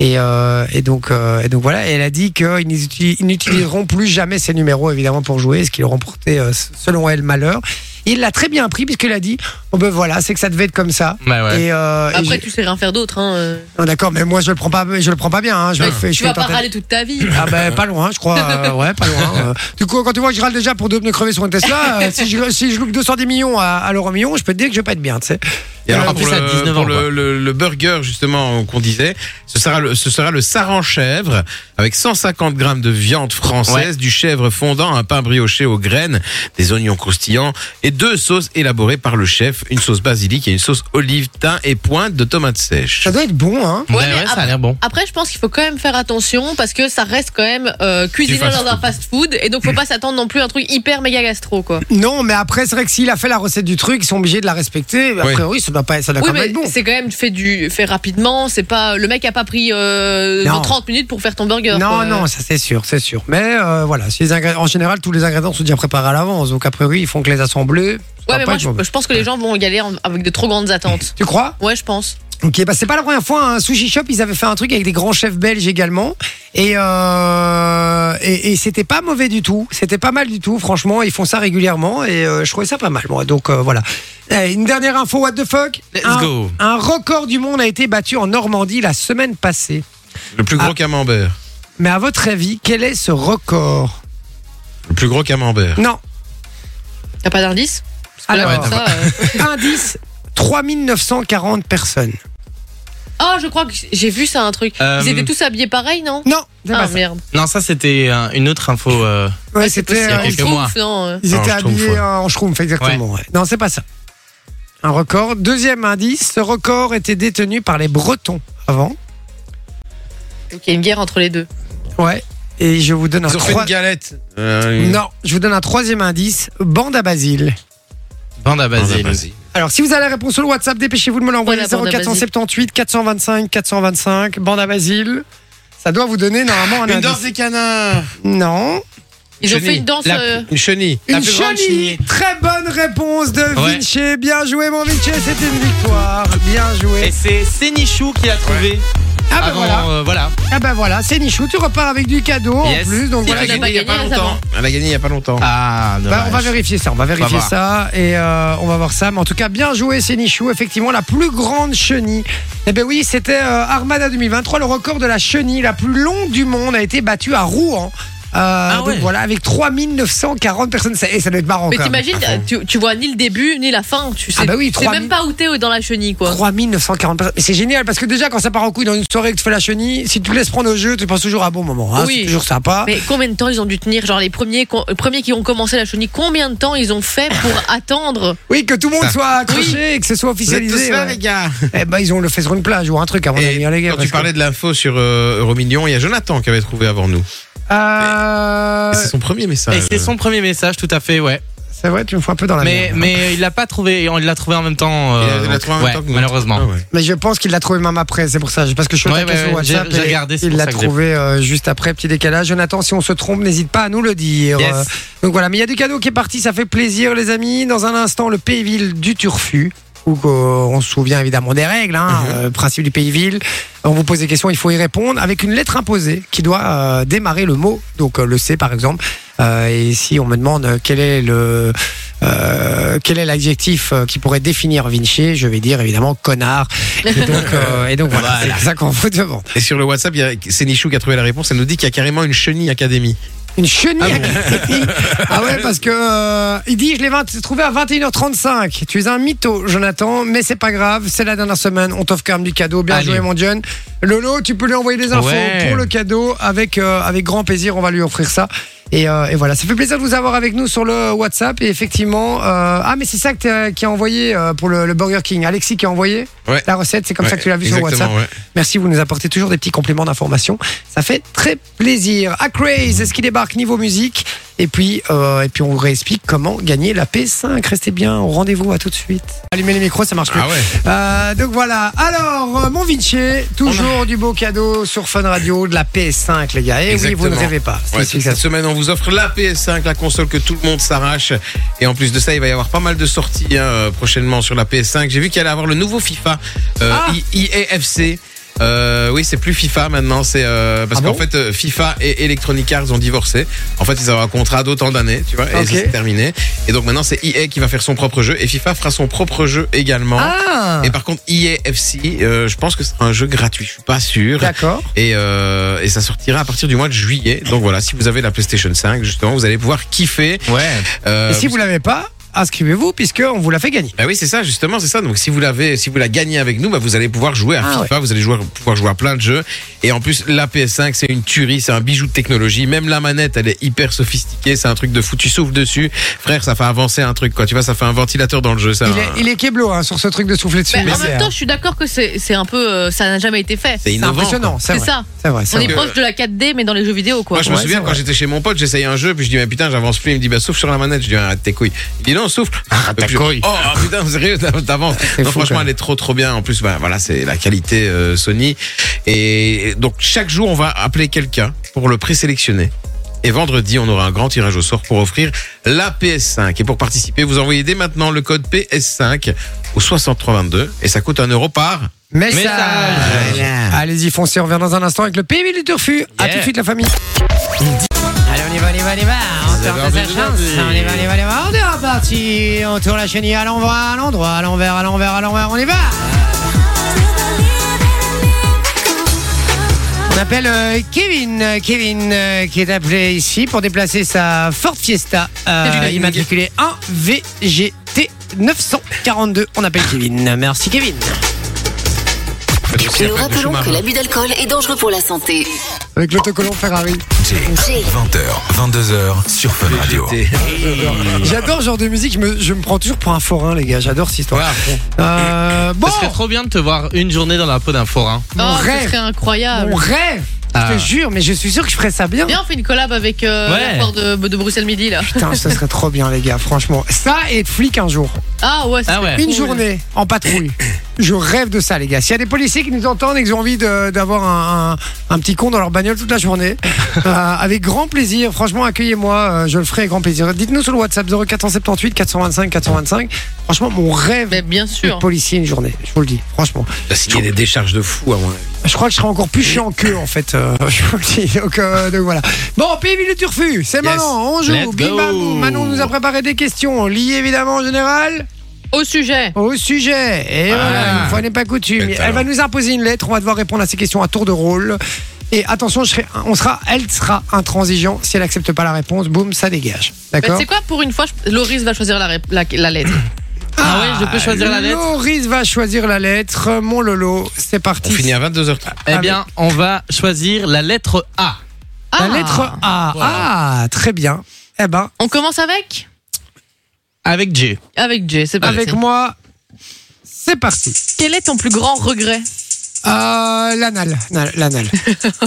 C: Et, euh, et donc, euh, et donc voilà. Et elle a dit qu'ils n'uti- ils n'utiliseront plus jamais ces numéros évidemment pour jouer, ce qui leur ont porté euh, selon elle malheur. Et il l'a très bien pris puisqu'il a dit Bon ben voilà, c'est que ça devait être comme ça.
G: Bah ouais.
C: Et, euh, et
F: Après,
C: j'ai-
F: tu sais rien faire d'autre. Hein. euh.
C: Non, d'accord, mais moi je le prends pas, je le prends pas bien. hein, je le fais, je
F: Tu
C: fais
F: vas pas
C: tenter-
F: râler toute ta vie.
C: Ah ben pas loin, je crois. euh, ouais, pas loin. euh. Du coup, quand tu vois que je râle déjà pour deux pneus crevés sur une Tesla, euh, si je si je loupe 210 millions à, à l'euro million, je peux te dire que je vais pas être bien, tu sais.
E: Et
G: Ouais,
E: alors,
G: en
E: pour,
G: plus, à
E: le,
G: 19
E: pour
G: ans,
E: le,
G: quoi.
E: le- le burger, justement, qu'on disait, ce sera le, ce sera le saran chèvre avec 150 grammes de viande française, du chèvre fondant, un pain brioché aux graines, des oignons croustillants et deux sauces élaborées par le chef, une sauce basilic et une sauce olive, thym et pointe de tomates sèches.
C: Ça doit être bon, hein.
G: Ouais, ah.
F: Ouais, mais
G: Bah ouais, ça
F: après-
G: a l'air bon.
F: Après, je pense qu'il faut quand même faire attention parce que ça reste quand même euh, cuisiné
E: fast
F: dans un fast-food et donc faut pas s'attendre non plus à un truc hyper méga gastro quoi.
C: Non, mais après, c'est vrai que s'il a fait la recette du truc, ils sont obligés de la respecter. A
E: Oui.
C: priori, ça doit, pas, ça doit
F: Oui,
C: quand même
F: mais
C: être bon.
F: c'est quand même fait du fait rapidement. C'est pas le mec a pas pris euh,
C: Non.
F: 30 minutes pour faire ton burger.
C: Non,
F: quoi.
C: non, ça c'est sûr, c'est sûr. Mais euh, voilà, si les ingré- en général, tous les ingrédients sont déjà préparés à l'avance. Donc, a priori, ils font que les assembler. Ça
F: Ouais,
C: va
F: mais
C: pas
F: moi
C: être
F: je,
C: mauvais.
F: je pense que les gens vont galérer en- avec de trop grandes attentes.
C: Tu crois
F: Ouais, je pense.
C: Ok, bah c'est pas la première fois. Un sushi shop, ils avaient fait un truc avec des grands chefs belges également, et euh, et, et c'était pas mauvais du tout. C'était pas mal du tout, franchement. Ils font ça régulièrement, et euh, je trouvais ça pas mal, moi. Donc euh, voilà. Eh, une dernière info, what the fuck
G: Let's
C: un,
G: go.
C: un record du monde a été battu en Normandie la semaine passée.
E: Le plus gros
C: Ah.
E: camembert.
C: Mais à votre avis, quel est ce record
E: Le plus gros camembert.
C: Non,
F: T'as pas d'indice Parce que là,
C: alors
F: comme ça, euh,
C: indice 3940 personnes.
F: Ah, je crois que j'ai vu ça un truc.
G: Euh,
F: Ils étaient tous habillés pareil, non
C: Non, c'est pas
F: Ah
C: ça.
F: merde.
G: Non, ça c'était euh, une autre info. euh,
C: Ouais, c'était
G: possible.
C: euh,
G: Quelques
F: Schtroumpf,
G: mois.
F: non, euh.
C: Ils
E: Non,
C: étaient
E: en schtroumpf,
C: habillés
E: Ah, ouais.
C: en schtroumpf, exactement. ouais. Non, c'est pas ça. Un record. Deuxième indice, ce record était détenu par les Bretons avant.
F: Donc il y a une guerre entre les deux.
C: Ouais. Et je vous donne un
E: Ils ont fait
C: Ah, trois-
E: une galette. Euh, une-
C: Non, je vous donne un troisième indice, bande à Basile.
G: Bande à
E: Ah,
G: Basile.
E: vas-y.
C: Alors, si vous avez la réponse sur le WhatsApp, dépêchez-vous de me l'envoyer.
F: Ouais, la bande à
C: 0478 425 425, bande à Basile. Ça doit vous donner normalement un
E: Une danse
C: indice.
E: des canards.
C: Non.
F: Ils ont fait
E: Chenille.
F: une danse.
E: La-
F: euh,
E: Une chenille. La
C: Une
E: plus grande
C: chenille. Très bonne réponse de
G: Ouais.
C: Vinci. Bien joué, mon Vinci. C'était une victoire. Bien joué.
G: Et c'est Sénichou qui l'a trouvé.
C: Ah, ben
G: avant,
C: voilà.
G: euh, voilà.
C: Ah ben voilà, c'est Nichou, tu repars avec du cadeau
G: Yes.
C: en plus. Donc
F: Si
C: voilà,
F: tu l'as
C: je-
F: pas
E: Il y a pas
F: gagné, hein, ça
E: longtemps. Elle a gagné il y a pas longtemps.
G: Ah,
C: bah, on va
G: dommage.
C: vérifier ça, on va vérifier
G: voir.
C: ça et euh, on va voir ça. Mais en tout cas, bien joué, c'est Nichou, effectivement la plus grande chenille. Eh ben oui, c'était euh, Armada 2023, le record de la chenille la plus longue du monde a été battu à Rouen. Euh,
F: Ah
C: donc
G: ouais.
C: voilà, avec 3940 personnes, ça, et ça doit être marrant
F: Mais
C: quand même.
F: t'imagines, tu, tu vois ni le début ni la fin. Tu sais,
C: Ah bah oui,
F: tu sais
C: 3000.
F: même pas où t'es euh, dans la chenille, quoi.
C: 3940 personnes. Mais c'est génial parce que déjà, quand ça part en couille dans une soirée que tu fais la chenille, si tu te laisses prendre au jeu, tu passes toujours à un bon moment. hein,
F: Oui.
C: C'est toujours sympa.
F: Mais combien de temps ils ont dû tenir Genre les premiers, co- les premiers qui ont commencé la chenille, combien de temps ils ont fait pour attendre
C: Oui, que tout le monde
E: Ça.
C: soit accroché et que ce soit officialisé. ouais.
E: gars.
C: Eh ben, ils ont le fait sur une plage ou un truc, à mon
E: Et
C: avis, hein, les gars.
E: quand tu
C: parce
E: parlais de l'info sur euh, Euromillion, il y a Jonathan qui avait trouvé avant nous.
C: que- Euh,
E: Et C'est son premier
G: Et
E: message.
G: c'est son premier message, tout à fait, ouais.
C: C'est vrai, tu me fous un peu dans la
G: Mais,
C: merde.
G: mais il l'a pas trouvé, on l'a trouvé en même temps.
E: Ah, Il a-
G: euh,
E: il a trouvé en même
G: ouais,
E: temps que nous.
G: malheureusement.
E: Ah ouais.
C: Mais je pense qu'il l'a trouvé même après, c'est pour ça. Parce que je suis au
G: Ouais,
C: taquet
G: ouais,
C: sur
G: ouais,
C: WhatsApp.
G: j'ai- j'ai
C: et
G: regardé, c'est
C: il
G: pour
C: l'a
G: ça que j'ai-
C: trouvé euh, juste après, petit décalage. Jonathan, si on se trompe, n'hésite pas à nous le dire.
G: Yes.
C: Euh, donc voilà, mais il y a du cadeau qui est parti, ça fait plaisir, les amis. Dans un instant, le pays-ville du Turfu. Où euh, on se souvient évidemment des règles, hein, euh, principe du pays-ville. On vous pose des questions, il faut y répondre avec une lettre imposée qui doit euh, démarrer le mot, donc euh, le C par exemple. Euh, et si on me demande euh, quel est le euh, quel est l'adjectif euh, qui pourrait définir Vinci, je vais dire évidemment connard. Et donc, euh, et donc voilà, c'est ça qu'on vous demande.
E: Et sur le WhatsApp, il y a- c'est Nichou qui a trouvé la réponse. Elle nous dit qu'il y a carrément une chenille académie.
C: Une chenille à Cassini. Ah ouais, parce que euh, il dit je l'ai 20 trouvé à 21h35. Tu es un mytho, Jonathan, mais c'est pas grave. C'est la dernière semaine. On t'offre quand même du cadeau. Bien
G: Allez.
C: joué, mon John. Lolo, tu peux lui envoyer des infos
G: Ouais.
C: pour le cadeau avec euh, avec grand plaisir. On va lui offrir ça. Et, euh, et voilà, ça fait plaisir de vous avoir avec nous sur le WhatsApp. Et effectivement, euh, ah mais c'est ça que t'as- qui a envoyé euh, pour le, le Burger King. Alexis qui a envoyé
E: Ouais.
C: la recette. C'est comme ça que tu l'as vu sur
E: Exactement,
C: WhatsApp.
E: ouais.
C: Merci, vous nous apportez toujours des petits compléments d'information. Ça fait très plaisir. À Craze, est-ce qu'il débarque niveau musique et puis, euh, et puis on vous réexplique comment gagner la P5. Restez bien au rendez-vous, à tout de suite. Allumez les micros, ça marche plus.
E: Ah ouais.
C: Euh, donc voilà. Alors, euh, mon Vinci, toujours du beau cadeau sur Fun Radio, de la PS5, les gars. Et oui, vous ne
E: Exactement.
C: rêvez pas.
E: Ouais,
C: Si, si, ça-
E: cette semaine, on vous offre la PS5, la console que tout le monde s'arrache. Et en plus de ça, il va y avoir pas mal de sorties hein, euh, prochainement sur la PS5. J'ai vu qu'il allait avoir le nouveau FIFA, euh,
C: Ah
E: I- IEFC. Euh, oui, c'est plus FIFA maintenant, c'est euh, parce
C: Ah
E: qu'en
C: bon
E: fait euh, FIFA et Electronic Arts ont divorcé. En fait, ils avaient un contrat d'autant d'années, tu vois, et
C: Ok.
E: ça, c'est terminé. Et donc maintenant, c'est EA qui va faire son propre jeu et FIFA fera son propre jeu également.
C: Ah,
E: Et par contre, EAFC, euh, je pense que c'est un jeu gratuit, je suis pas sûr.
C: d'accord.
E: Et, euh, et ça sortira à partir du mois de juillet. Donc voilà, si vous avez la PlayStation 5, justement, vous allez pouvoir kiffer.
G: Ouais.
E: Euh,
C: Et si vous l'avez pas, inscrivez-vous, puisqu'on vous l'a fait gagner.
E: bah oui, c'est ça, justement, c'est ça. Donc si vous l'avez, si vous la gagnez avec nous, bah, vous allez pouvoir jouer à
C: Ah
E: FIFA, vous allez jouer, pouvoir jouer à plein de jeux. Et en plus, la PS5, c'est une tuerie, c'est un bijou de technologie. Même la manette, elle est hyper sophistiquée, c'est un truc de fou. Tu souffles dessus, frère, ça fait avancer un truc, quoi. Tu vois, ça fait un ventilateur dans le jeu, ça.
C: Il est, il est kéblo hein, sur ce truc de souffler dessus.
F: Mais
C: mais
F: en
C: c'est-
F: même temps, je suis d'accord que c'est c'est un peu. euh, ça n'a jamais été fait.
E: C'est
C: hein. c'est
E: innovant.
C: impressionnant.
F: C'est
C: C'est vrai.
F: ça.
C: C'est vrai. c'est
F: On
C: vrai.
F: est proche de la 4D, mais dans les jeux vidéo, quoi.
E: Moi, je me
C: Ouais,
E: souviens
C: c'est
E: quand
C: vrai.
E: j'étais chez mon pote, j'essayais un jeu, puis je dis, mais putain, j'avance plus. Il me dit, bah, souffle sur la manette. Je dis, arrête tes couilles. Il dit, non, souffle. Arrête
G: ta couille.
E: Oh, ah, putain, sérieux, t'avances.
C: C'est
E: Non,
C: fou,
E: franchement,
C: quand même.
E: elle est trop, trop bien. En plus, bah, voilà, c'est la qualité euh, Sony. Et donc, chaque jour, on va appeler quelqu'un pour le présélectionner. Et vendredi, on aura un grand tirage au sort pour offrir la PS5. Et pour participer, vous envoyez dès maintenant le code PS5 au 6322. Et ça coûte un euro par.
C: Message.
G: Message.
C: Allez-y, foncez, on revient dans un instant avec le PMI du Turfu. A
G: Yeah.
C: tout de suite, la famille. Allez, on y va, on y va, on y va. On
E: avez
C: tente
E: envie
C: sa
E: de
C: chance.
E: dire.
C: On y va, on y va, on y va. On est reparti. On tourne la chenille à l'envers, à l'endroit, à l'envers, à l'envers, à l'envers. On y va. On appelle euh, Kevin, euh, Kevin euh, qui est appelé ici pour déplacer sa Ford Fiesta euh,
E: Salut, Kevin.
C: immatriculée 1VGT 942. On appelle Kevin. Merci Kevin.
A: Nous rappelons que l'abus d'alcool est dangereux pour la santé.
C: Avec l'autocollant Ferrari.
B: Jay, 20h, 22h sur Fun Radio.
C: J'adore ce genre de musique, je me, je me prends toujours pour un forain, les gars. J'adore cette histoire.
E: Voilà,
C: Euh, bon,
G: Ce serait trop bien de te voir une journée dans la peau d'un forain.
C: mon
F: Oh, ce
C: rêve,
F: serait incroyable.
C: mon rêve. Je
G: Ah.
C: te jure, mais je suis sûr que je ferais ça bien.
F: Viens, on fait une collab avec euh,
G: Ouais.
F: l'aéroport de, de Bruxelles Midi, là.
C: Putain, ça serait trop bien, les gars. Franchement, ça et être flic un jour,
F: Ah ouais,
G: Ah ouais.
C: une
F: Cool.
C: journée en patrouille. Je rêve de ça, les gars. S'il y a des policiers qui nous entendent et qui ont envie de- d'avoir un, un- un petit con dans leur bagnole toute la journée, euh, avec grand plaisir. Franchement, accueillez-moi. euh, je le ferai avec grand plaisir. Dites-nous sur le WhatsApp 0478 425 425. Franchement, mon rêve.
F: Mais bien
C: d'être
F: sûr.
C: policier une journée, je vous le dis, franchement.
E: T'as signé des décharges de fou, à mon avis.
C: Je crois que je serai encore plus chiant qu'eux, en fait. euh, je vous le dis. Donc, euh, donc voilà. Bon, pays le turfu, c'est maintenant. On joue.
G: Let's
C: Bim,
G: go.
C: bam, boum. Manon nous a préparé des questions liées évidemment en général
F: Au sujet.
C: au sujet. Et voilà, une fois n'est pas coutume.
E: Quel
C: Elle
E: talent.
C: va nous imposer une lettre. On va devoir répondre à ces questions à tour de rôle. Et attention, je serai- on sera, elle sera intransigeant. Si elle accepte pas la réponse, boum, ça dégage.
F: Mais Bah, tu
C: D'accord
F: sais quoi, pour une fois, je- Loris va choisir la, ré- la, la lettre.
G: Ah ouais, je peux choisir la lettre
C: Loris va choisir la lettre. Mon Lolo, c'est
E: On
C: parti.
E: finit à 22h30.
G: Eh bien, on va choisir la lettre A.
F: Ah,
C: La lettre A. Ah, très bien. Eh ben,
F: On commence avec
G: Avec J.
F: Avec Jay, c'est parti.
C: avec moi, c'est parti.
F: Quel est ton plus grand regret
C: Euh, l'anal. L'anal. L'anal,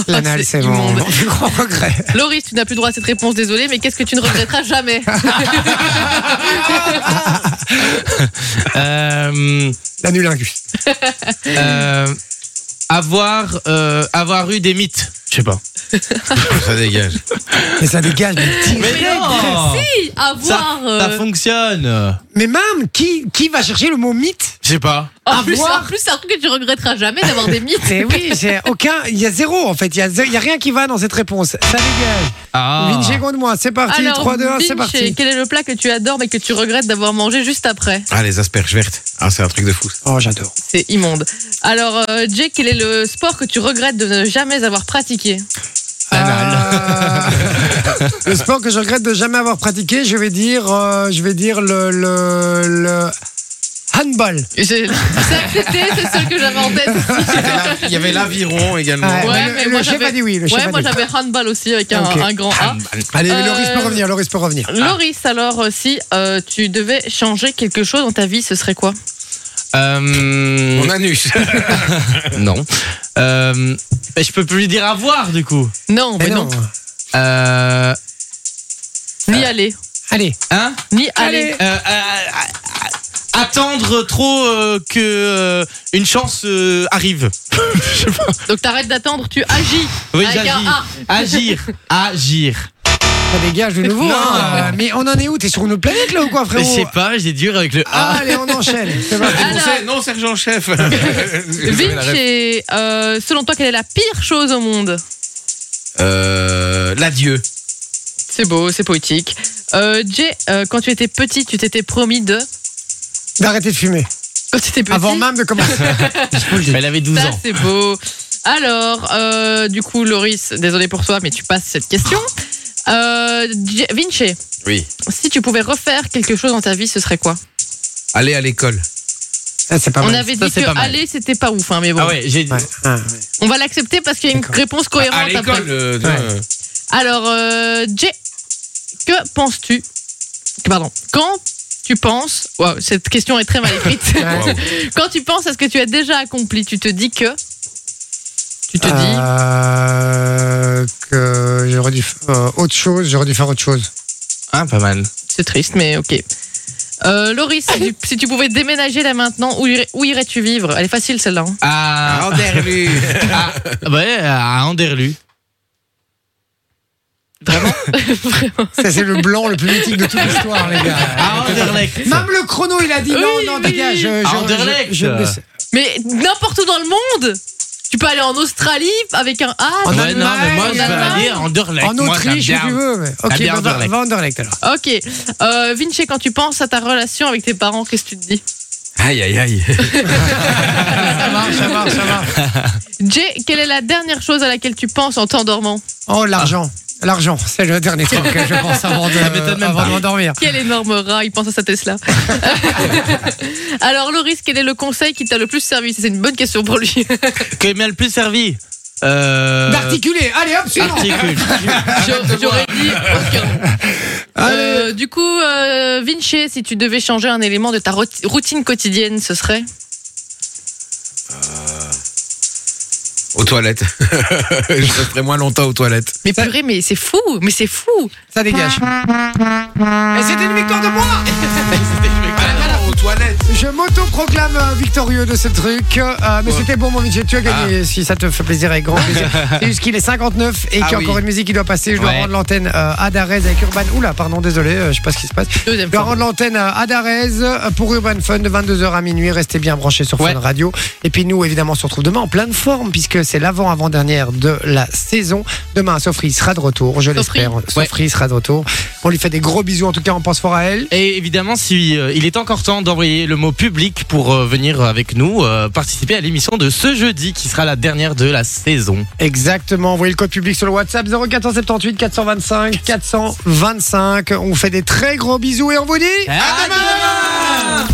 C: L'anal,
F: C'est
C: c'est mon,
F: immonde.
C: mon plus grand regret.
F: Loris, tu n'as plus droit à cette réponse, désolé, mais qu'est-ce que tu ne regretteras jamais
G: Euh,
C: L'anulingus.
G: euh, avoir, euh, avoir eu des mythes. Je sais pas.
E: Ça dégage.
C: Mais ça dégage. Mais, qui-
G: Mais non
F: Si,
G: ça,
F: Avoir.
G: ça
F: euh,
G: fonctionne.
C: mais même, qui, qui va chercher le mot mythe
G: Je sais pas.
F: en, plus,
C: avoir.
F: en plus, c'est un truc que tu regretteras jamais d'avoir des mythes.
C: Mais Eh oui, j'ai aucun. Il y a zéro, en fait. Il y a, zé- il y a rien qui va dans cette réponse. Ça dégage.
G: Ah.
C: Vinci contre moi. C'est parti. 3, 2, 1, c'est
F: Binge,
C: parti.
F: Quel est le plat que tu adores mais que tu regrettes d'avoir mangé juste après
E: Ah, les asperges vertes. Ah, c'est un truc de fou.
C: Oh, j'adore.
F: C'est immonde. Alors, euh, Jay, quel est le sport que tu regrettes de ne jamais avoir pratiqué
C: Euh, le sport que je regrette de jamais avoir pratiqué, je vais dire, euh, je vais dire le, le, le handball.
F: J'ai accepté, c'est celle que j'avais en tête.
E: Il y avait l'aviron également.
C: Ouais,
F: Ouais,
C: mais le-
F: mais
C: le
F: moi
C: chef
F: j'avais
C: a dit oui, le chef
F: ouais,
C: a
F: moi
C: dit.
F: j'avais handball aussi avec un,
C: Ok. Ah.
F: un grand A.
C: Allez,
F: Euh,
C: Loris peut revenir, Loris peut revenir.
F: Loris, alors euh, si euh, tu devais changer quelque chose dans ta vie, ce serait quoi
G: Euh,
E: Mon anus.
G: non. Euh, ben, je peux plus lui dire à voir du coup.
F: Non, mais,
C: Eh
F: non.
G: Euh,
F: Ni aller.
C: Allez,
G: hein
F: Ni aller.
G: Euh, euh, attendre trop euh, que euh, une chance euh, arrive. Je sais pas.
F: Donc t'arrêtes d'attendre, tu agis.
G: Oui,
F: Avec un
G: j'agis. Agir, agir.
C: ça dégage de nouveau.
G: Non.
C: hein. Mais on en est où T'es sur une autre planète là ou quoi,
G: Je
C: frérot
G: sais pas, j'ai dur avec le
C: Ah,
G: A.
C: Allez, on enchaîne. C'est parti.
E: On
F: Alors-
E: sait, non, sergent-chef.
F: Vinch, et, euh, selon toi, quelle est la pire chose au monde
E: Euh, L'adieu.
F: C'est beau, c'est poétique. Euh, Jay, euh, quand tu étais petit, tu t'étais promis de.
C: D'arrêter de fumer.
F: Quand tu étais petit.
C: Avant même de commencer.
G: Mais elle avait 12
F: Ça,
G: ans.
F: c'est beau. Alors, euh, du coup, Loris, désolé pour toi, mais tu passes cette question. Euh, J- Vinci,
E: Oui.
F: si tu pouvais refaire quelque chose dans ta vie, ce serait quoi
E: Aller à l'école.
C: Ça, Ah, c'est pas
F: On
C: mal.
F: avait
G: Ça,
F: dit
G: c'est
F: que
G: pas mal.
F: aller, c'était pas ouf, hein, mais bon.
G: Ah ouais, Bah, j'ai
C: Ouais, ah, ouais.
F: On va l'accepter parce qu'il y a une
C: D'accord.
F: réponse
E: À
F: cohérente après.
E: l'école. euh,
C: Ouais.
E: euh,
F: Alors, euh, Jay, que penses-tu Pardon, quand tu penses. Waouh, cette question est très mal écrite.
C: Ouais.
F: quand tu penses à ce que tu as déjà accompli, tu te dis que. Tu te dis.
C: Euh, que j'aurais dû f- euh, autre chose, j'aurais dû faire autre chose.
G: Ah, pas mal.
F: C'est triste, mais ok. Euh, Loris, si tu, si tu pouvais déménager là maintenant, où, irais- où irais-tu vivre Elle est facile celle-là. hein.
G: Ah,
E: Anderlu.
G: ouais, à Anderlu.
C: Ça, c'est le blanc le plus mythique de toute l'histoire, les gars.
G: À Anderlecht.
C: Même le chrono, il a dit non,
F: Oui,
C: non, les gars,
F: oui.
C: je. je-
G: À Ah, Anderlecht.
C: je- je me laisse-
F: Mais n'importe où dans le monde Tu peux aller en Australie avec un A.
C: En
G: ouais,
C: Allemagne,
G: non, mais moi,
C: en
G: je vais
F: Allemagne.
G: aller à Anderlecht.
C: en
G: Moi, ça me
C: Autriche, si
G: garde.
C: tu veux. mais- Ok, va-
G: bien
C: va
G: Anderlecht.
C: va Anderlecht alors.
F: Ok. Euh, Vinci, quand tu penses à ta relation avec tes parents, qu'est-ce que tu te dis
E: Aïe, aïe, aïe.
C: Ça marche, ça marche, ça marche.
F: Jay, quelle est la dernière chose à laquelle tu penses en t'endormant
C: Oh, l'argent. L'argent, c'est le dernier truc que je pense avant de,
G: m'étonne même
C: avant
G: pas.
C: de m'endormir.
F: Quel énorme rat, il pense à sa Tesla. Alors, Loris, quel est le conseil qui t'a le plus servi C'est une bonne question pour lui.
G: Qui m'a le plus servi euh...
C: D'articuler. Allez, hop, suivant.
G: Articule.
F: J'aurais j'aurais dit aucun.
C: Allez.
F: Euh, du coup, euh, Vinci, si tu devais changer un élément de ta roti- routine quotidienne, ce serait
E: Aux toilettes. je resterai moins longtemps aux toilettes.
F: Mais purée, mais c'est fou, mais c'est fou.
C: Ça dégage.
G: Euh,
C: Et c'était une victoire de moi
E: aux toilettes.
C: Je m'auto-proclame euh, victorieux de ce truc. Euh, mais c'était bon, mon Vinci, tu as gagné. Si ça te fait plaisir, avec grand plaisir. C'est juste qu'il est 59 et
E: Ah
C: qu'il y a
E: oui.
C: encore une musique qui doit passer. Je dois
G: Ouais.
C: rendre l'antenne euh, à Darez avec Urban. Oula, pardon, désolé, euh, je sais pas ce qui se passe.
F: Deuxième
C: Je dois
F: fois.
C: rendre l'antenne euh, à Darez euh, pour Urban Fun de 22h à minuit. Restez bien branchés sur
G: Ouais.
C: Fun Radio. Et puis nous, évidemment, on se retrouve demain en pleine forme puisque c'est l'avant-avant-dernière de la saison. Demain, Sofri sera de retour, je
F: Sofri.
C: l'espère. Sofri sera de retour. On lui fait des gros bisous. En tout cas, on pense fort à elle.
G: Et évidemment, si euh, il est encore temps d'envoyer le mot public pour euh, venir avec nous euh, participer à l'émission de ce jeudi qui sera la dernière de la saison.
C: Exactement, envoyez le code public sur le WhatsApp 0478 425 425. On vous fait des très gros bisous et on vous dit...
G: À demain